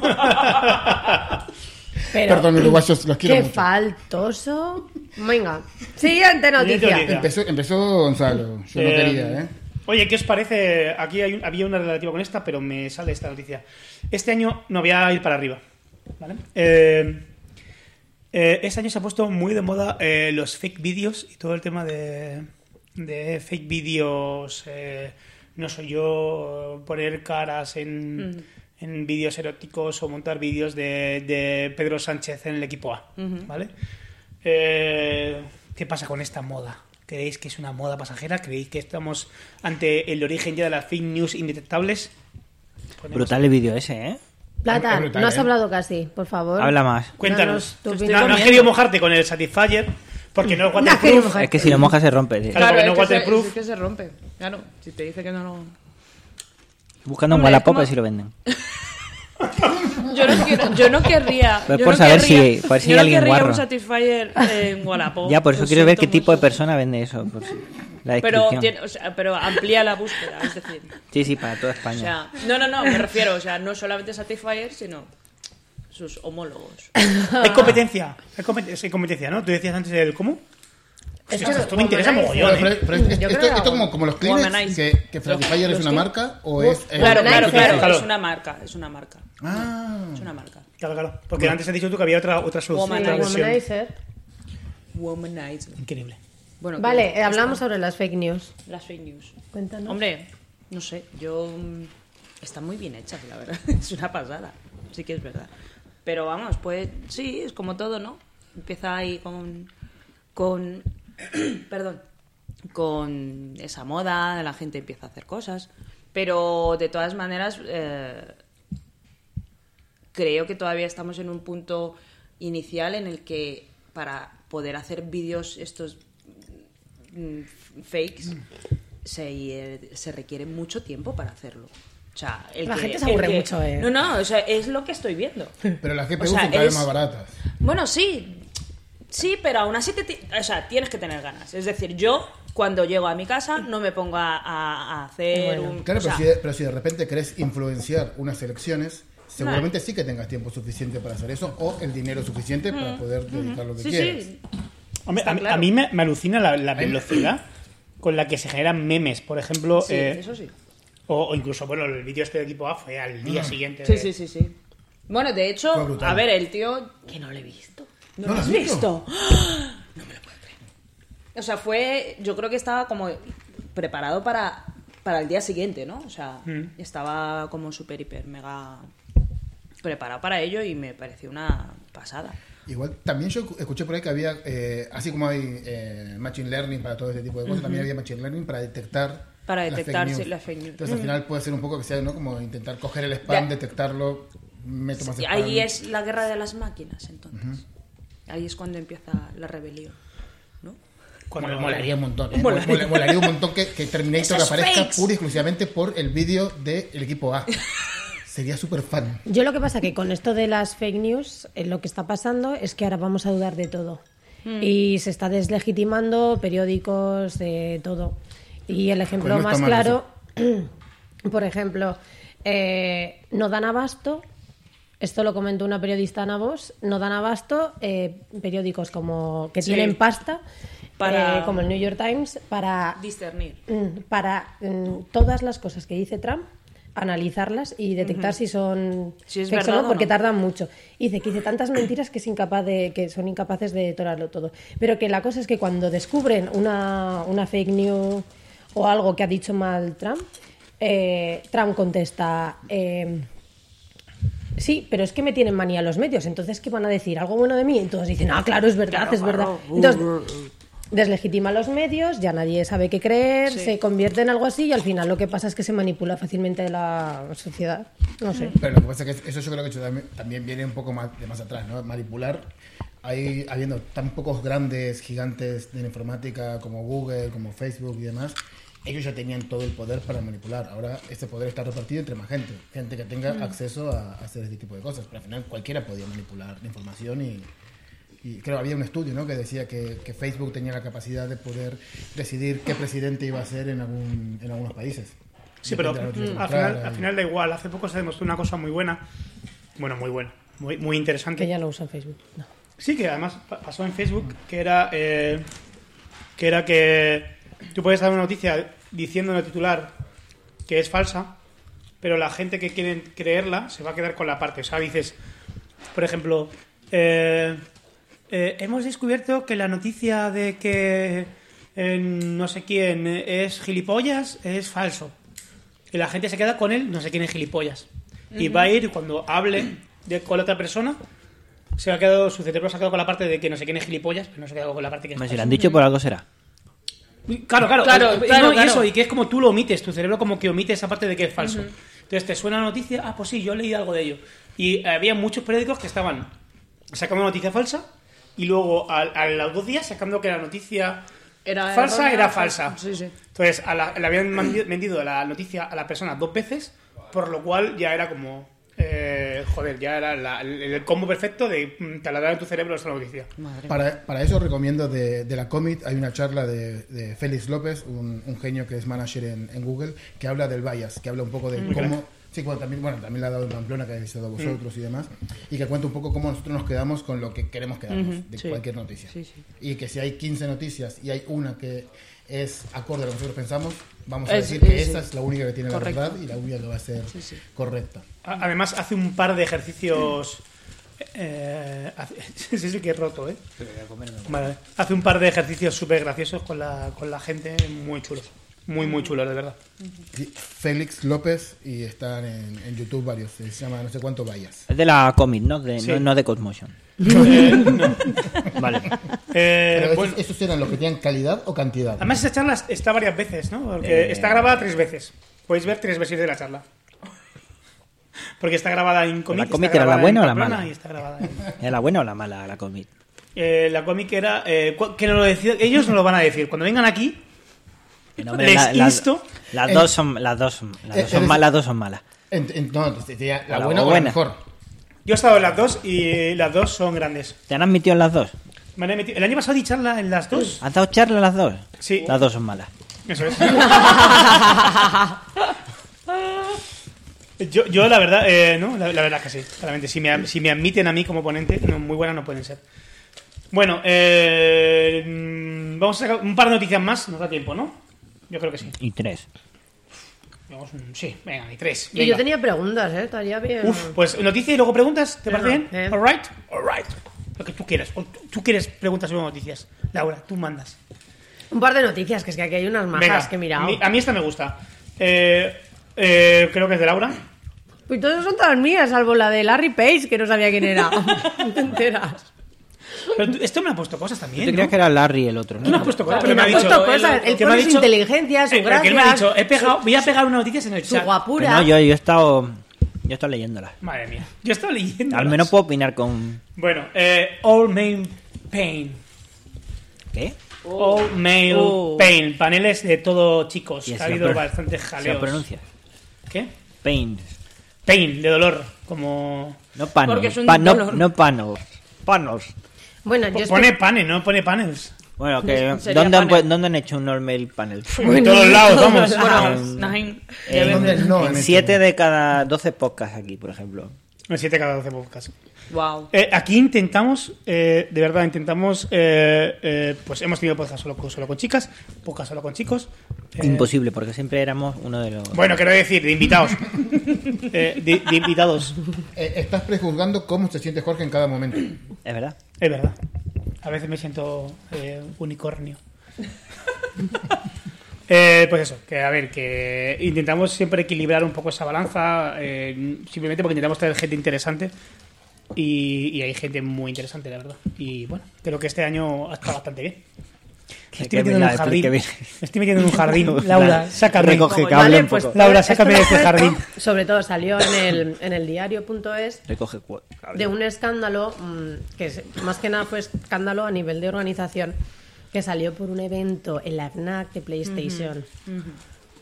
E: Perdón, uruguayos, los quiero
D: Qué
E: mucho.
D: faltoso. Venga, siguiente noticia.
C: Siguiente
E: Empezó, empezó Gonzalo, yo no
C: Eh,
E: quería, ¿eh?
C: Oye, ¿qué os parece? Aquí hay un- había una relativa con esta, pero me sale esta noticia. Este año no voy a ir para arriba. ¿vale? Eh, eh, este año se ha puesto muy de moda eh, los fake vídeos y todo el tema de, de fake vídeos. eh, no soy yo, poner caras en, en vídeos eróticos o montar vídeos de, de Pedro Sánchez en el equipo A. ¿Vale? Eh, ¿Qué pasa con esta moda? ¿Creéis que es una moda pasajera? ¿Creéis que estamos ante el origen ya de las fake news indetectables? Ponemos-
B: Brutal el vídeo ese, ¿eh?
E: Es
D: Plata,
E: brutal,
D: no has
E: ¿eh?
D: hablado casi, por favor.
B: Habla más.
C: Cuéntanos.
D: Danos tu
C: No,
D: opinión.
C: no has querido mojarte con el Satisfyer porque no es
D: No has querido
C: waterproof.
D: mojar.
B: Es que si lo mojas se rompe.
C: Claro, porque no
F: es que se-
C: waterproof.
F: es que se rompe. Claro, si te dice que no lo.
B: Buscando en
F: Hombre,
B: Wallapop a
F: ¿cómo?
B: ver si lo venden.
F: Yo no, quiero, yo no querría.
B: Pues
F: yo
B: por
F: no
B: saber
F: querría-
B: si- por si
F: yo
B: hay
F: no
B: alguien
F: querría
B: guarro.
F: un Satisfyer en Wallapop.
B: Ya, por eso
F: lo
B: quiero ver
F: siento
B: qué tipo de
F: mucho.
B: persona vende eso. por si- la
F: Pero,
B: descripción.
F: tiene- o sea, pero amplía la búsqueda, es decir.
B: Sí, sí, para toda
F: O
B: España.
F: sea, no, no, no, me refiero, o sea, no solamente Satisfyer, sino sus homólogos. Ah.
C: Hay competencia. Hay compet- sí, competencia, ¿no? Tú decías antes el cómo.
D: Es
C: Hostia,
D: que
C: esto me interesa
D: Womanizer-
C: mogollón, ¿eh?
E: Pero, pero, pero,
D: Yo
E: esto,
D: creo
E: esto
D: que era
E: como, como los Kleenex,
F: Womanizer.
E: que, que Fratifier
F: Los-
E: es una
F: los
E: marca o es... eh,
F: Claro, claro,
D: Womanizer,
F: claro.
C: claro.
F: Es una marca, es una marca.
E: Ah,
F: Es una marca.
C: Claro, claro. Porque antes has dicho tú que había otra, otra solución.
D: Womanizer.
C: otra versión.
D: Womanizer.
F: Womanizer.
C: Increíble.
F: Bueno,
D: Vale,
F: que-
D: eh, hablamos sobre las fake news.
F: Las fake news.
D: Cuéntanos.
F: Hombre, no sé, yo... mm, Están muy bien hechas, la verdad. Es una pasada. Sí que es verdad. Pero vamos, pues sí, es como todo, ¿no? Empieza ahí con... con perdón. Con esa moda, la gente empieza a hacer cosas. Pero de todas maneras... eh, creo que todavía estamos en un punto inicial en el que para poder hacer vídeos estos mm, fakes se, hier- se requiere mucho tiempo para hacerlo. O sea, el
D: La
F: que-
D: gente se
F: el
D: aburre
F: que-
D: mucho, eh.
F: No, no, o sea, es lo que estoy viendo.
E: pero las GPU
F: O sea,
E: son cada vez
F: es- Mm,
E: más baratas.
F: Bueno, sí, sí, pero aún así te ti- o sea, tienes que tener ganas. Es decir, yo cuando llego a mi casa no me pongo a, a- a hacer
D: Bueno.
F: un...
E: Claro,
F: o
E: pero,
F: sea,
E: si de, pero si de repente querés influenciar unas elecciones, seguramente sí que tengas tiempo suficiente para hacer eso o el dinero suficiente para poder dedicar lo que
F: Mm, sí,
E: quieras.
F: sí,
C: Hombre,
F: Está
C: a, mí-
F: claro.
C: a mí me, me alucina la, la velocidad con la que se generan memes, por ejemplo.
F: sí,
C: eh,
F: eso sí.
C: o, o incluso, bueno, el vídeo este de equipo A fue al día siguiente.
F: Mm. Sí,
C: de-
F: sí, sí, sí. Bueno, de hecho,
E: Fue brutal.
F: a ver, el tío que no lo he visto.
E: ¿No lo has visto?
F: ¡Ah! No me lo puedo creer. O sea, fue, yo creo que estaba como preparado para, para el día siguiente, ¿no? O sea, estaba como súper, hiper, mega preparado para ello y me pareció una pasada.
E: Igual, también yo escuché por ahí que había, eh, así como hay eh, Machine Learning para todo este tipo de cosas, también había Machine Learning para detectar.
F: Para
E: las
F: detectar,
E: fake
F: sí,
E: news.
F: las fake news.
E: Entonces, al final puede ser un poco que sea, ¿no? Como intentar coger el spam,
F: Ya.
E: detectarlo, meto más
F: Y
E: spam.
F: ahí es la guerra de las máquinas, entonces. Ahí es cuando empieza la rebelión, ¿no?
C: Cuando
E: Mol- molaría un montón. ¿eh?
F: Molaría.
E: Mol- molaría un montón que, que Terminator
F: Esos
E: aparezca
F: fakes.
E: pura y exclusivamente por el vídeo del equipo A. Sería súper fan.
D: Yo lo que pasa que con esto de las fake news, eh, lo que está pasando es que ahora vamos a dudar de todo.
F: Hmm.
D: Y se está deslegitimando periódicos, de todo. Y el ejemplo
E: Pues no
D: más
E: está mal
D: claro, por ejemplo, eh, no dan abasto, esto lo comentó una periodista Ana Vos, no dan abasto eh, periódicos como que
F: Sí.
D: tienen pasta,
F: Para-
D: eh, como el New York Times, para
F: Discernir.
D: Mm, para mm, todas las cosas que dice Trump analizarlas y detectar si son
F: Si es
D: fakes o
F: verdad
D: no,
F: o
D: porque
F: no.
D: tardan mucho. Y dice que dice tantas mentiras que es incapaz de que son incapaces de tolerarlo todo. Pero que la cosa es que cuando descubren una, una fake news o algo que ha dicho mal Trump, eh, Trump contesta eh, Sí, pero es que me tienen manía los medios, entonces ¿qué van a decir? ¿Algo bueno de mí? Entonces dicen, ah, claro, es verdad, es verdad.
F: Uh,
D: Entonces, deslegitima a los medios, ya nadie sabe qué creer,
F: Sí.
D: se convierte en algo así y al final lo que pasa es que se manipula fácilmente la sociedad. No sé.
E: Pero lo que pasa es que eso yo creo que eso también, también viene un poco más, de más atrás, ¿no? Manipular. Ahí, habiendo tan pocos grandes gigantes de la informática como Google, como Facebook y demás, ellos ya tenían todo el poder para manipular. Ahora ese poder está repartido entre más gente, gente que tenga acceso a, a hacer este tipo de cosas. Pero al final cualquiera podía manipular la información y, y creo había un estudio ¿no? que decía que, que Facebook tenía la capacidad de poder decidir qué presidente iba a ser en, algún, en algunos países.
C: Sí, pero
E: Depende de la
C: mm,
E: noticia
C: al final,
E: mostrada
C: al
E: y-
C: final da igual. Hace poco se demostró una cosa muy buena. Bueno, muy buena. Muy, muy
D: Que
C: interesante.
D: ya no usan Facebook. no.
C: Sí, que además pa- pasó en Facebook, que era, eh, que era que tú puedes dar una noticia diciendo en el titular que es falsa, pero la gente que quiere creerla se va a quedar con la parte. O sea, dices, por ejemplo, eh, eh, hemos descubierto que la noticia de que eh, no sé quién eh, es gilipollas es falso. Y la gente se queda con él, no sé quién es gilipollas. Y va a ir cuando hable de, con la otra persona, se ha quedado, su cerebro se ha quedado con la parte de que no sé quién es gilipollas, pero no se ha quedado con la parte que es
B: Bueno, si lo
C: falso.
B: han dicho por algo será.
C: Uy, Claro, claro,
F: Claro,
C: Eh,
F: claro,
C: no, Y
F: claro.
C: eso, y que es como tú lo omites, tu cerebro como que omite esa parte de que es falso. Entonces te suena la noticia, ah, pues sí, yo leí algo de ello. Y había muchos periódicos que estaban sacando noticia falsa y luego al- a, los dos días sacando que la noticia
F: Era
C: falsa
F: errónea,
C: era
F: falsa.
C: falsa.
F: Sí, sí.
C: Entonces a la- le habían mandi- vendido la noticia a la persona dos veces, por lo cual ya era como. eh, joder, ya era la- el, el combo perfecto de mm, taladrar en tu cerebro esa noticia.
E: Para, para eso recomiendo de, de la Commit, hay una charla de, de Félix López, un, un genio que es manager en, en Google, que habla del bias, que habla un poco de cómo, Sí, bueno, también, bueno, también la ha dado en Pamplona, que habéis dado
F: Mm.
E: vosotros y demás, y que cuenta un poco cómo nosotros nos quedamos con lo que queremos quedarnos
F: Ujú,
E: de
F: sí.
E: cualquier noticia.
F: Sí, sí.
E: Y que si hay 15 noticias y hay una que es acorde a lo que nosotros pensamos, vamos a
F: Es-
E: decir que
F: es-
E: esa es la única que tiene
F: correcto.
E: la verdad y la única que va a ser
F: Sí, sí.
E: correcta.
C: A- Además, hace un par de ejercicios. eh, hace- sí, sí, que he roto, ¿eh? Vale, hace un par de ejercicios súper graciosos con la, con la gente, muy chulos. Muy, muy chulos, de verdad.
E: Sí, Félix López y están en, en YouTube varios, se llama no sé cuánto Vallas.
B: Es de la comic, ¿no? De,
C: Sí.
B: no, no de Cosmotion.
C: Eh, no.
B: Vale.
C: Eh,
E: Pero esos,
C: bueno,
E: esos eran los que tenían calidad o cantidad.
C: además, esa charla está varias veces, ¿no? Porque
B: Eh.
C: está grabada tres veces. Podéis ver tres versiones de la charla. Porque está grabada en comic.
B: ¿La comic
C: está
B: era la
C: grabada
B: buena
C: en
B: o la
C: Pamplona
B: mala?
C: y está grabada en-
B: ¿Era la buena o la mala la comic?
C: Eh, la cómic era. eh, cu- que no lo decida- ellos no lo van a decir. Cuando vengan aquí,
B: No,
C: Les
B: la- las-
C: insto-
B: Las,
E: Eh,
B: dos son, las dos son, las
E: eh,
B: dos son
E: eres-
B: malas, las dos son malas.
E: En- en- no, tenía la,
B: La
E: buena o la
B: buena.
E: mejor.
C: yo he estado en las dos y las dos son grandes.
B: ¿Te han admitido en las dos?
C: Me han emitido- El año pasado di charla en las dos.
B: ¿Has dado charla en las dos?
C: Sí.
B: Las dos son malas.
C: Eso es. Yo, yo, la verdad, eh, no, la, la verdad es que sí, claramente. Si me, am- si me admiten a mí como ponente, no, muy buenas no pueden ser. Bueno, eh, mm, vamos a sacar un par de noticias más, nos da tiempo, ¿no? Yo creo que sí.
B: Y tres.
C: Vamos, mm, sí, venga, y tres.
D: Y yo
C: venga.
D: tenía preguntas, ¿eh? Estaría bien.
C: Uf, pues noticia y luego preguntas, ¿te
D: Venga,
C: parece bien?
D: eh.
C: All right, all right. Lo que tú quieras. O tú- Tú quieres preguntas sobre noticias. Laura, tú mandas.
D: Un par de noticias, que es que aquí hay unas majas
C: Venga,
D: que oh. he mirado.
C: mi- a mí esta me gusta. Eh, eh, creo que es de Laura.
D: Pues todas son todas mías, salvo la de Larry Page, que no sabía quién era. No te enteras.
C: Pero tú- esto me ha puesto cosas
B: Yo
C: también.
B: te
C: ¿Eh, ¿no?
B: creías que era Larry el otro,
C: Tú me
B: ¿no?
C: has puesto cosas,
D: Y
C: pero me
D: me
C: ha
D: ha
C: dicho.
D: puesto cosas. Él
C: que
D: pone
C: me ha
D: su
C: dicho-
D: inteligencia, su
C: Eh, pero que él me ha
D: gracia,
C: dicho, he pegado, voy a pegar una noticia en el
D: Su
C: chat.
B: Que
D: guapura.
B: no, yo, yo he estado. Yo he estado leyéndola.
C: Madre mía. Yo estaba leyendo.
B: Al menos puedo opinar con.
C: Bueno, eh, All Main Pain.
B: ¿Qué?
C: All Male
F: Oh.
C: Pain. Paneles de todo, chicos.
B: Y
C: que
B: se
C: Ha
B: lo
C: habido
B: pro-
C: bastante
B: Se
C: jaleo.
B: lo pronuncia.
C: ¿Qué?
B: Pain.
C: Pain, de dolor. Como.
B: No panos.
F: Porque es un
B: Pa- no,
F: dolor.
B: no panos. Panos.
D: Bueno, yo
C: P-
D: estoy-
C: Pone panes, no pone panes.
B: Bueno, que,
F: Sería
B: ¿dónde, han,
F: panel.
B: pu- ¿dónde han hecho un normal panel?
C: En todos lados, vamos.
F: Bueno, nine.
B: En-
E: ¿dónde no han
B: en
E: hecho?
B: 7 de cada 12 podcasts aquí, por ejemplo.
C: En 7 cada 12 podcasts.
F: Wow.
C: Eh, aquí intentamos, eh, de verdad, intentamos. eh, eh, pues hemos tenido podcast solo con, solo con chicas, podcast solo con chicos. eh,
B: Imposible, porque siempre éramos uno de los...
C: Bueno, quiero decir, de invitados. Eh, de, de invitados.
E: Eh, estás prejuzgando cómo se siente Jorge en cada momento.
B: Es verdad.
C: Es verdad. A veces me siento eh, unicornio. Eh, pues eso, que a ver, que intentamos siempre equilibrar un poco esa balanza, eh, simplemente porque intentamos traer gente interesante y, y hay gente muy interesante, la verdad. Y bueno, creo que este año ha estado bastante bien. Me estoy
B: que
C: metiendo en
B: la-
C: un jardín.
B: que
C: Me
B: bien.
C: estoy metiendo en un jardín. Laura, sácame.
B: Recoge
D: Vale,
B: cable un
D: pues
B: poco.
C: Laura,
D: esto
C: sácame de este
D: fue,
C: jardín.
D: Sobre todo salió en el, en el diario.es
B: Recoge cu- cable.
D: de un escándalo, mm, que es- más que nada fue escándalo a nivel de organización, que salió por un evento en la FNAC de PlayStation.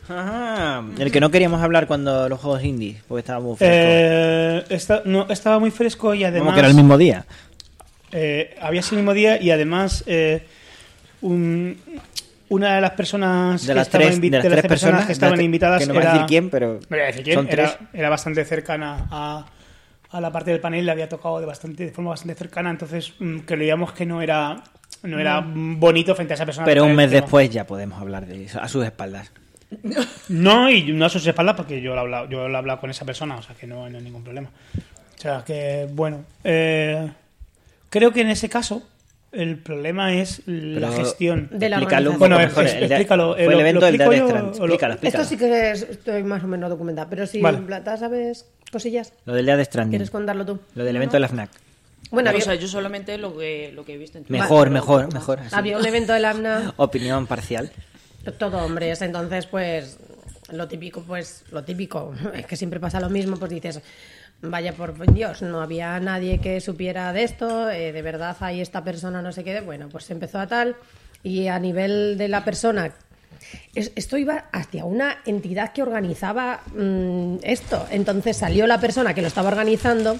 B: Ajá. El que no queríamos hablar cuando los juegos indies, porque estábamos frescos.
C: Eh, esta- no, estaba muy fresco y además...
B: Como que era el mismo día.
C: Eh, había sido el mismo día y además eh, un- una de las personas
B: De
C: que
B: las
C: estaban
B: tres,
C: invi-
B: de las
C: de
B: tres personas
C: que estaban
B: de las tre-
C: invitadas
B: que no voy
C: era,
B: a decir quién, pero
C: no voy a decir quién,
B: son
C: era,
B: tres.
C: era bastante cercana a, a la parte del panel, le había tocado de bastante de forma bastante cercana, entonces mm, creíamos que no era no era mm, bonito frente a esa persona.
B: Pero
C: tocar
B: un
C: el
B: mes
C: tema.
B: después ya podemos hablar de eso, a sus espaldas.
C: No, y no a sus espaldas porque yo lo he hablado, yo lo he hablado con esa persona, o sea que no, no hay ningún problema. O sea que, bueno, eh, creo que en ese caso el problema es la
B: Pero
C: gestión.
D: De la
B: explícalo un
D: organización.
B: poco
D: Bueno,
B: mejor.
C: es-
B: el de-
C: explícalo, eh,
B: Fue el
C: lo-
B: evento
C: lo
B: del de
C: explico yo,
B: Restaurant.
C: o lo-
B: Explícalo, explícalo.
D: Esto sí que es- estoy más o menos documentada, pero si
C: Vale.
D: Plata sabes cosillas,
B: Lo del día de Stranding.
D: ¿quieres contarlo tú?
B: Lo del evento de la FNAC.
D: Bueno,
F: o
D: había,
F: sea, yo solamente lo que, lo que he visto en Twitter.
B: Mejor,
F: Pero-
B: mejor, mejor. así.
D: había un evento de la FNAC
B: Opinión parcial.
D: Todo hombres, entonces pues lo típico, pues lo típico, es que siempre pasa lo mismo, pues dices, vaya por Dios, no había nadie que supiera de esto, eh, de verdad hay esta persona, no sé qué, bueno, pues se empezó a tal y a nivel de la persona, es- esto iba hacia una entidad que organizaba mm, esto, entonces salió la persona que lo estaba organizando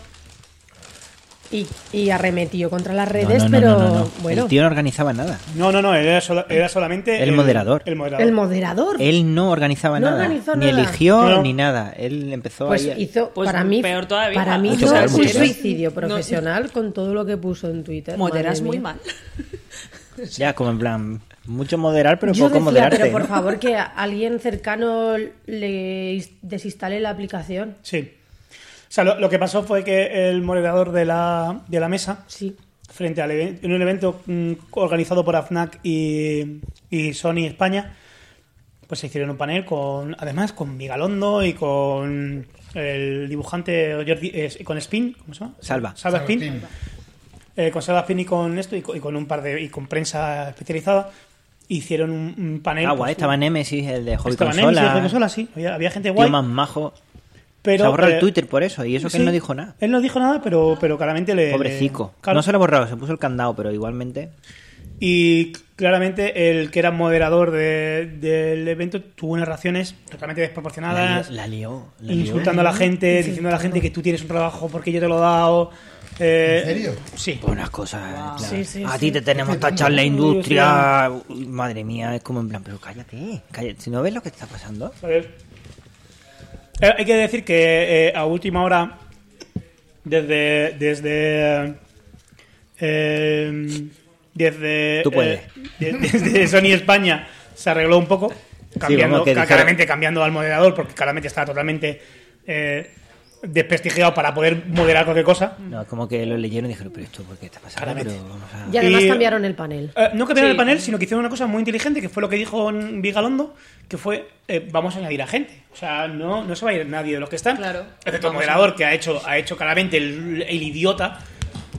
D: y, y arremetió contra las
B: No,
D: redes,
B: no, no,
D: pero
B: no, no, no.
D: bueno.
B: El tío no organizaba nada.
C: No, no, no, era, sola- era solamente.
B: El moderador.
C: El moderador.
D: El moderador.
B: Él no organizaba
D: No
B: nada.
D: organizó
B: ni
D: nada.
B: eligió
C: No.
B: ni nada. Él empezó
D: pues
B: ahí a-
D: hizo,
F: Pues
D: para mí,
F: peor todavía.
D: para mí
F: Ha
D: hizo
B: hecho
D: un
B: caer mucho.
D: suicidio
F: No.
D: profesional con todo lo que puso en Twitter.
F: Moderas
D: madre
F: muy
D: mía.
F: mal.
B: Ya, como en plan, mucho moderar, pero
D: Yo
B: poco
D: decía,
B: moderarte.
D: pero por
B: ¿no?
D: favor que a alguien cercano le is- desinstale la aplicación.
C: Sí. O sea, lo, lo que pasó fue que el moderador de la, de la mesa,
D: Sí.
C: frente al evento, en un evento mm, organizado por AFNAC y, y Sony España, pues se hicieron un panel con, además, con Migalondo y con el dibujante Jordi, eh, con Spin, ¿cómo se llama?
B: Salva.
C: Salva Spin.
E: Agustín.
C: eh, con Seba Fini con esto y co- y con, un par de y con prensa especializada hicieron un, un panel
B: Ah,
C: pues,
B: guay, estaba Nemesis, el de Hobby
C: estaba en
B: Consola.
C: Nemesis, Hobby Consola, sí había, había gente
B: Tío
C: guay
B: más majo.
C: pero
B: se ha borrado
C: eh,
B: el Twitter por eso, y eso que él
C: sí,
B: no dijo nada.
C: él no dijo nada pero pero claramente le
B: Pobrecico.
C: le- claro,
B: No se lo ha borrado, se puso el candado, pero igualmente.
C: y claramente el que era moderador de- del evento tuvo unas reacciones totalmente
B: La,
C: desproporcionadas
B: li- la lió. La lió.
C: insultando a la gente diciendo a la gente que tú tienes un trabajo porque yo te lo he dado eh,
E: ¿En serio?
C: sí
B: Por unas cosas. en plan,
D: Sí, sí,
B: a
D: sí.
B: ti te tenemos tachada en la industria. Uy, madre mía, es como en plan, pero cállate, cállate. Si no ves lo que te está pasando.
C: A ver. Eh, hay que decir que eh, a última hora, desde. Desde. eh, desde.
B: Tú puedes.
C: eh, de- desde Sony España se arregló un poco. Cambiando,
B: como que
C: ca-
B: dijeron-
C: claramente cambiando al moderador, porque claramente estaba totalmente eh, desprestigiado para poder moderar cualquier cosa.
B: No, como que lo leyeron y dijeron, pero esto, ¿por qué está pasando?
C: Claramente.
B: Pero vamos a-
D: Y además
C: Y-
D: cambiaron el panel.
C: Eh, no cambiaron
F: Sí.
C: el panel, sino que hicieron una cosa muy inteligente, que fue lo que dijo en Vigalondo, que fue, eh, vamos a añadir a gente. O sea, no, no se va a ir nadie de los que están.
F: Claro.
C: Excepto el
F: Vamos
C: moderador, que ha hecho, ha hecho claramente el, el idiota,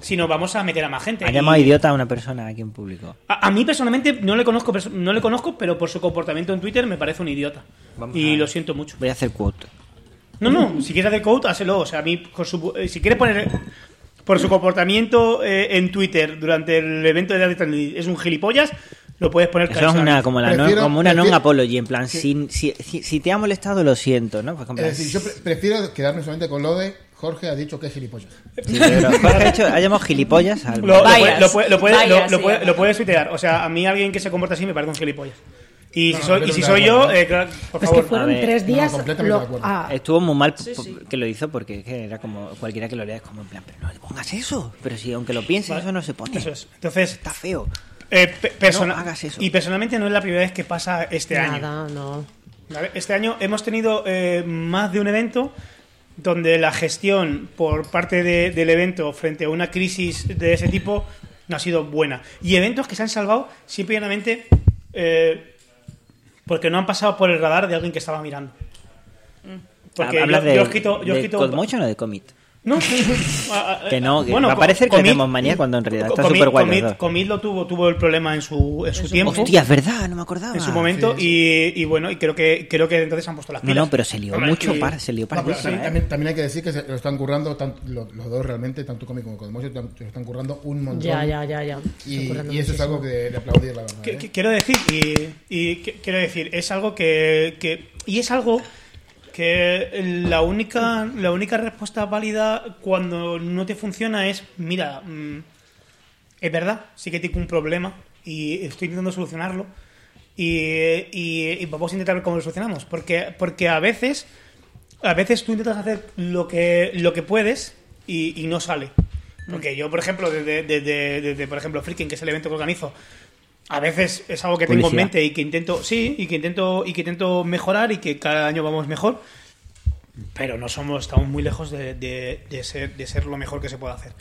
C: sino vamos a meter a más gente.
B: Ha
C: Y
B: llamado idiota a una persona aquí en público.
C: a, a mí personalmente no le, conozco, perso- no le conozco, pero por su comportamiento en Twitter me parece un idiota.
B: Vamos
C: y
B: a-
C: lo siento mucho.
B: Voy a hacer quote.
C: No, no, si quieres hacer code, hazlo. O sea, a mí, por su- eh, si quieres poner por su comportamiento eh, en Twitter durante el evento de Daddy Tandy, es un gilipollas, lo puedes poner
B: Eso es una, como, la
E: Prefiero-
B: no, como una
E: prefiero-
B: non-apology, en plan, si, si, si, si te ha molestado, lo siento, ¿no? Pues, en
E: Es
B: plan,
E: decir, yo pre- prefiero quedarme solamente con lo de Jorge ha dicho que es gilipollas.
B: sí, pero Jorge ha, hecho- ha llamado gilipollas al...
C: Lo, lo
F: Bias.
C: puede- lo puede- lo puede-
F: Bias
C: lo-
F: se
C: lo puede-
F: llama.
C: lo puedes tuitear. O sea, a mí alguien que se comporta así me parece un gilipollas. Y si
E: No,
C: soy,
E: no,
C: y si
E: no,
C: soy
E: no,
C: yo,
E: no.
C: eh, claro, por
D: Es que
C: favor.
D: fueron
B: A ver,
D: tres
E: no,
D: días.
E: completamente
D: lo-
E: de acuerdo.
D: ah,
B: Estuvo muy mal
F: Sí, sí.
B: que lo hizo porque es que era como cualquiera que lo lea es como en plan, pero no le pongas eso. Pero si aunque lo pienses,
C: Vale.
B: eso no se pone.
C: Eso es. Entonces,
B: Está feo.
C: eh, pe- persona-
B: No hagas eso.
C: y personalmente no es la primera vez que pasa este año.
D: nada, Ah, no.
C: ¿Vale? Este año hemos tenido eh, más de un evento donde la gestión por parte de- del evento frente a una crisis de ese tipo no ha sido buena. Y eventos que se han salvado simplemente eh, porque no han pasado por el radar de alguien que estaba mirando. Mm. Porque
B: Hablas
C: yo,
B: de,
C: yo os quito... Yo os
B: de
C: quito
B: Codmotion o de Commit.
C: no, Ah,
B: Que no, que va a
C: co-
B: parecer que
C: Commit-
B: tenemos manía cuando en realidad está
C: Commit-
B: superguay los
C: Commit-
B: dos.
C: Commit lo tuvo, tuvo el problema en su, en su Ah, tiempo
B: Hostia, es verdad, no me acordaba.
C: en su momento y, y bueno, y creo que creo que entonces han puesto las
B: No,
C: pilas.
B: no, pero se lió
C: Hombre,
B: mucho,
C: y-
B: para, se lió para
E: No, pero
B: mucho,
E: también,
B: ¿eh?
E: también- también hay que decir que se lo están currando, tan- lo- los dos realmente, tanto Comi como Cosmocio, tan- se lo están currando un montón.
D: Ya, ya, ya, ya. Estoy
E: Y,
D: currando
E: y eso es
D: muchísimo.
E: algo que de aplaudir, la verdad.
C: que-
E: ¿eh?
C: que quiero decir, y, y que- quiero decir, es algo que, que- Y es algo que la única, la única respuesta válida cuando no te funciona es, mira, mm, es verdad, sí que tengo un problema y estoy intentando solucionarlo y, y- y vamos a intentar ver cómo lo solucionamos. Porque, porque a veces a veces tú intentas hacer lo que, lo que puedes y, y no sale. Porque yo, por ejemplo, desde, desde, desde, por ejemplo, Freaking, que es el evento que organizo, a veces es algo que tengo en
B: Publicidad.
C: mente y que intento, sí, y que intento, y que intento mejorar y que cada año vamos mejor. Pero no somos, estamos muy lejos de, de- de ser, de ser lo mejor que se puede hacer.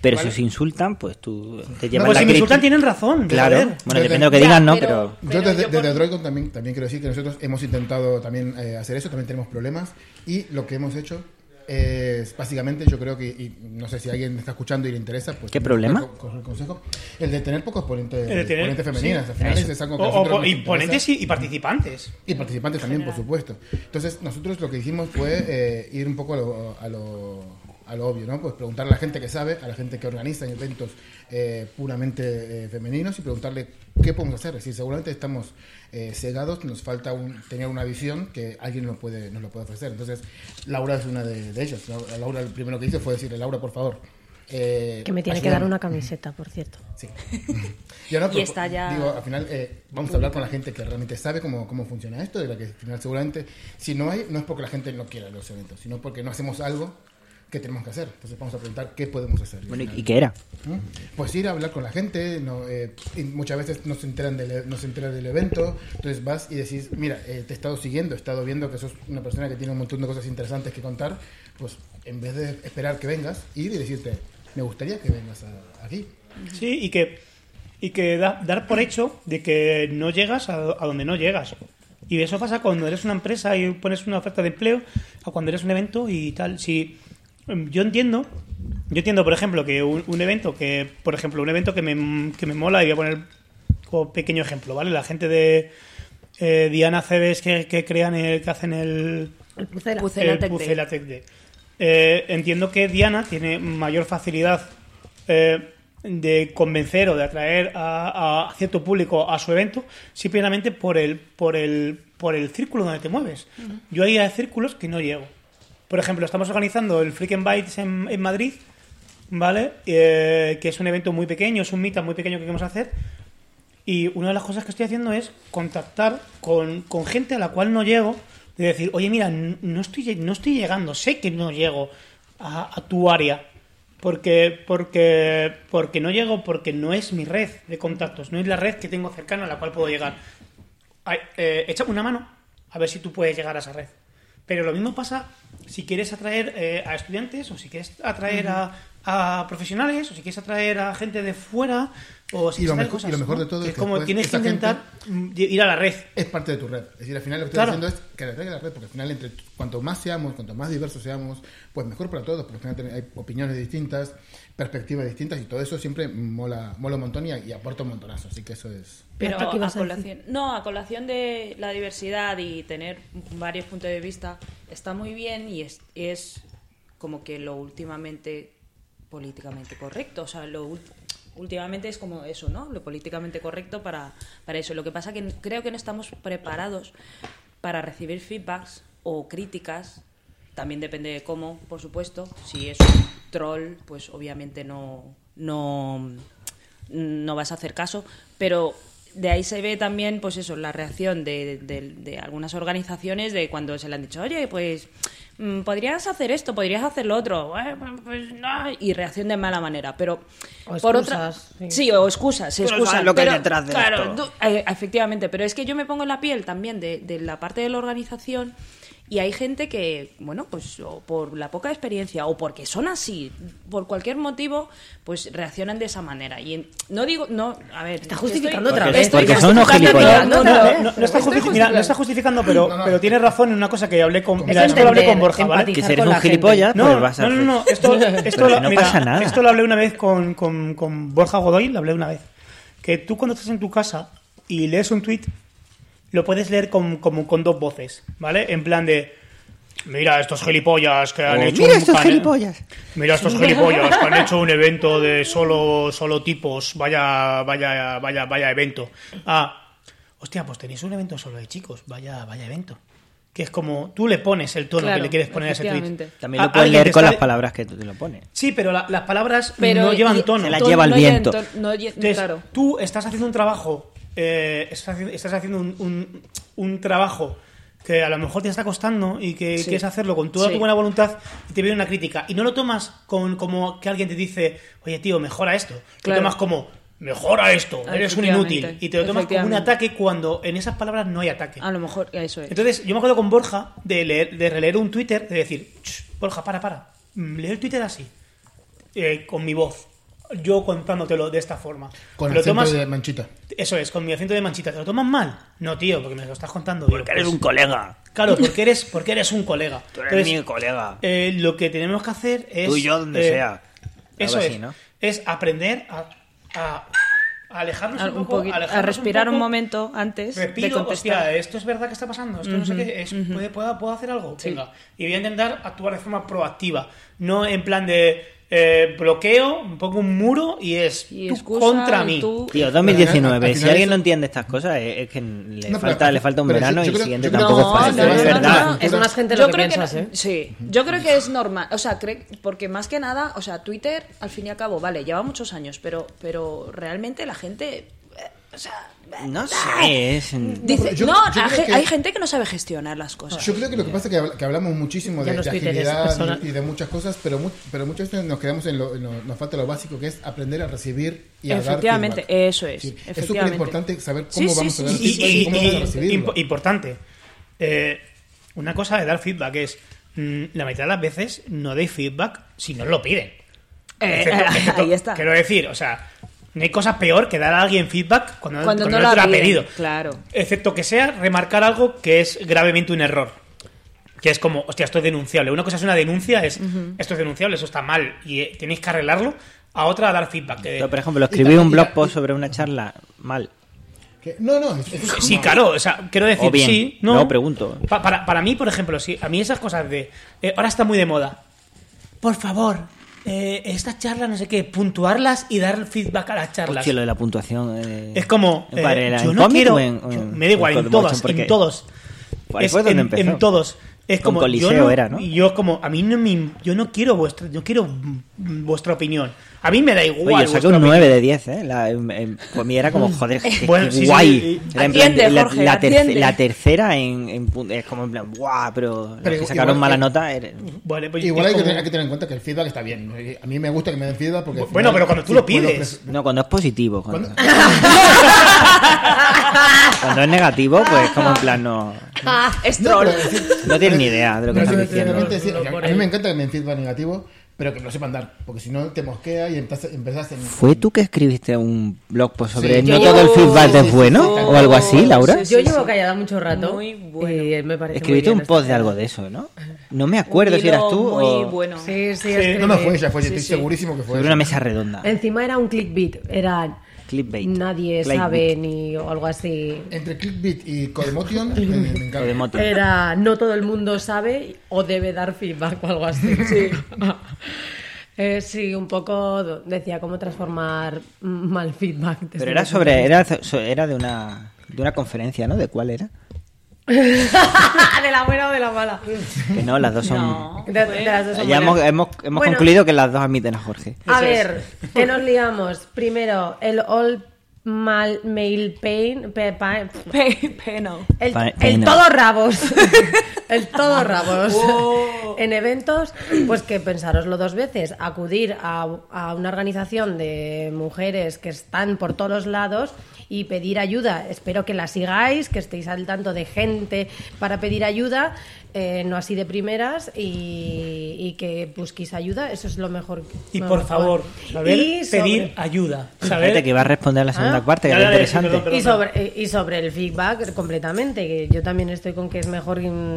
B: Pero
C: Vale.
B: si os insultan, pues tú te
C: No,
B: llevas
C: pues
B: la
C: si me
B: crítica.
C: insultan tienen razón.
B: Claro.
C: joder.
B: Bueno,
E: Yo
B: depende de lo
E: te-
B: que
F: Ya,
B: digan, ¿no?
F: pero-
B: Pero...
E: Yo
F: Pero
E: desde,
F: yo
E: desde
F: por-
E: Droidcon también, también quiero decir que nosotros hemos intentado también eh, hacer eso, también tenemos problemas y lo que hemos hecho es básicamente, yo creo que, y no sé si alguien me está escuchando y le interesa, pues...
B: ¿Qué problema?
E: con- con el consejo, el de tener pocos ponentes,
C: El de tener-
E: ponentes femeninas,
C: sí,
E: al final
B: eso.
E: es algo que
C: O-
E: a nosotros
C: o-
E: nos
C: y
E: interesa.
C: ponentes y- y participantes.
E: Y participantes también, por supuesto. Entonces, nosotros lo que hicimos fue eh, ir un poco a lo, a, lo, a lo obvio, ¿no? Pues preguntar a la gente que sabe, a la gente que organiza eventos eh, puramente eh, femeninos y preguntarle qué podemos hacer. Es decir, seguramente estamos eh, cegados, nos falta un- tener una visión que alguien nos, puede, nos lo puede ofrecer. Entonces, Laura es una de, de ellas. Laura, lo primero que hizo fue decirle, Laura, por favor, eh,
D: Que me tiene que
E: ayudan-
D: dar una camiseta, por cierto.
E: Sí. Yo no,
F: Y
E: pero
F: está ya
E: Digo, al final eh, vamos a hablar con la gente que realmente sabe cómo, cómo funciona esto, de la que al final seguramente, si no hay, no es porque la gente no quiera los eventos, sino porque no hacemos algo que tenemos que hacer. Entonces vamos a preguntar qué podemos hacer.
B: Bueno, ¿y, y qué era?
E: ¿Mm? Pues ir a hablar con la gente, no, eh, y muchas veces no se, enteran del, no se enteran del evento, entonces vas y decís, mira, eh, te he estado siguiendo, he estado viendo que sos una persona que tiene un montón de cosas interesantes que contar, pues en vez de esperar que vengas, ir y decirte, me gustaría que vengas a- aquí.
C: Sí, y que, y que da- dar por hecho de que no llegas a, a donde no llegas. Y eso pasa cuando eres una empresa y pones una oferta de empleo, a cuando eres un evento y tal. Si em, yo entiendo, yo entiendo, por ejemplo, que un, un evento que, por ejemplo, un evento que me, que me mola, y voy a poner como pequeño ejemplo, ¿vale? La gente de eh, Diana Cebes que, que crean el, que hacen el,
D: El pucela.
F: Pucela
C: el
F: Tech Day.
C: Pucela Tech Day. Eh, entiendo que Diana tiene mayor facilidad eh, de convencer o de atraer a, a cierto público a su evento simplemente por el, por el, por el círculo donde te mueves. Yo hay a círculos que no llego. Por ejemplo, estamos organizando el Freak and Bites en, en Madrid, ¿vale? Eh, que es un evento muy pequeño, es un meetup muy pequeño que queremos hacer. Y una de las cosas que estoy haciendo es contactar con, con gente a la cual no llego y decir, oye, mira, n- no estoy, lle- no estoy llegando, sé que no llego a, a tu área. Porque, porque, porque no llego, porque no es mi red de contactos, no es la red que tengo cercana a la cual puedo llegar. Ay, eh, échame una mano a ver si tú puedes llegar a esa red. Pero lo mismo pasa si quieres atraer eh, a estudiantes, o si quieres atraer a, a profesionales, o si quieres atraer a gente de fuera, o si
E: Y lo
C: quieres atraer
E: mejor- y lo mejor de todo
C: que
E: es que
C: como
E: después
C: tienes que
E: esa gente-
C: intentar mm, ir a la red.
E: es parte de tu red. Es decir, al final lo que estoy
C: Claro.
E: haciendo es que la red la red, porque al final entre cuanto más seamos, cuanto más diversos seamos, pues mejor para todos, porque al final hay opiniones distintas, perspectivas distintas y todo eso siempre mola, mola un montón y, y aporta un montonazo. Así que eso es...
F: Pero
D: Hasta aquí
F: a
D: vas a decir.
F: colación, no, a colación de la diversidad y tener varios puntos de vista está muy bien y es, es como que lo últimamente políticamente correcto. O sea, lo ult- últimamente es como eso, ¿no? Lo políticamente correcto para, para eso. Lo que pasa que n- creo que no estamos preparados para recibir feedbacks o críticas. También depende de cómo, por supuesto. Si es un troll, pues obviamente no, no, no vas a hacer caso, pero de ahí se ve también, pues eso, la reacción de, de- de algunas organizaciones de cuando se le han dicho, oye, pues mm, podrías hacer esto, podrías hacer lo otro, "Bueno, pues no", y reacción de mala manera, pero
D: O
F: por
D: excusas,
F: otra,
D: sí.
F: sí, o excusas, se
B: Pero
F: excusan,
B: sabes lo que hay
F: pero-
B: detrás de
F: claro,
B: esto.
F: tú- eh, efectivamente, pero es que yo me pongo en la piel también de, de la parte de la organización y hay gente que, bueno, pues o por la poca experiencia o porque son así, por cualquier motivo, pues reaccionan de esa manera. Y en- no digo, no, a ver,
D: Está justificando otra
B: Porque-
D: vez.
B: porque
D: Estoy
B: son unos
D: justificando
F: Ah,
B: gilipollas.
D: otra
C: No, no,
D: vez.
C: no, no está,
D: Estoy
C: justifi- mira, no está
D: justificando.
C: justificando, pero,
E: No, no.
C: pero tienes razón en una cosa que hablé con.
E: Como
C: Mira,
E: es
C: esto lo hablé con
D: entender,
C: Borja, ¿vale?
B: Que
D: empatizar
B: si eres
D: con
B: un
D: la
B: gilipollas,
C: No,
B: pues vas a...
C: no, no, no, esto, esto
B: Pero
C: lo,
B: que no
C: mira,
B: pasa nada.
C: esto lo hablé una vez con, con- con Borja Godoy, lo hablé una vez. Que tú cuando estás en tu casa y lees un tweet, lo puedes leer con, como con dos voces, ¿vale? En plan de, mira estos gilipollas que han
B: O,
C: hecho...
B: Oh, "Mira
C: un
B: estos
C: panel".
B: gilipollas.
C: Mira estos gilipollas que han hecho un evento de solo, solo tipos, vaya, vaya, vaya, vaya evento. Ah, hostia, pues tenéis un evento solo de chicos, vaya, vaya evento. Que es como tú le pones el tono que
F: Claro,
C: le quieres poner a ese tweet.
F: efectivamente.
B: También
C: A-
B: lo puedes
C: alguien
B: leer
C: te
B: Ah, con
C: está
B: las
C: de-
B: palabras que tú te lo pones.
C: Sí, pero la- las palabras
F: pero
C: no llevan
F: y-
C: tono.
B: Se la
F: ton-
B: lleva el
F: no llevan
B: viento.
F: ton- no lle-
C: Entonces,
F: claro.
C: tú estás haciendo un trabajo, eh, estás, haci- estás haciendo un, un- un trabajo que a lo mejor te está costando y que
F: Sí.
C: quieres hacerlo con toda
F: Sí.
C: tu buena voluntad y te viene una crítica y no lo tomas con, como que alguien te dice, oye tío, mejora esto. Lo
F: Claro.
C: tomas como, mejora esto, eres un
F: Efectivamente.
C: inútil. Y te lo tomas como un
F: Efectivamente. Ah,
C: ataque cuando en esas palabras no hay ataque.
F: A lo mejor eso es.
C: eh, Entonces, yo me acuerdo con Borja de, leer, de releer un Twitter, de decir, "Ch, Borja, para, para, Mm, lee el Twitter así, eh, con mi voz, yo contándotelo de esta forma.
E: Con
C: lo
E: el
C: tomas,
E: de manchita.
C: Eso es, con mi acento de manchita, ¿te lo tomas mal? No, tío, porque me lo estás contando. Porque
B: Eres un colega.
C: Claro, porque eres, porque eres un colega.
B: Tú eres
C: Entonces,
B: mi colega.
C: eh, lo que tenemos que hacer es...
B: Tú y yo donde
C: eh,
B: sea.
C: Eso
B: Algo
C: es,
B: así, ¿no?
C: es aprender a... a- a alejarnos
F: A-
C: un,
F: un
C: poco,
F: poqui-
C: alejarnos
F: a respirar un,
C: poco.
F: momento antes de
C: Respiro,
F: contestar.
C: hostia, esto es verdad que está pasando, esto no sé qué, es, puede- puedo, puedo hacer algo,
F: Sí.
C: venga. Y voy a intentar actuar de forma proactiva, no en plan de, eh, bloqueo, pongo un muro y es
F: Y
C: tú
F: excusa,
C: contra
F: y
C: mí.
F: tú-
B: Tío,
E: Al final
B: 2019. Si alguien
E: eso-
B: no entiende estas cosas, eh, es es que le,
E: No, pero-
B: falta, le falta un
E: pero yo-
B: verano
E: yo
B: y el
E: creo-
B: siguiente
E: yo creo-
B: tampoco
E: No,
B: parece.
E: no,
B: es
E: no,
B: verdad.
E: no, no.
D: Es más gente
F: yo
D: lo que
F: creo
D: piensas,
F: que,
D: ¿eh?
F: Sí, yo creo que es normal. O sea, cre- porque más que nada, o sea, Twitter, al fin y al cabo, vale, lleva muchos años, pero, pero realmente la gente. eh, O sea,
B: No sé. es-
F: dice-
E: yo-
F: no,
E: yo
F: la
E: creo
F: ge-
E: que-
F: hay gente que no sabe gestionar las cosas.
E: Yo creo que lo que pasa es que, habl- que hablamos muchísimo
D: Ya
E: de,
D: no es
E: de
D: Twitter, es
E: agilidad
D: persona.
E: y, y de muchas cosas, pero, mu- pero muchas veces nos quedamos en lo, en lo- nos falta lo básico, que es aprender a recibir y a dar
F: Efectivamente, eh.
E: feedback.
F: eso es,
E: Sí, Es súper
F: efectivamente.
E: importante saber
F: Sí,
E: cómo
F: sí,
E: vamos
F: sí,
E: a dar
F: sí,
C: Y,
E: feedback y,
C: y-
E: cómo
C: y-
E: vamos a recibirlo.
C: imp- importante. eh, una cosa de dar feedback es mm, la mitad de las veces no deis feedback si no os lo piden.
F: Eh,
C: Excepto-
F: ahí
C: excepto-
F: está.
C: Quiero decir, o sea, no hay cosa peor que dar a alguien feedback cuando,
F: Cuando
C: cuando no
F: no la
C: te lo ha
F: piden,
C: pedido.
F: claro.
C: Excepto que sea remarcar algo que es gravemente un error. Que es como, hostia, esto es denunciable. Una cosa es una denuncia, es esto es denunciable, eso está mal y eh, tenéis que arreglarlo. A otra, a dar feedback. eh, que-
B: Yo, por ejemplo, escribí un blog post sobre una charla mal.
E: Que- No, no, es- es-
C: Sí,
E: no.
C: claro, o sea, quiero decir,
B: O bien,
C: sí, no.
B: no, pregunto.
C: Pa- para, para mí, por ejemplo, sí, a mí esas cosas de. eh, ahora está muy de moda. Por favor, eh, estas charlas, no sé qué, puntuarlas y dar feedback a las charlas.
B: Hostia, lo de la puntuación. eh,
C: es como. eh,
B: para el-
C: yo
B: en
C: no
B: cómic
C: quiero.
B: o en- o
C: yo-
B: en-
C: me da igual,
B: en
C: en
B: Cosmotion,
C: todos,
B: porque-
C: en todos.
B: Ahí
C: Es
B: fue donde
C: en,
B: empezó.
C: en todos. Es
B: Con
C: como. yo
B: Coliseo
C: no,
B: era, ¿no?
C: Yo, como. A mí no me. Yo no quiero vuestra, yo quiero mm, vuestra opinión. A mí me da igual.
B: Oye, yo saqué
C: vuestra
B: un
C: opinión.
B: 9 de 10, ¿eh? La, em, em, pues mí era como, joder, qué- qué
C: Bueno, sí, sí,
B: guay.
C: sí.
B: Era en
F: Atiende,
B: plan, la-
F: Jorge,
B: la, terce-
F: atiende.
B: la tercera en, en pun- es como en plan, guau, pero,
E: Pero
B: los que
E: igual
B: sacaron
E: que-
B: mala nota. era-
C: Vale, pues es
E: Igual hay que,
C: como-
E: tener, hay que tener en cuenta que el feedback está bien. A mí me gusta que me den feedback porque... al
C: Bueno, pero cuando tú
E: sí,
C: lo
E: puedo
C: pides.
B: No, cuando es positivo. Cuando,
E: Cuando-
B: cuando es negativo, pues como en plan, no,
F: Ah, Es
E: No,
F: troll.
E: pero decir-
B: no tienes ni idea de lo que
E: pero
B: estás
E: decir-
B: diciendo.
E: realmente decir, a- a mí me encanta que me den feedback negativo, pero que me lo sepan dar, porque si no te mosquea y empezás, empezás en...
B: ¿Fue tú que escribiste un blog post sobre
E: Sí.
B: no
E: Yo-
B: todo el feedback es bueno?
E: sí.
B: ¿O algo así, Laura?
F: Sí, sí,
D: Yo
F: sí.
D: llevo callada mucho rato.
F: Muy bueno.
D: Y me parece muy
B: Escribiste
D: bien
B: un post
D: esto.
B: de algo de eso, ¿no? No me acuerdo
F: Un
B: si eras
F: hilo
B: tú
F: muy
B: o
F: bueno.
D: Sí, sí,
E: Sí,
D: escribí.
E: no, no fue ella, fue ella,
F: Sí,
E: estoy
F: sí.
E: segurísimo que fue
B: sobre
E: ella.
B: una mesa redonda.
D: Encima era un clickbait. Era.
B: Clickbait.
D: Nadie
B: Clickbait.
D: sabe ni o algo así.
E: Entre Clickbait y Codemotion, me, me encanta.
B: Lo de Moti.
D: Era no todo el mundo sabe o debe dar feedback o algo así. Sí. Eh, sí, un poco do- decía cómo transformar mm, mal feedback. desde
B: Pero era
D: mi
B: sobre, era, so- era de una de una conferencia, ¿no? ¿De cuál era?
D: de la buena o de la mala.
B: Que no, las dos son.
F: No.
D: De- de las dos son
B: Ya hemos,
D: buenas.
B: hemos, hemos
D: Bueno,
B: concluido que las dos admiten a Jorge.
D: A ver, ¿qué nos liamos? Primero, el all mal mail pain. pe- pa-
F: Pe- peno.
D: el,
B: Pa-
D: el
B: pain.
D: todo rabos. el
C: Ah.
D: todo rabos.
C: Oh.
D: En eventos, pues que pensároslo dos veces. Acudir a, a una organización de mujeres que están por todos los lados y pedir ayuda. Espero que la sigáis, que estéis al tanto de gente para pedir ayuda, eh, no así de primeras, y, y que busquéis ayuda. Eso es lo mejor.
C: Y
D: lo
C: por
D: mejor.
C: favor, saber
D: Y sobre-
C: pedir ayuda.
B: Fíjate
C: Saber
B: que iba a responder la segunda
D: Ah.
B: parte, que
C: Pues Ya,
B: era
C: ya, ya, sí,
B: interesante.
C: perdón, perdón.
D: Y sobre, eh, y sobre el feedback completamente, que yo también estoy con que es mejor mm,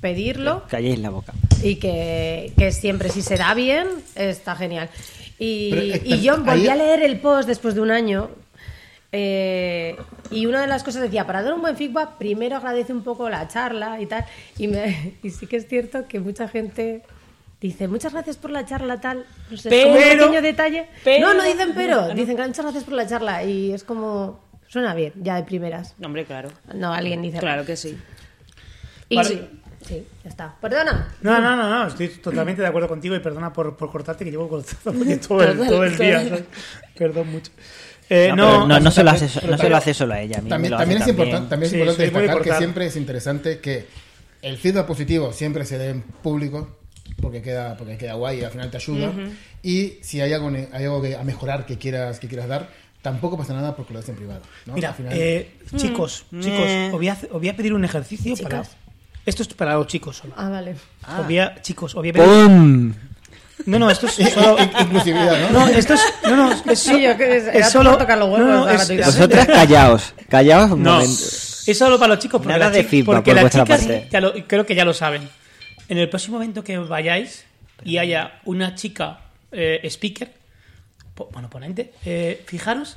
D: pedirlo
B: Calléis la boca.
D: y que, que siempre si se da bien, está genial. Y,
E: Pero, eh,
D: y yo
E: ahí-
D: volví a leer el post después de un año eh, y una de las cosas decía, para dar un buen feedback, primero agradece un poco la charla y tal. Y, me- y sí que es cierto que mucha gente... Dice, muchas gracias por la charla, tal. No sé, es como un
F: Pero-
D: pequeño detalle.
F: pero-
D: no, no dicen pero.
F: no.
D: Dicen, muchas gracias por la charla. Y es como. Suena bien, ya de primeras.
F: Hombre, claro.
D: No, alguien dice.
F: Claro que sí.
D: Y
C: Vale.
D: sí, sí, ya está. Perdona.
C: No, no, no, no, estoy totalmente de acuerdo contigo y perdona por, por cortarte que llevo cortado porque todo el,
F: Todo el-
C: todo el
F: todo
C: día.
F: el-
C: ¿sabes? Perdón mucho. Eh,
B: No,
C: no,
B: pero no, no se lo
E: también-
B: hace, so-
E: pero
B: no se lo
E: también-
B: hace solo a ella. a mí me
E: También,
B: lo hace
E: también es importante, también es
C: Sí,
E: importante
C: soy muy
E: destacar que
C: cortado.
E: siempre es interesante que el feedback positivo siempre se dé en público porque queda porque queda guay y al final te ayuda y si hay algo ne- hay algo que, a mejorar que quieras que quieras dar tampoco pasa nada porque lo des en privado ¿no?
C: Mira,
E: Al final-
C: eh, chicos, chicos, os voy, a, hacer- os voy a pedir un ejercicio para.
D: Mm, eh. Chicas.
C: Esto es para los chicos solo.
D: Ah, Oh. vale.
C: Os voy a- chicos, os voy a pedir.
B: ¡Pum!
C: No, no, esto es solo.
E: inclusividad no,
C: No, esto es. No, no, es,
D: Sí, yo que-
C: es
D: era
C: solo.
D: por tocar los huevos,
C: no, no,
D: la
C: es,
D: gratuidad.
C: es-
B: Vosotras callaos. Callaos un
C: No,
B: momento.
C: es solo para los chicos porque,
B: Nada
C: las
B: de
C: chi-
B: feedback
C: porque
B: por
C: las
B: vuestra
C: chicas
B: parte.
C: ya lo- creo que ya lo saben. En el próximo evento que vayáis y haya una chica eh, speaker, po- bueno, ponente, eh, fijaros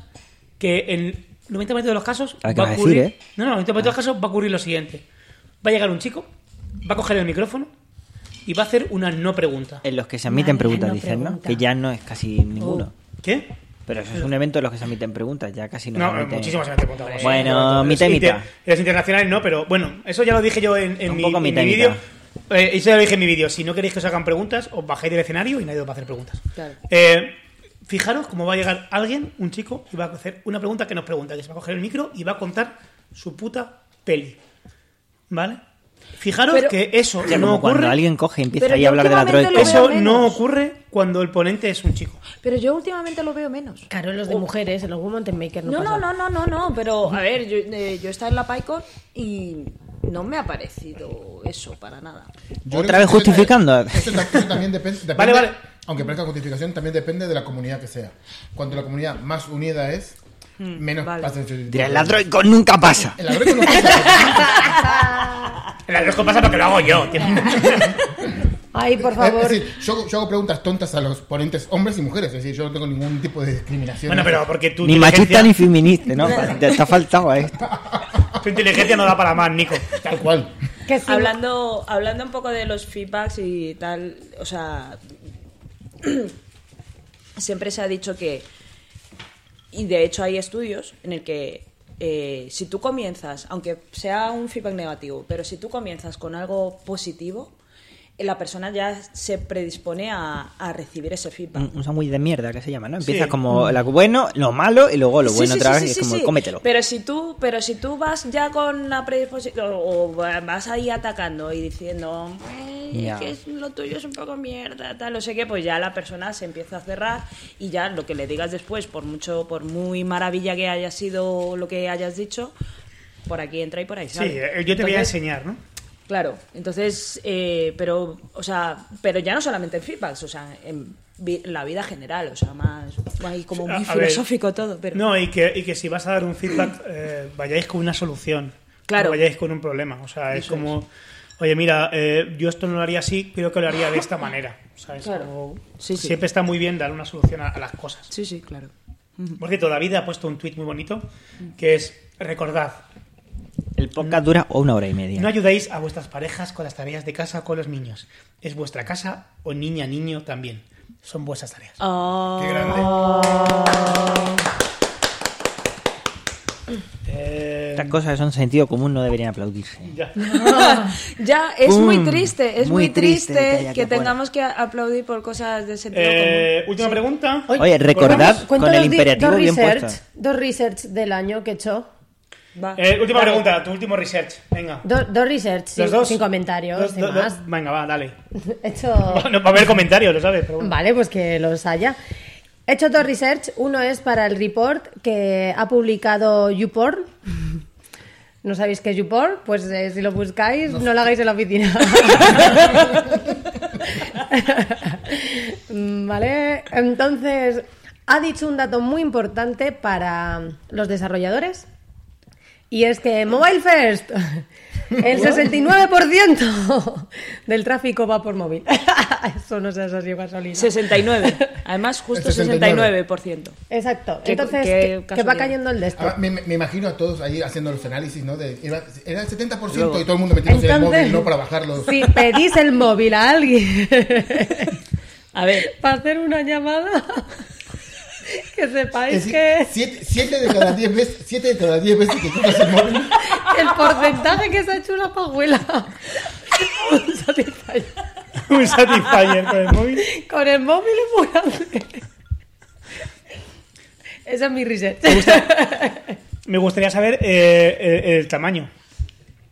C: que en 90% de los casos
B: Ah, que
C: va
B: vas
C: a
B: a
C: ocurrir,
B: decir, ¿eh?
C: no, no, en 90% de los casos va a ocurrir lo siguiente. Va a llegar un chico, va a coger el micrófono, y va a hacer una no pregunta.
B: En los que se admiten
D: Vale,
B: preguntas,
D: no
B: dicen, ¿no?
D: pregunta.
B: Que ya no es casi ninguno.
C: ¿Qué?
B: Pero eso es un evento en los que se admiten preguntas, ya casi no.
C: No,
B: se
C: eh,
B: admiten.
C: muchísimas gracias por todo.
B: Bueno,
C: Los
B: mitad y mitad.
C: inter- Los internacionales no, pero bueno, eso ya lo dije yo en, en
B: Un
C: mi,
B: poco
C: en
B: mitad y
C: mi vídeo.
B: mitad.
C: Eh, eso ya lo dije en mi vídeo. Si no queréis que os hagan preguntas, os bajáis del escenario y nadie os va a hacer preguntas.
F: Claro.
C: Eh, fijaros cómo va a llegar alguien, un chico, y va a hacer una pregunta que nos pregunta, que se va a coger el micro y va a contar su puta peli. ¿Vale? Fijaros
D: Pero-
C: que eso
B: Ya
C: no
B: como cuando
C: ocurre.
B: alguien coge y empieza
D: Pero
B: ahí
D: yo
B: a hablar de la
D: últimamente
B: droga.
D: lo veo
C: Eso
D: menos.
C: no ocurre cuando el ponente es un chico.
F: Pero yo últimamente lo veo menos.
D: Claro, los de mujeres, en los Woman Maker Oh. no
F: No,
D: pasa.
F: no, no, no, no, no, pero a ver, yo, eh, yo estaba en la PyCon y no me ha parecido eso para nada.
E: Yo
B: Otra
E: creo
B: vez
E: que eso-
B: justificando.
E: Eso, ta- eso también depen- depende.
C: Vale, vale.
E: Aunque parezca justificación, también depende de la comunidad que sea. Cuanto la comunidad más unida es,
C: Mm,
E: menos
F: vale.
E: pasa ese tipo
B: Dirás,
E: de-
B: la droga nunca pasa.
E: El ladroico no pasa.
C: La dejo pasa porque lo hago yo. tío.
D: Ay, por
E: Es
D: favor.
E: decir, yo, yo hago preguntas tontas a los ponentes hombres y mujeres. Es decir, yo no tengo ningún tipo de discriminación.
C: bueno, pero porque tú.
B: Ni machista ni feminista, ¿no? Te está faltado a esto.
C: Tu inteligencia no da para más, Nico.
E: Tal cual.
D: Que sí.
F: Hablando, hablando un poco de los feedbacks y tal, o sea, siempre se ha dicho que, y de hecho hay estudios en el que eh, si tú comienzas, aunque sea un feedback negativo, pero si tú comienzas con algo positivo, eh, la persona ya se predispone a, a recibir ese feedback.
B: Un un sándwich de mierda que se llama, ¿no? Empiezas
C: Sí.
B: como lo bueno, lo malo y luego lo
F: Sí,
B: bueno
F: sí,
B: otra
F: sí,
B: vez
F: sí,
B: y es
F: sí,
B: como
F: sí.
B: cómetelo.
F: Pero si tú, pero si tú vas ya con una predisposición o vas ahí atacando y diciendo "Ay,
B: Ya.
F: es que es- lo tuyo es un poco mierda, tal, no sé qué, pues ya la persona se empieza a cerrar y ya lo que le digas después, por mucho, por muy maravilla que haya sido lo que hayas dicho, por aquí entra y por ahí
C: Sí,
F: sale.
C: eh, yo te voy a
F: Entonces,
C: enseñar, ¿no?
F: Claro, entonces, eh, pero, o sea, pero ya no solamente en feedbacks, o sea, en vi- la vida general, o sea, más, ahí como
C: A-
F: muy
C: a ver.
F: filosófico todo, pero...
C: No, y que, y que si vas a dar un feedback, eh, vayáis con una solución.
F: Claro.
C: No vayáis con un problema. O sea, es
F: Eso
C: como, oye, mira, eh, yo esto no lo haría así, creo que lo haría de esta manera. ¿sabes?
F: Claro.
C: Como-
F: Sí, sí.
C: Siempre está muy bien dar una solución a, a las cosas.
F: Sí, sí, claro.
C: Por cierto, David ha puesto un tweet muy bonito que es: recordad,
B: El podcast dura una hora y media.
C: No ayudéis a vuestras parejas con las tareas de casa o con los niños. Es vuestra casa o niña, niño también. Son vuestras tareas.
D: Oh.
E: Qué grande.
C: Eh,
B: Estas cosas que son sentido común no deberían aplaudirse.
C: ya.
F: ya, es
B: Pum.
F: muy triste, es
B: Muy
F: muy,
B: triste
F: triste,
B: que haya
F: que,
B: que poner.
F: tengamos que aplaudir por cosas de sentido
C: Eh,
F: común.
C: última pregunta.
B: Oye, recordad
D: Cuento
B: con el
D: los di-
B: imperativo
D: dos
B: bien
D: research,
B: puesto.
D: Dos research del año que he hecho.
F: Va.
C: Eh, última
F: Dale.
C: pregunta, tu último research. Venga.
D: Do- dos research,
C: Los
D: sin,
C: dos.
D: sin comentarios
C: Dos,
D: y
C: do- do-
D: más.
C: Venga, va, dale.
D: He hecho...
C: No va a haber comentarios, lo sabes, pero bueno.
D: Vale, pues que los haya. He hecho dos research. Uno es para el report que ha publicado YouPorn. ¿No sabéis qué es YouPorn? Pues eh, si lo buscáis, no, lo hagáis en la oficina. vale, entonces ha dicho un dato muy importante para los desarrolladores y es que Mobile First, el 69% del tráfico va por móvil. Eso no seas así, gasolina.
F: 69. Además, justo
E: El 69.
F: 69%.
D: Exacto.
F: Qué-
D: Entonces,
F: qué
D: que- que, va
F: casualidad. Ah.
D: cayendo el de esto.
E: Ahora, me, me imagino a todos ahí haciendo los análisis, ¿no? De, era, era el 70% y todo el mundo metiéndose en el
D: Entonces-
E: móvil, ¿no? Para bajarlos.
D: Si pedís el móvil a alguien
F: A ver,
D: para hacer una llamada, que sepáis
E: Es decir,
D: que
E: siete, siete de cada diez veces, siete de cada diez veces que tocas el móvil,
D: el porcentaje que se ha hecho una pajuela Un satisfyer.
C: Un Satisfyer con el móvil.
D: con el móvil es muy grande. Esa es mi reset.
C: Me gustaría saber eh, el, el tamaño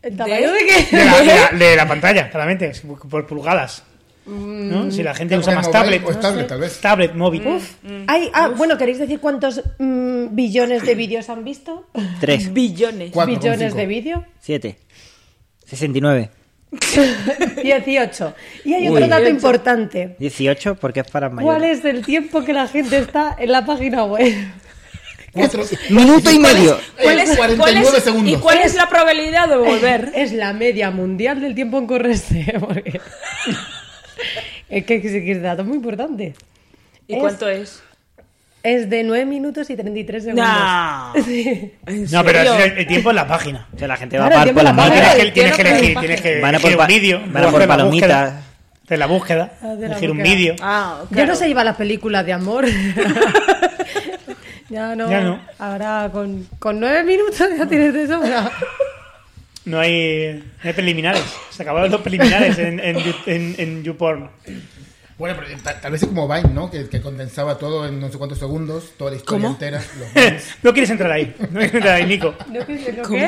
D: ¿El tamaño de qué?
C: de la, de la- de la pantalla, claramente, si- por pulgadas. ¿no? Si la gente
E: Claro,
C: usa más
E: mobile
C: tablet.
E: o tablet, tal vez.
C: Tablet, móvil.
F: Mm.
D: Ay, ah, bueno, ¿queréis decir cuántos mm, billones de vídeos han visto?
B: Tres,
F: billones.
E: Cuatro,
D: ¿Billones
E: cinco.
D: de vídeos?
B: siete, sesenta y nueve,
D: 18. Y hay
B: Uy.
D: otro dato importante.
B: dieciocho, porque es para mayores.
D: ¿Cuál es el tiempo que la gente está en la página web?
E: cuatro, eh,
B: Minuto y medio.
F: ¿Cuál es- cuál es-
E: 49 segundos.
F: ¿Y cuál es la probabilidad de volver?
D: Es la media mundial del tiempo en correrse. porque- es que es que es dato muy importante.
F: ¿Y
D: Es-
F: cuánto es?
D: Es de 9 minutos y 33 segundos.
F: Nah. ¿En
C: No, pero
F: serio?
C: es el, el tiempo en la página.
B: O sea, la gente va
D: Claro,
B: a par
D: tiene
B: por
D: la
B: las
C: No,
D: Vale,
B: marcas.
C: tienes que, tienes que
F: quiero
C: elegir,
F: que-
C: tienes que
B: Van a
C: elegir
B: por,
C: un
B: pa-
C: vídeo.
B: van a
C: hacer
B: por
C: la búsqueda.
B: palomitas.
C: de la búsqueda,
D: Ah, de la
C: elegir un
D: búsqueda.
C: vídeo.
F: Ah, claro.
D: Yo no sé llevar las películas de amor. ya, no,
C: Ya no.
D: Ahora con, con nueve minutos ya tienes de sobra.
C: No hay, no hay preliminares. Se acabaron los preliminares en, en, You- en, en YouPorn.
E: Bueno, pero eh, ta- tal vez es como Vine, ¿no? Que, que condensaba todo en no sé cuántos segundos, toda la historia
F: ¿Cómo?
E: entera. Los Vines.
C: No quieres entrar ahí. No quieres entrar ahí, Nico.
D: ¿No qué? ¿Lo
F: ¿Cómo?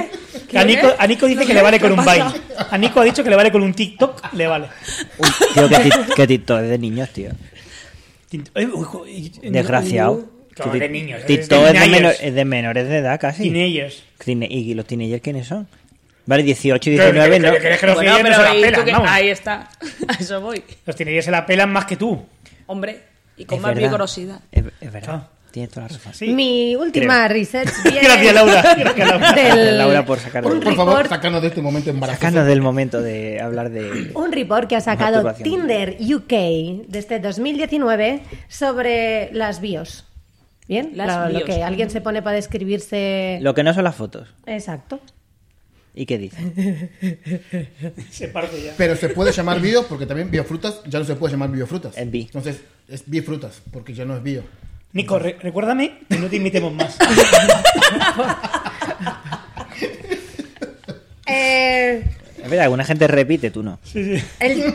D: qué?
C: A Nico,
D: ¿Qué?
C: a Nico dice
F: ¿Lo
C: que
F: qué?
C: le vale con
F: ¿Qué
C: un
F: pasa?
C: baile. A Nico ha dicho que le vale con un TikTok, le vale.
B: Uy, tío, qué, tit- qué TikTok es de niños, tío. Desgraciado.
C: Claro,
B: Que
C: de
B: ti-
C: niños,
B: TikTok
C: de
B: es, de
C: teenagers.
B: menor- es de menores de edad casi.
C: Teenagers.
B: Tine- ¿Y los teenagers quiénes son? Vale, 18 y
C: Claro,
B: 19,
C: que-
B: ¿no?
C: que- que- que- los
F: Bueno,
C: teenagers
F: pero
C: no se la
F: ahí, tú
C: pelan,
F: que-
C: vamos.
F: ahí está. A eso voy.
C: Los teenagers se la pelan más que tú.
F: Hombre, y con
B: Es
F: más
B: verdad.
F: vigorosidad.
B: Es, es verdad.
C: Claro.
B: Tienes toda la razón.
C: Ah. Sí.
D: Mi última
B: Creo.
D: research viene
C: Gracias, Laura. Gracias, Laura.
D: del-
B: Laura, por sacar-
D: un
E: Por, por favor,
D: report
E: sacanos de este momento embarazoso.
B: Sacanos del momento de hablar de...
D: Un report que ha sacado
B: Masturbación.
D: Tinder UK desde 2019 sobre las bios. ¿Bien?
F: Las
D: lo, lo
F: bios.
D: que alguien se pone para describirse.
B: Lo que no son las fotos.
D: Exacto.
B: ¿Y qué dice?
C: Se parte ya.
E: Pero se puede llamar bio porque también biofrutas ya no se puede llamar biofrutas.
B: Es bi.
E: Entonces es bifrutas porque ya no es bio.
C: Nico, re- recuérdame que no te invitemos más.
D: Eh,
B: Es verdad, alguna gente repite, tú no.
D: el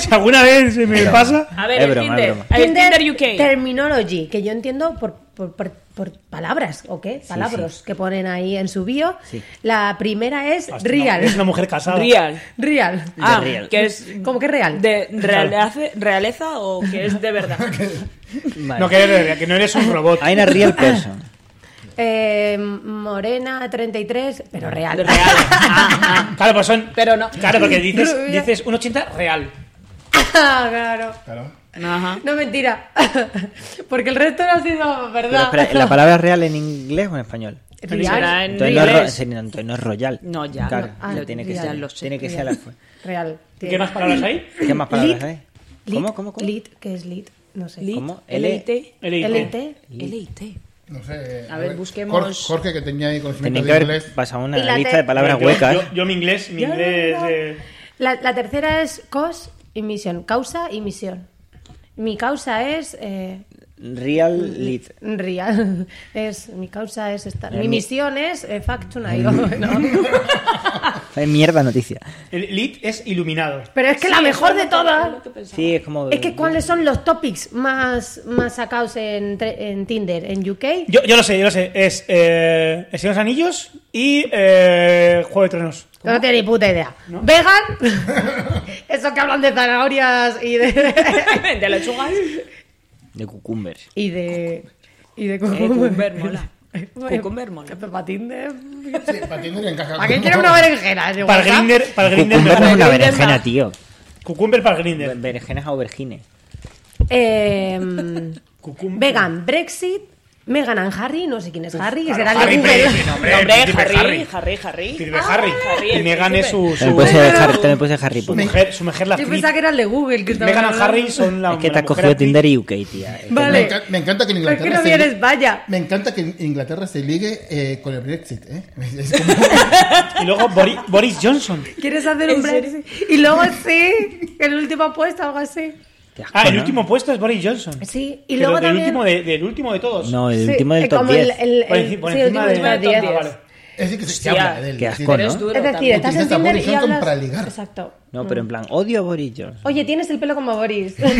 C: Si alguna vez se me pasa.
F: A ver,
B: Es
F: el
B: broma, es
F: Tinder.
B: broma.
F: El Tinder UK.
D: Terminology, que yo entiendo por, por- por- por palabras, ¿o qué? Palabras que ponen ahí en su bio.
B: Sí.
D: La primera es
C: Hostia, no,
D: real.
C: Es una mujer casada.
F: Real.
D: Real.
F: Ah,
B: real.
F: que es
D: ¿Cómo que real?
F: de realace- realeza o que es de verdad.
B: Vale.
C: No, que eres, que no eres un robot.
B: Hay una real person.
D: Eh, morena 33, pero real.
F: De real. Ah, ah.
C: Claro, pues son.
F: Pero no.
C: Claro, porque dices,
D: Rubia.
C: dices un 80 real.
D: Ah, claro.
E: Claro.
F: Ajá.
D: No mentira. Porque el resto no ha sido
B: Pero
D: verdad.
B: espera, ¿la palabra real en inglés o en español?
D: Real.
F: Será en
B: Entonces no, es ro-
F: inglés.
B: sería- entonces no es royal.
F: No, ya.
B: Claro,
F: No, ah,
B: ya tiene que
D: ya
B: ser,
F: lo sé.
B: tiene que
D: Ya.
B: ser la fu-
D: Real.
C: ¿Qué más palabras hay?
B: ¿Qué más palabras
D: Lit.
B: hay?
D: Lit.
B: ¿Cómo, cómo, cómo?
D: Lit, ¿qué es lit? No sé.
F: Lit,
B: ¿Cómo?
F: LIT.
C: LIT.
D: LIT.
F: LIT.
E: No sé.
F: A ver, busquemos-
E: Jorge, Jorge, que tenía ahí
B: Tienen
E: conocimiento de
B: que haber
E: inglés.
B: pasado
D: Y la
B: una
D: te-
B: lista de palabras
C: Yo-
B: huecas.
C: Yo, yo mi inglés, mi
D: Ya,
C: inglés.
D: ya, ya.
C: eh,
D: La, la tercera es cos y misión. Causa y misión. Mi causa es. eh,
B: Real lit.
D: real. Es, mi causa es estar.
B: Eh,
D: Mi
B: mi-
D: misión es eh, fact tonight. ¿no?
B: Es mierda noticia.
C: el lit es iluminado.
D: Pero es que la mejor de todas.
B: Sí, es como...
D: Pues Es que cuáles son los topics más, más sacados en, tre- en Tinder, en UK.
C: Yo, yo lo sé, yo lo sé. Es eh, El Señor de los Anillos y eh, Juego de Tronos.
D: Yo No tiene ni puta idea. Vegan, eso que hablan de zanahorias y de.
F: De lechugas. eh,
B: De cucumbers.
D: y de. y de
F: cucumber mola. Cucumber mola.
D: Para Tinder.
E: Sí, para Tinder le encaja.
D: ¿Para qué quiero una berenjena? De
C: Para
D: WhatsApp.
C: Grinder, para Grinder
B: Cucumber no es
C: mejor.
B: una
F: Grinder
B: berenjena,
F: no.
B: tío.
C: Cucumber para
B: Be-
C: Grinder.
B: Berenjenas a aubergines.
D: Eh,
C: Cucumber.
D: vegan, Brexit, Megan and Harry, no sé quién es Harry, que será el
C: Harry
D: de Google.
C: Príncipe, no, hombre,
F: Nombre
C: Príncipe
F: Harry, Harry, Harry. Ah,
C: Príncipe Harry.
D: Ah,
F: Harry,
C: Y
F: el
C: Meghan es su,
F: príncipe.
C: su,
B: También puede ser Harry, también puede ser Harry
C: su
B: Potter.
C: mujer, su mujer la
D: Pues Yo
C: flip.
D: pensaba que era el de Google. Que
C: Meghan
D: estaban
C: and Harry
D: hablando.
C: son la
B: Es que te
C: la
B: has
C: mujer
B: cogido
C: actriz.
B: Tinder y UK, tía. Es que no-
D: Vale.
E: pues Me, enca- me encanta este que en
D: ¿Por
E: Inglaterra.
D: qué no
E: se li-
D: vienes? Vaya.
E: Me encanta que en Inglaterra se ligue eh, con el Brexit, ¿eh? Es como-
C: Y luego Boris, Boris Johnson.
D: ¿Quieres hacer un Brexit? Y luego sí, el último apuesta o algo así.
B: Qué asco,
C: Ah, el
B: ¿no?
C: último puesto es Boris Johnson.
D: Sí, y
C: Pero
D: luego
C: del
D: también.
C: último de, del último de todos.
B: No, el
D: Sí,
B: último del
D: eh,
B: top
D: como el-
B: 10.
D: el-
C: Por
D: el-
C: enci- por
D: sí, el
C: encima
D: último
C: de-
D: del top
F: del top
D: 10.
F: 10.
E: es decir, que se, se
F: Hostia,
E: habla de él.
B: qué
E: es decir,
B: asco,
F: Pero
B: ¿no?
F: es duro
D: Es decir,
F: también.
D: estás en
E: Utilizas a
D: Tinder
E: Boris
D: y
E: Johnson
D: hablas...
E: para ligar.
D: Exacto.
B: No, pero en
D: Mm.
B: plan, odio a Boris Johnson.
D: Oye, tienes el pelo como Boris.
C: Da-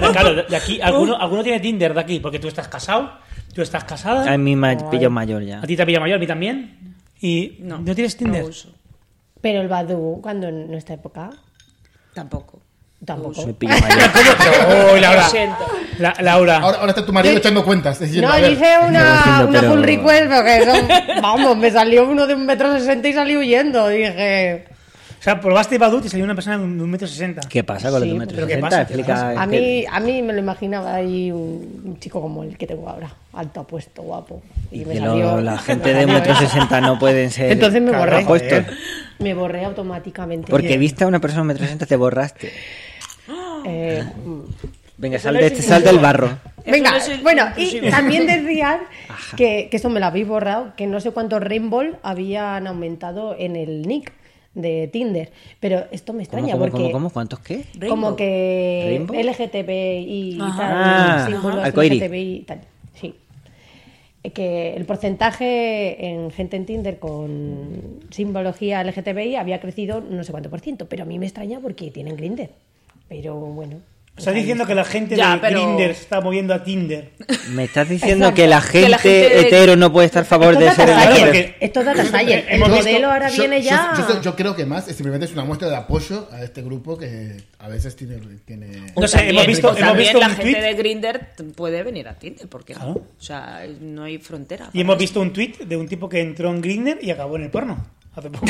C: da- claro, de aquí, alguno, alguno tiene Tinder de aquí, porque tú estás casado, tú estás casada,
B: A mí me pillo mayor ya.
C: a ti te pilla mayor, a mí también. Y no,
F: No,
C: tienes Tinder.
F: No uso.
D: Pero el Badu, cuando en nuestra época,
F: Tampoco.
D: tampoco.
B: Me pillo mayor.
C: Oh, Laura.
F: Lo siento.
C: La- Laura.
E: Ahora, ahora está tu marido echando cuentas. Es decir,
D: No,
E: a ver,
D: hice
B: Lo
D: una,
B: siento,
D: una
B: pero-
D: pull request porque son- vamos, me salió uno de un metro sesenta y salí huyendo. Dije,
C: O sea, probaste Badut y salió una persona de un metro sesenta.
B: ¿Qué pasa con los
D: Sí,
B: de metro
C: pero ¿qué
B: 60?
C: pasa?
B: Explica.
D: a
B: que-
D: mí, a mí me lo imaginaba ahí un, un chico como el que tengo ahora, alto apuesto, guapo.
B: Y
D: me
B: que
D: salió-
B: lo- la gente de metro 60 no pueden ser.
D: Entonces me
C: Claro,
D: borré.
C: joder.
D: Me borré automáticamente.
B: Porque viste a una persona de metro 60 te borraste.
D: Eh,
B: Venga, sal, de, este, sal del barro.
D: Venga,
F: no es el-
D: bueno,
F: inclusive.
D: y también decían que, que esto me lo habéis borrado, que no sé cuántos rainbow habían aumentado en el nick de Tinder. Pero esto me
B: ¿Cómo,
D: extraña
B: cómo,
D: porque
B: cómo, cómo? ¿Cuántos qué?
D: como
F: Rainbow.
D: que
B: ¿Rainbow?
D: LGTBI y
F: Ajá.
D: tal,
B: Ah,
D: símbolos
B: ajá. Arcoíris.
D: LGTBI y tal. Sí. Eh, Que el porcentaje en gente en Tinder con simbología LGTBI había crecido no sé cuánto por ciento, pero a mí me extraña porque tienen Grindr. Pero bueno. pues
C: Estás
D: ahí
C: diciendo
D: está.
C: que la gente
F: Ya,
C: de
F: pero-
C: Tinder se está moviendo a Tinder.
B: Me estás diciendo
D: Exacto.
B: que la gente,
F: Que la gente-
B: hetero no puede estar a favor
D: Esto
B: de
D: es
B: ser
D: data
C: Claro,
B: hombre.
C: porque-
D: science. Esto es data science. El
C: Hemos visto-
D: modelo ahora
E: Yo-
D: viene
E: yo-
D: ya.
E: Yo, yo creo que más, es simplemente es una muestra de apoyo a este grupo que a veces tiene. tiene
C: No sé, hemos visto,
F: o
C: hemos
F: Pues también
C: visto
F: la
C: un
F: gente
C: tweet
F: de Grinder puede venir a Tinder, porque no?
C: Claro.
F: O sea, no hay frontera.
C: y hemos visto un tweet de un tipo que entró en Grindr y acabó en el porno. Hace poco.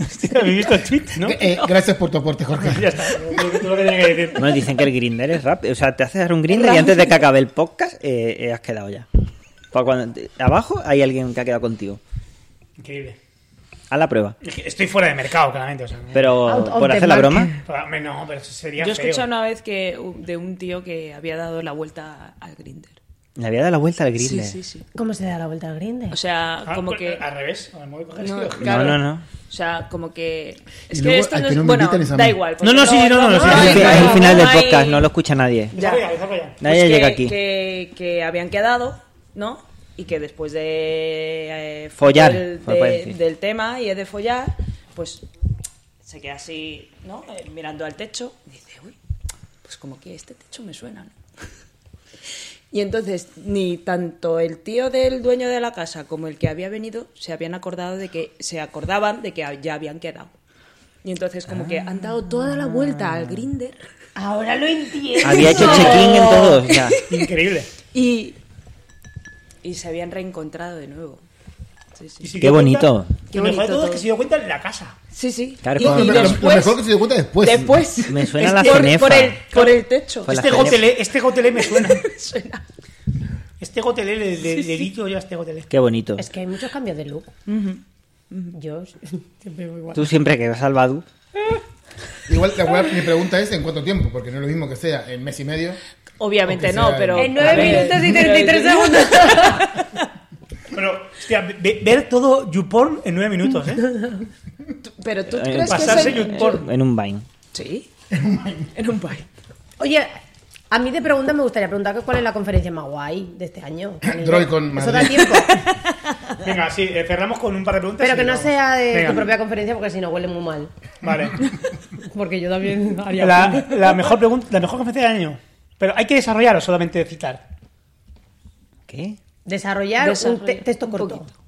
C: Hostia, Habéis visto el tweet, ¿no?
E: Eh, eh, gracias por tu aporte, Jorge.
C: Ya está. es lo que tenía que decir.
B: Bueno, dicen que el grinder es rápido. O sea, te haces un grinder y antes de que acabe el podcast eh, eh, has quedado ya. Pa' cuando te- abajo hay alguien que ha quedado contigo.
C: Increíble.
B: A la prueba.
C: Es que Estoy fuera de mercado, claramente. O sea, no-
B: Pero
D: Out of
B: por
D: the
B: hacer la
D: market.
B: broma.
C: Para mí no, pero eso sería
F: Yo
C: feo.
F: escuché una vez que u- de un tío que había dado la vuelta al Grinder.
B: Le había dado la vuelta al
F: Sí,
B: grinder.
F: sí, sí.
D: ¿Cómo se da la vuelta al Grindr?
F: O sea,
C: Ah,
F: como
C: pues,
F: que
C: Al revés. a ver, me voy a coger
F: No,
C: el-
F: claro.
B: No, no, no.
F: O sea, como que
E: Y
F: es
E: luego,
F: que esto
E: al
F: no
E: que
F: es
E: no me
F: bueno,
E: invitan es a
F: da
E: mí.
F: igual.
C: No, no, sí, sí, no, no, sí,
B: Es
C: sí,
B: el,
C: sí,
B: fi-
C: no,
B: es el
C: no,
B: final del podcast, no lo escucha nadie.
C: Desarrolla, desarrolla.
B: Nadie
F: Pues
B: llega
F: que-
B: aquí.
F: Que, que habían quedado, ¿no? Y que después de. eh,
B: Follar,
F: Del,
B: fue para
F: de-
B: decir.
F: del tema y es de follar, pues se queda así, ¿no? Eh, mirando al techo. Y dice, uy, pues como que este techo me suena, ¿no? Y entonces, ni tanto el tío del dueño de la casa como el que había venido se habían acordado de que. Se acordaban de que ya habían quedado. Y entonces, como que han dado toda la vuelta
B: Ah.
F: al grinder.
D: Ahora lo entiendo.
B: Había hecho check-in en todos. ya.
C: Increíble.
F: Y, y se habían reencontrado de nuevo. Sí,
C: Y
F: sí.
C: se
B: Qué
C: dio
B: bonito.
C: cuenta-
F: Qué
C: lo mejor de
F: bonito
C: todo es que
F: todo.
C: se dio cuenta en la casa.
F: Sí, sí.
B: Claro,
F: y,
B: como-
F: y
E: Lo- lo- lo mejor que
F: después,
E: se dio cuenta después.
F: después.
B: Me suena la
F: por,
B: cenefa.
F: por el, por el techo.
B: Fue la
C: Este
B: Cenefa.
C: gotelé, este gotelé me suena.
F: Suena.
C: Este gotelé le, le, le di yo a este gotelé.
B: Qué bonito.
D: Es que hay muchos cambios de look. Yo siempre voy igual.
B: Tú siempre que vas al Badu.
E: Igual la web- mi pregunta es: ¿en cuánto tiempo? Porque no es lo mismo que sea en mes y medio.
F: Obviamente
E: Aunque
F: no,
E: sea-
F: pero.
D: En
F: a
D: 9
F: ver.
D: minutos y 33 segundos.
C: Pero, hostia, ve- ver todo YouPorn en nueve minutos, ¿eh?
F: Pero tú
B: Eh,
F: crees
C: pasarse
F: que. es
C: y
F: en-
C: un por-
B: En un Vine.
F: Sí. En un baile.
D: Oye, a mí de pregunta me gustaría preguntar que cuál es la conferencia más guay de este año.
E: Droidcon
D: Eso da
E: Madrid.
D: tiempo.
C: Venga, sí, eh, cerramos con un par de preguntas.
D: Pero
C: y
D: que no
C: vamos.
D: sea de
C: Venga.
D: tu propia conferencia porque si no huele muy mal.
C: Vale.
D: Porque yo también haría.
C: La,
B: pues.
C: la mejor pregunta, la mejor conferencia del año. Pero hay que desarrollar o solamente citar.
B: ¿Qué?
D: Desarrollar, un
F: Desarrollar
D: te- texto
F: un
D: corto.
F: poquito.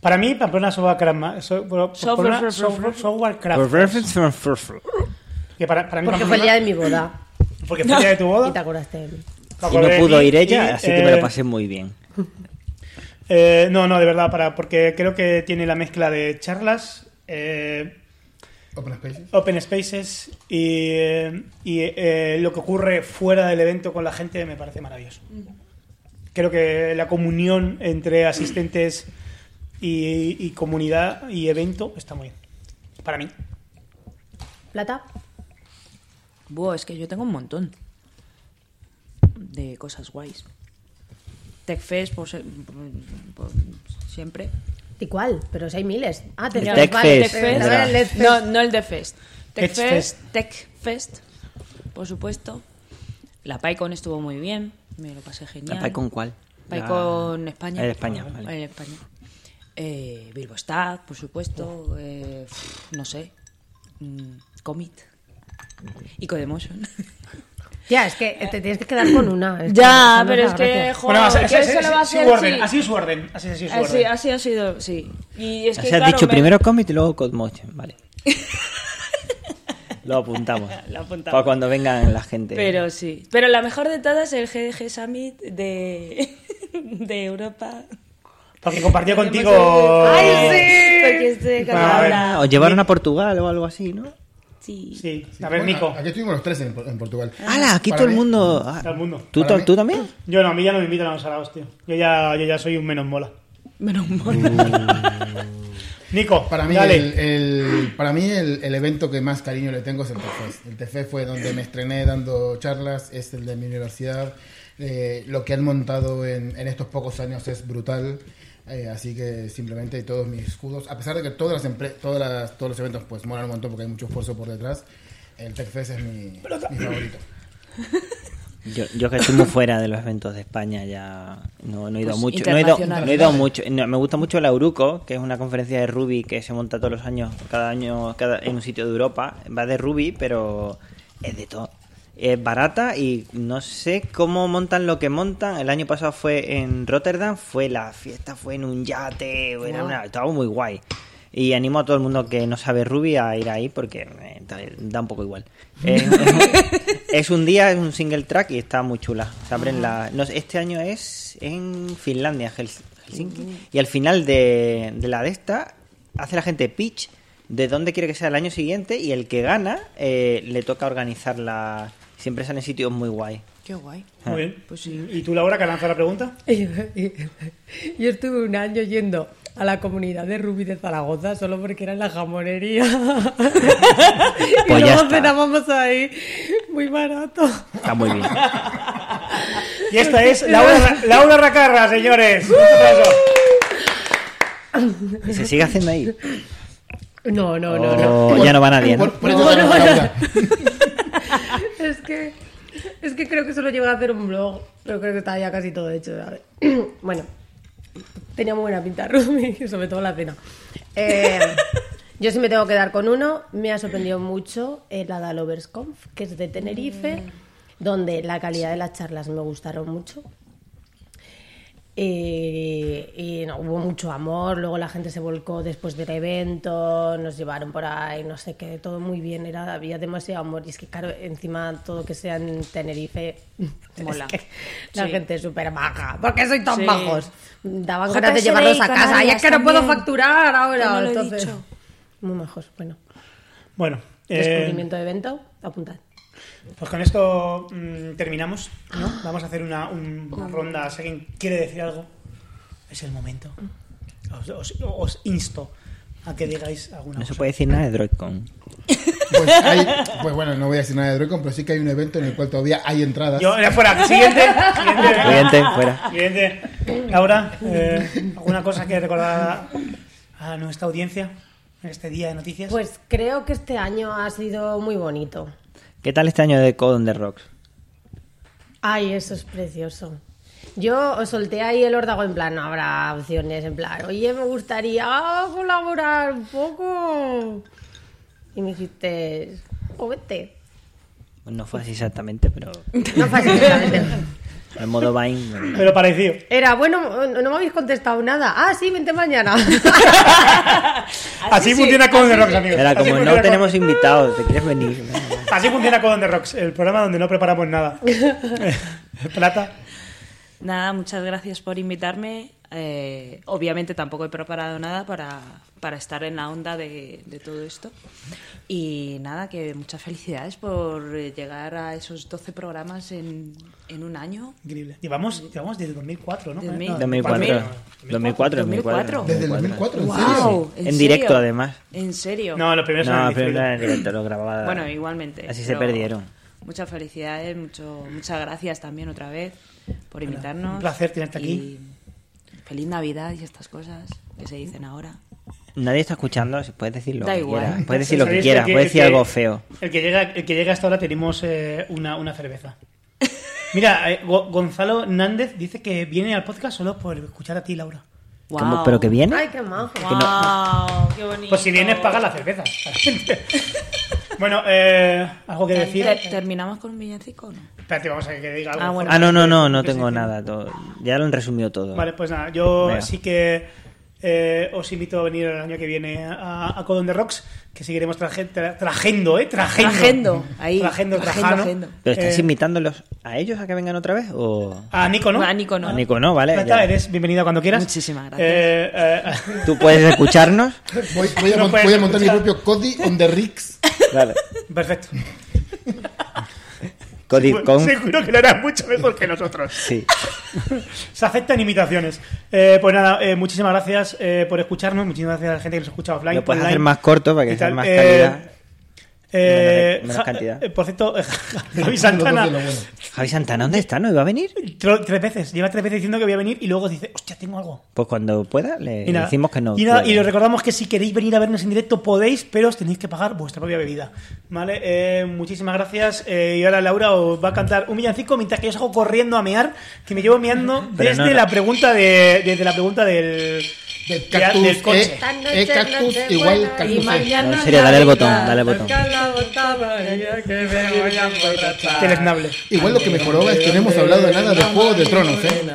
C: Para mí, Pamplona Software Craft.
F: Software-
C: Software, software, software Craft.
B: Y
C: Que para, para mí
D: Porque fue el día de mi boda.
C: porque fue el día de tu
D: Y te
C: boda.
D: acordaste de mí.
C: me
B: no
C: acordé de
B: pudo
C: mí,
B: ir
C: y,
B: ella, así que me
C: eh,
B: lo pasé muy bien.
C: Eh, no, no, de verdad, para, porque creo que tiene la mezcla de charlas, eh,
E: Open Spaces.
C: open spaces y, eh, y, eh, lo que ocurre fuera del evento con la gente me parece maravilloso. Creo que la comunión entre asistentes y, y comunidad y evento está muy bien. Para mí.
D: ¿Plata?
F: Buah, es que yo tengo un montón de cosas guays. TechFest, por, ser- por- por siempre.
D: ¿Y cuál? Pero si hay miles. Ah, te
B: El Tech Fest,
D: Vale,
B: ¿verdad?
D: vale, el Tech
F: No,
D: Fest.
F: no el de Fest. TechFest,
C: Techfest.
F: TechFest, por supuesto. La PyCon estuvo muy bien, me lo pasé genial.
B: ¿La Pai con cuál? La-
F: PyCon España. Ah,
B: El España, vale.
F: El España. Eh, Bilbo Stad, por supuesto. eh, pff, no sé. Mm, Commit. Y Codemotion.
D: Ya, es que Eh, te tienes que quedar con una. es que
F: ya,
D: eso no
F: pero es
D: da
F: que,
D: gracia.
F: joder,
C: así-
F: ¿qué
C: así-
F: se le va a
C: así
F: hacer?
C: su orden,
F: sí?
C: así es su orden, así es así es su
F: Así,
C: orden.
F: así ha sido, sí. Y es
B: O
F: que,
B: sea, has
F: claro,
B: dicho
F: me-
B: primero Comet y luego Codmotion, vale. Lo apuntamos.
F: Lo apuntamos.
B: Para cuando vengan la gente.
F: Pero sí. Pero la mejor de todas es el GDG Summit de, de Europa.
C: Porque compartió contigo.
F: ¡Ay, sí! Porque estoy con
C: Ah,
F: Laura.
B: Os llevaron a Portugal o algo así, ¿no?
F: Sí.
C: Sí,
E: Sí,
C: a ver,
E: bueno,
C: Nico.
E: Aquí estuvimos los tres en, en Portugal.
B: ¡Hala! Aquí
E: Para
B: todo el
E: mí-
B: mundo. ah,
C: Todo el mundo.
B: ¿Tú,
E: Para
B: to-
E: mí-
B: tú también?
C: Yo no, a mí ya no me invitan a los salados, tío. Yo ya, yo ya soy un menos mola.
F: Menos
B: Mm.
F: mal.
C: Nico,
E: Para mí,
C: dale.
E: el, el- para mí el, el evento que más cariño le tengo es el TFES. El TFES fue donde me estrené dando charlas, es el de mi universidad. Eh, lo que han montado en, en estos pocos años es brutal. Eh, así que simplemente todos mis escudos, a pesar de que todas las empre- todas las- todos los eventos pues molan un montón porque hay mucho esfuerzo por detrás, el TechFest es mi, mi favorito.
B: Yo, yo que estoy muy fuera de los eventos de España ya no, no he ido
F: Pues,
B: mucho. No he ido,
F: internacional.
B: no he ido mucho. No, me gusta mucho el Auruco, que es una conferencia de Ruby que se monta todos los años, cada año cada, en un sitio de Europa. Va de Ruby, pero es de todo. Es barata y no sé cómo montan lo que montan. El año pasado fue en Rotterdam, fue la fiesta, fue en un yate, era una- estaba muy guay. Y animo a todo el mundo que no sabe Ruby a ir ahí porque eh, da- da un poco igual. Eh, Es, es- es un día, es un single track y está muy chula. Se abren la, no sé, este año es en Finlandia, Hels- Helsinki. Y al final de, de la de esta, hace la gente pitch de dónde quiere que sea el año siguiente y el que gana eh, le toca organizarla. Siempre salen sitios muy guay.
F: Qué guay.
C: Muy bien.
F: Pues sí.
C: ¿Y tú, Laura, que lanza la pregunta?
D: Yo estuve un año yendo a la comunidad de Rubí de Zaragoza solo porque era la jamonería. y
B: Pues ya
D: luego
B: está.
D: cenábamos ahí muy barato.
B: Está muy bien.
C: Y esta es Laura, Ra- Laura Racarra, señores. Un aplauso.
B: ¿Y se sigue haciendo ahí?
D: No, no, no, no.
B: O Oh, ya no va nadie. ¿no?
E: Por, por eso ganamos la vida.
D: Es que, es que creo que solo llegué a hacer un blog, pero creo que estaba ya casi todo hecho. ¿sabes? Bueno, tenía muy buena pinta Rumi, sobre todo la cena. Eh, yo sí me tengo que dar con uno. Me ha sorprendido mucho eh, el Ada Lovers Conf, que es de Tenerife,
F: Mm.
D: donde la calidad de las charlas me gustaron mucho. Eh, y no, hubo mucho amor, luego la gente se volcó después del evento, nos llevaron por ahí, no sé qué, todo muy bien, era, había demasiado amor. Y es que, claro, encima todo que sea en Tenerife, es
F: Mola.
D: que la
F: Sí.
D: gente es súper maja. ¿Por qué soy tan
F: Sí.
D: bajos? Daban
F: JSD
D: ganas de llevarlos a
F: y
D: casa, y es
F: Canarias
D: que no puedo
F: también,
D: facturar ahora.
F: que no lo he
D: entonces,
F: dicho.
D: muy majos, bueno.
C: Bueno, eh,
D: Descubrimiento de evento, apuntad.
C: pues con esto mm, terminamos. ¿no? Vamos a hacer una, un- una ronda. Si alguien quiere decir algo, es el momento. Os, os- os insto a que digáis alguna
B: No se
C: cosa.
B: puede decir nada de DroidCon.
E: Pues, hay- pues bueno, no voy a decir nada de Droidcon, pero sí que hay un evento en el cual todavía hay entradas.
C: Yo, era fuera. Siguiente. Siguiente.
B: Siguiente, fuera.
C: Siguiente. Laura, eh, ¿alguna cosa que recordar a, a nuestra audiencia en este día de noticias?
D: Pues creo que este año ha sido muy bonito.
B: ¿Qué tal este año de Code on the Rocks?
D: Ay, eso es precioso. Yo os solté ahí el órdago en plan, no habrá opciones, en plan, oye, me gustaría colaborar un poco. Y me dijiste, "Oh, vete.
B: Pues No fue así exactamente, pero
D: No fue así, exactamente.
B: en modo Vine.
C: Pero parecido.
D: Era, bueno, no me habéis contestado nada. Ah, sí, vente mañana.
C: Así, funciona con The Rocks, amigos.
B: Era
C: Así
B: como,
C: funciona
B: no
C: con-
B: tenemos invitados, ¿te quieres venir?
C: Así funciona con The Rocks, el programa donde no preparamos nada. Plata.
F: Nada, muchas gracias por invitarme. Eh, obviamente tampoco he preparado nada para, para estar en la onda de, de todo esto. Y nada, que muchas felicidades por eh, llegar a esos 12 programas en, en un año.
C: Increíble. Llevamos, llevamos desde 2004, ¿no?
F: 2000.
C: No,
B: 2004. 2004,
F: 2004.
B: 2004.
E: Desde el 2004, ¿en serio?
F: ¡Guau!
B: En directo, además.
F: ¿En serio?
C: No, los primeros
B: No,
C: eran
B: pero no
C: diferentes.
B: era en directo, lo grababa.
F: Bueno, igualmente.
B: Así se
F: pero
B: perdieron.
F: Muchas felicidades, mucho, muchas gracias también otra vez por invitarnos.
C: un placer tenerte aquí.
F: Y feliz Navidad y estas cosas que se dicen ahora.
B: Nadie está escuchando, si puedes decir lo
F: Da
B: que
F: igual.
B: quieras. Puedes decir lo que
C: Sabéis
B: quieras, puedes decir
C: que-
B: algo feo.
C: El que llega, el que llega hasta ahora tenemos eh, una, una cerveza. Mira, eh, Go- Gonzalo Nández dice que viene al podcast solo por escuchar a ti, Laura.
F: ¡Guau!
B: ¿Cómo? ¿Pero que viene?
D: Ay, qué majo.
F: ¡Guau! ¡Qué bonito!
C: Pues si vienes, paga la cerveza. bueno, eh, algo que decir.
F: Ter- ¿Terminamos con un villancico o no?
C: Espérate, vamos a que diga algo.
F: Ah, bueno.
B: Ah, no, no, no, no
C: Que se
B: tengo
C: dice.
B: nada. todo- Ya lo han resumido todo.
C: Vale, pues nada, yo
B: Ah. Venga.
C: sí que eh, os invito a venir el año que viene a, a Codon de Rocks, que seguiremos traje- tra- trajendo, ¿eh? Trajendo.
F: Trajendo, ahí.
C: Trajendo,
F: Trajendo,
C: trajano.
F: trajendo.
B: ¿Pero estás
C: Eh,
B: invitándolos a ellos a que vengan otra vez? ¿O
C: A Nico, ¿no?
F: A Nico no.
B: a Nico no? ¿Vale?
C: Plata,
B: ya.
C: eres bienvenida cuando quieras.
F: Muchísimas gracias.
C: Eh, eh,
B: ¿Tú puedes escucharnos?
E: Voy, voy a,
C: No
E: mont-
C: puedes
E: voy a montar mi
C: escuchar.
E: propio Cody on the Ricks.
B: Vale.
C: perfecto.
B: Codicon.
C: Seguro que lo harás mucho mejor que nosotros.
B: Sí.
C: Se aceptan imitaciones. Eh, pues nada, eh, muchísimas gracias eh, por escucharnos. Muchísimas gracias a la gente que nos escucha offline.
B: Lo puedes
C: online
B: hacer más corto para
C: y
B: que sea
C: tal.
B: más
C: Eh,
B: calidad.
C: Eh,
B: Menos- menos
C: Ja-
B: cantidad.
C: eh, por cierto, Javi Santana
E: Lo bueno.
B: Javi Santana, ¿dónde está? ¿No iba a venir?
C: tro- tres veces, lleva tres veces diciendo que voy a venir y luego dice, hostia, tengo algo.
B: Pues cuando pueda le
C: Y nada.
B: decimos que no.
C: Y, nada,
B: puede.
C: y les recordamos que si queréis venir a vernos en directo podéis, pero os tenéis que pagar vuestra propia bebida. Vale, eh, muchísimas gracias. Eh, y ahora Laura os va a cantar un villancico mientras que yo salgo corriendo a mear, que me llevo meando
B: Pero
C: desde
B: no, no.
C: la pregunta de, desde la pregunta del,
E: Del
C: de-
E: cactus,
C: del coche.
E: eh. Es cactus, igual cactus es.
B: No, en serio, dale el botón, dale el botón.
C: Deleznable.
E: Igual lo que mejoró es que no hemos hablado nada de Juego de Tronos, ¿eh?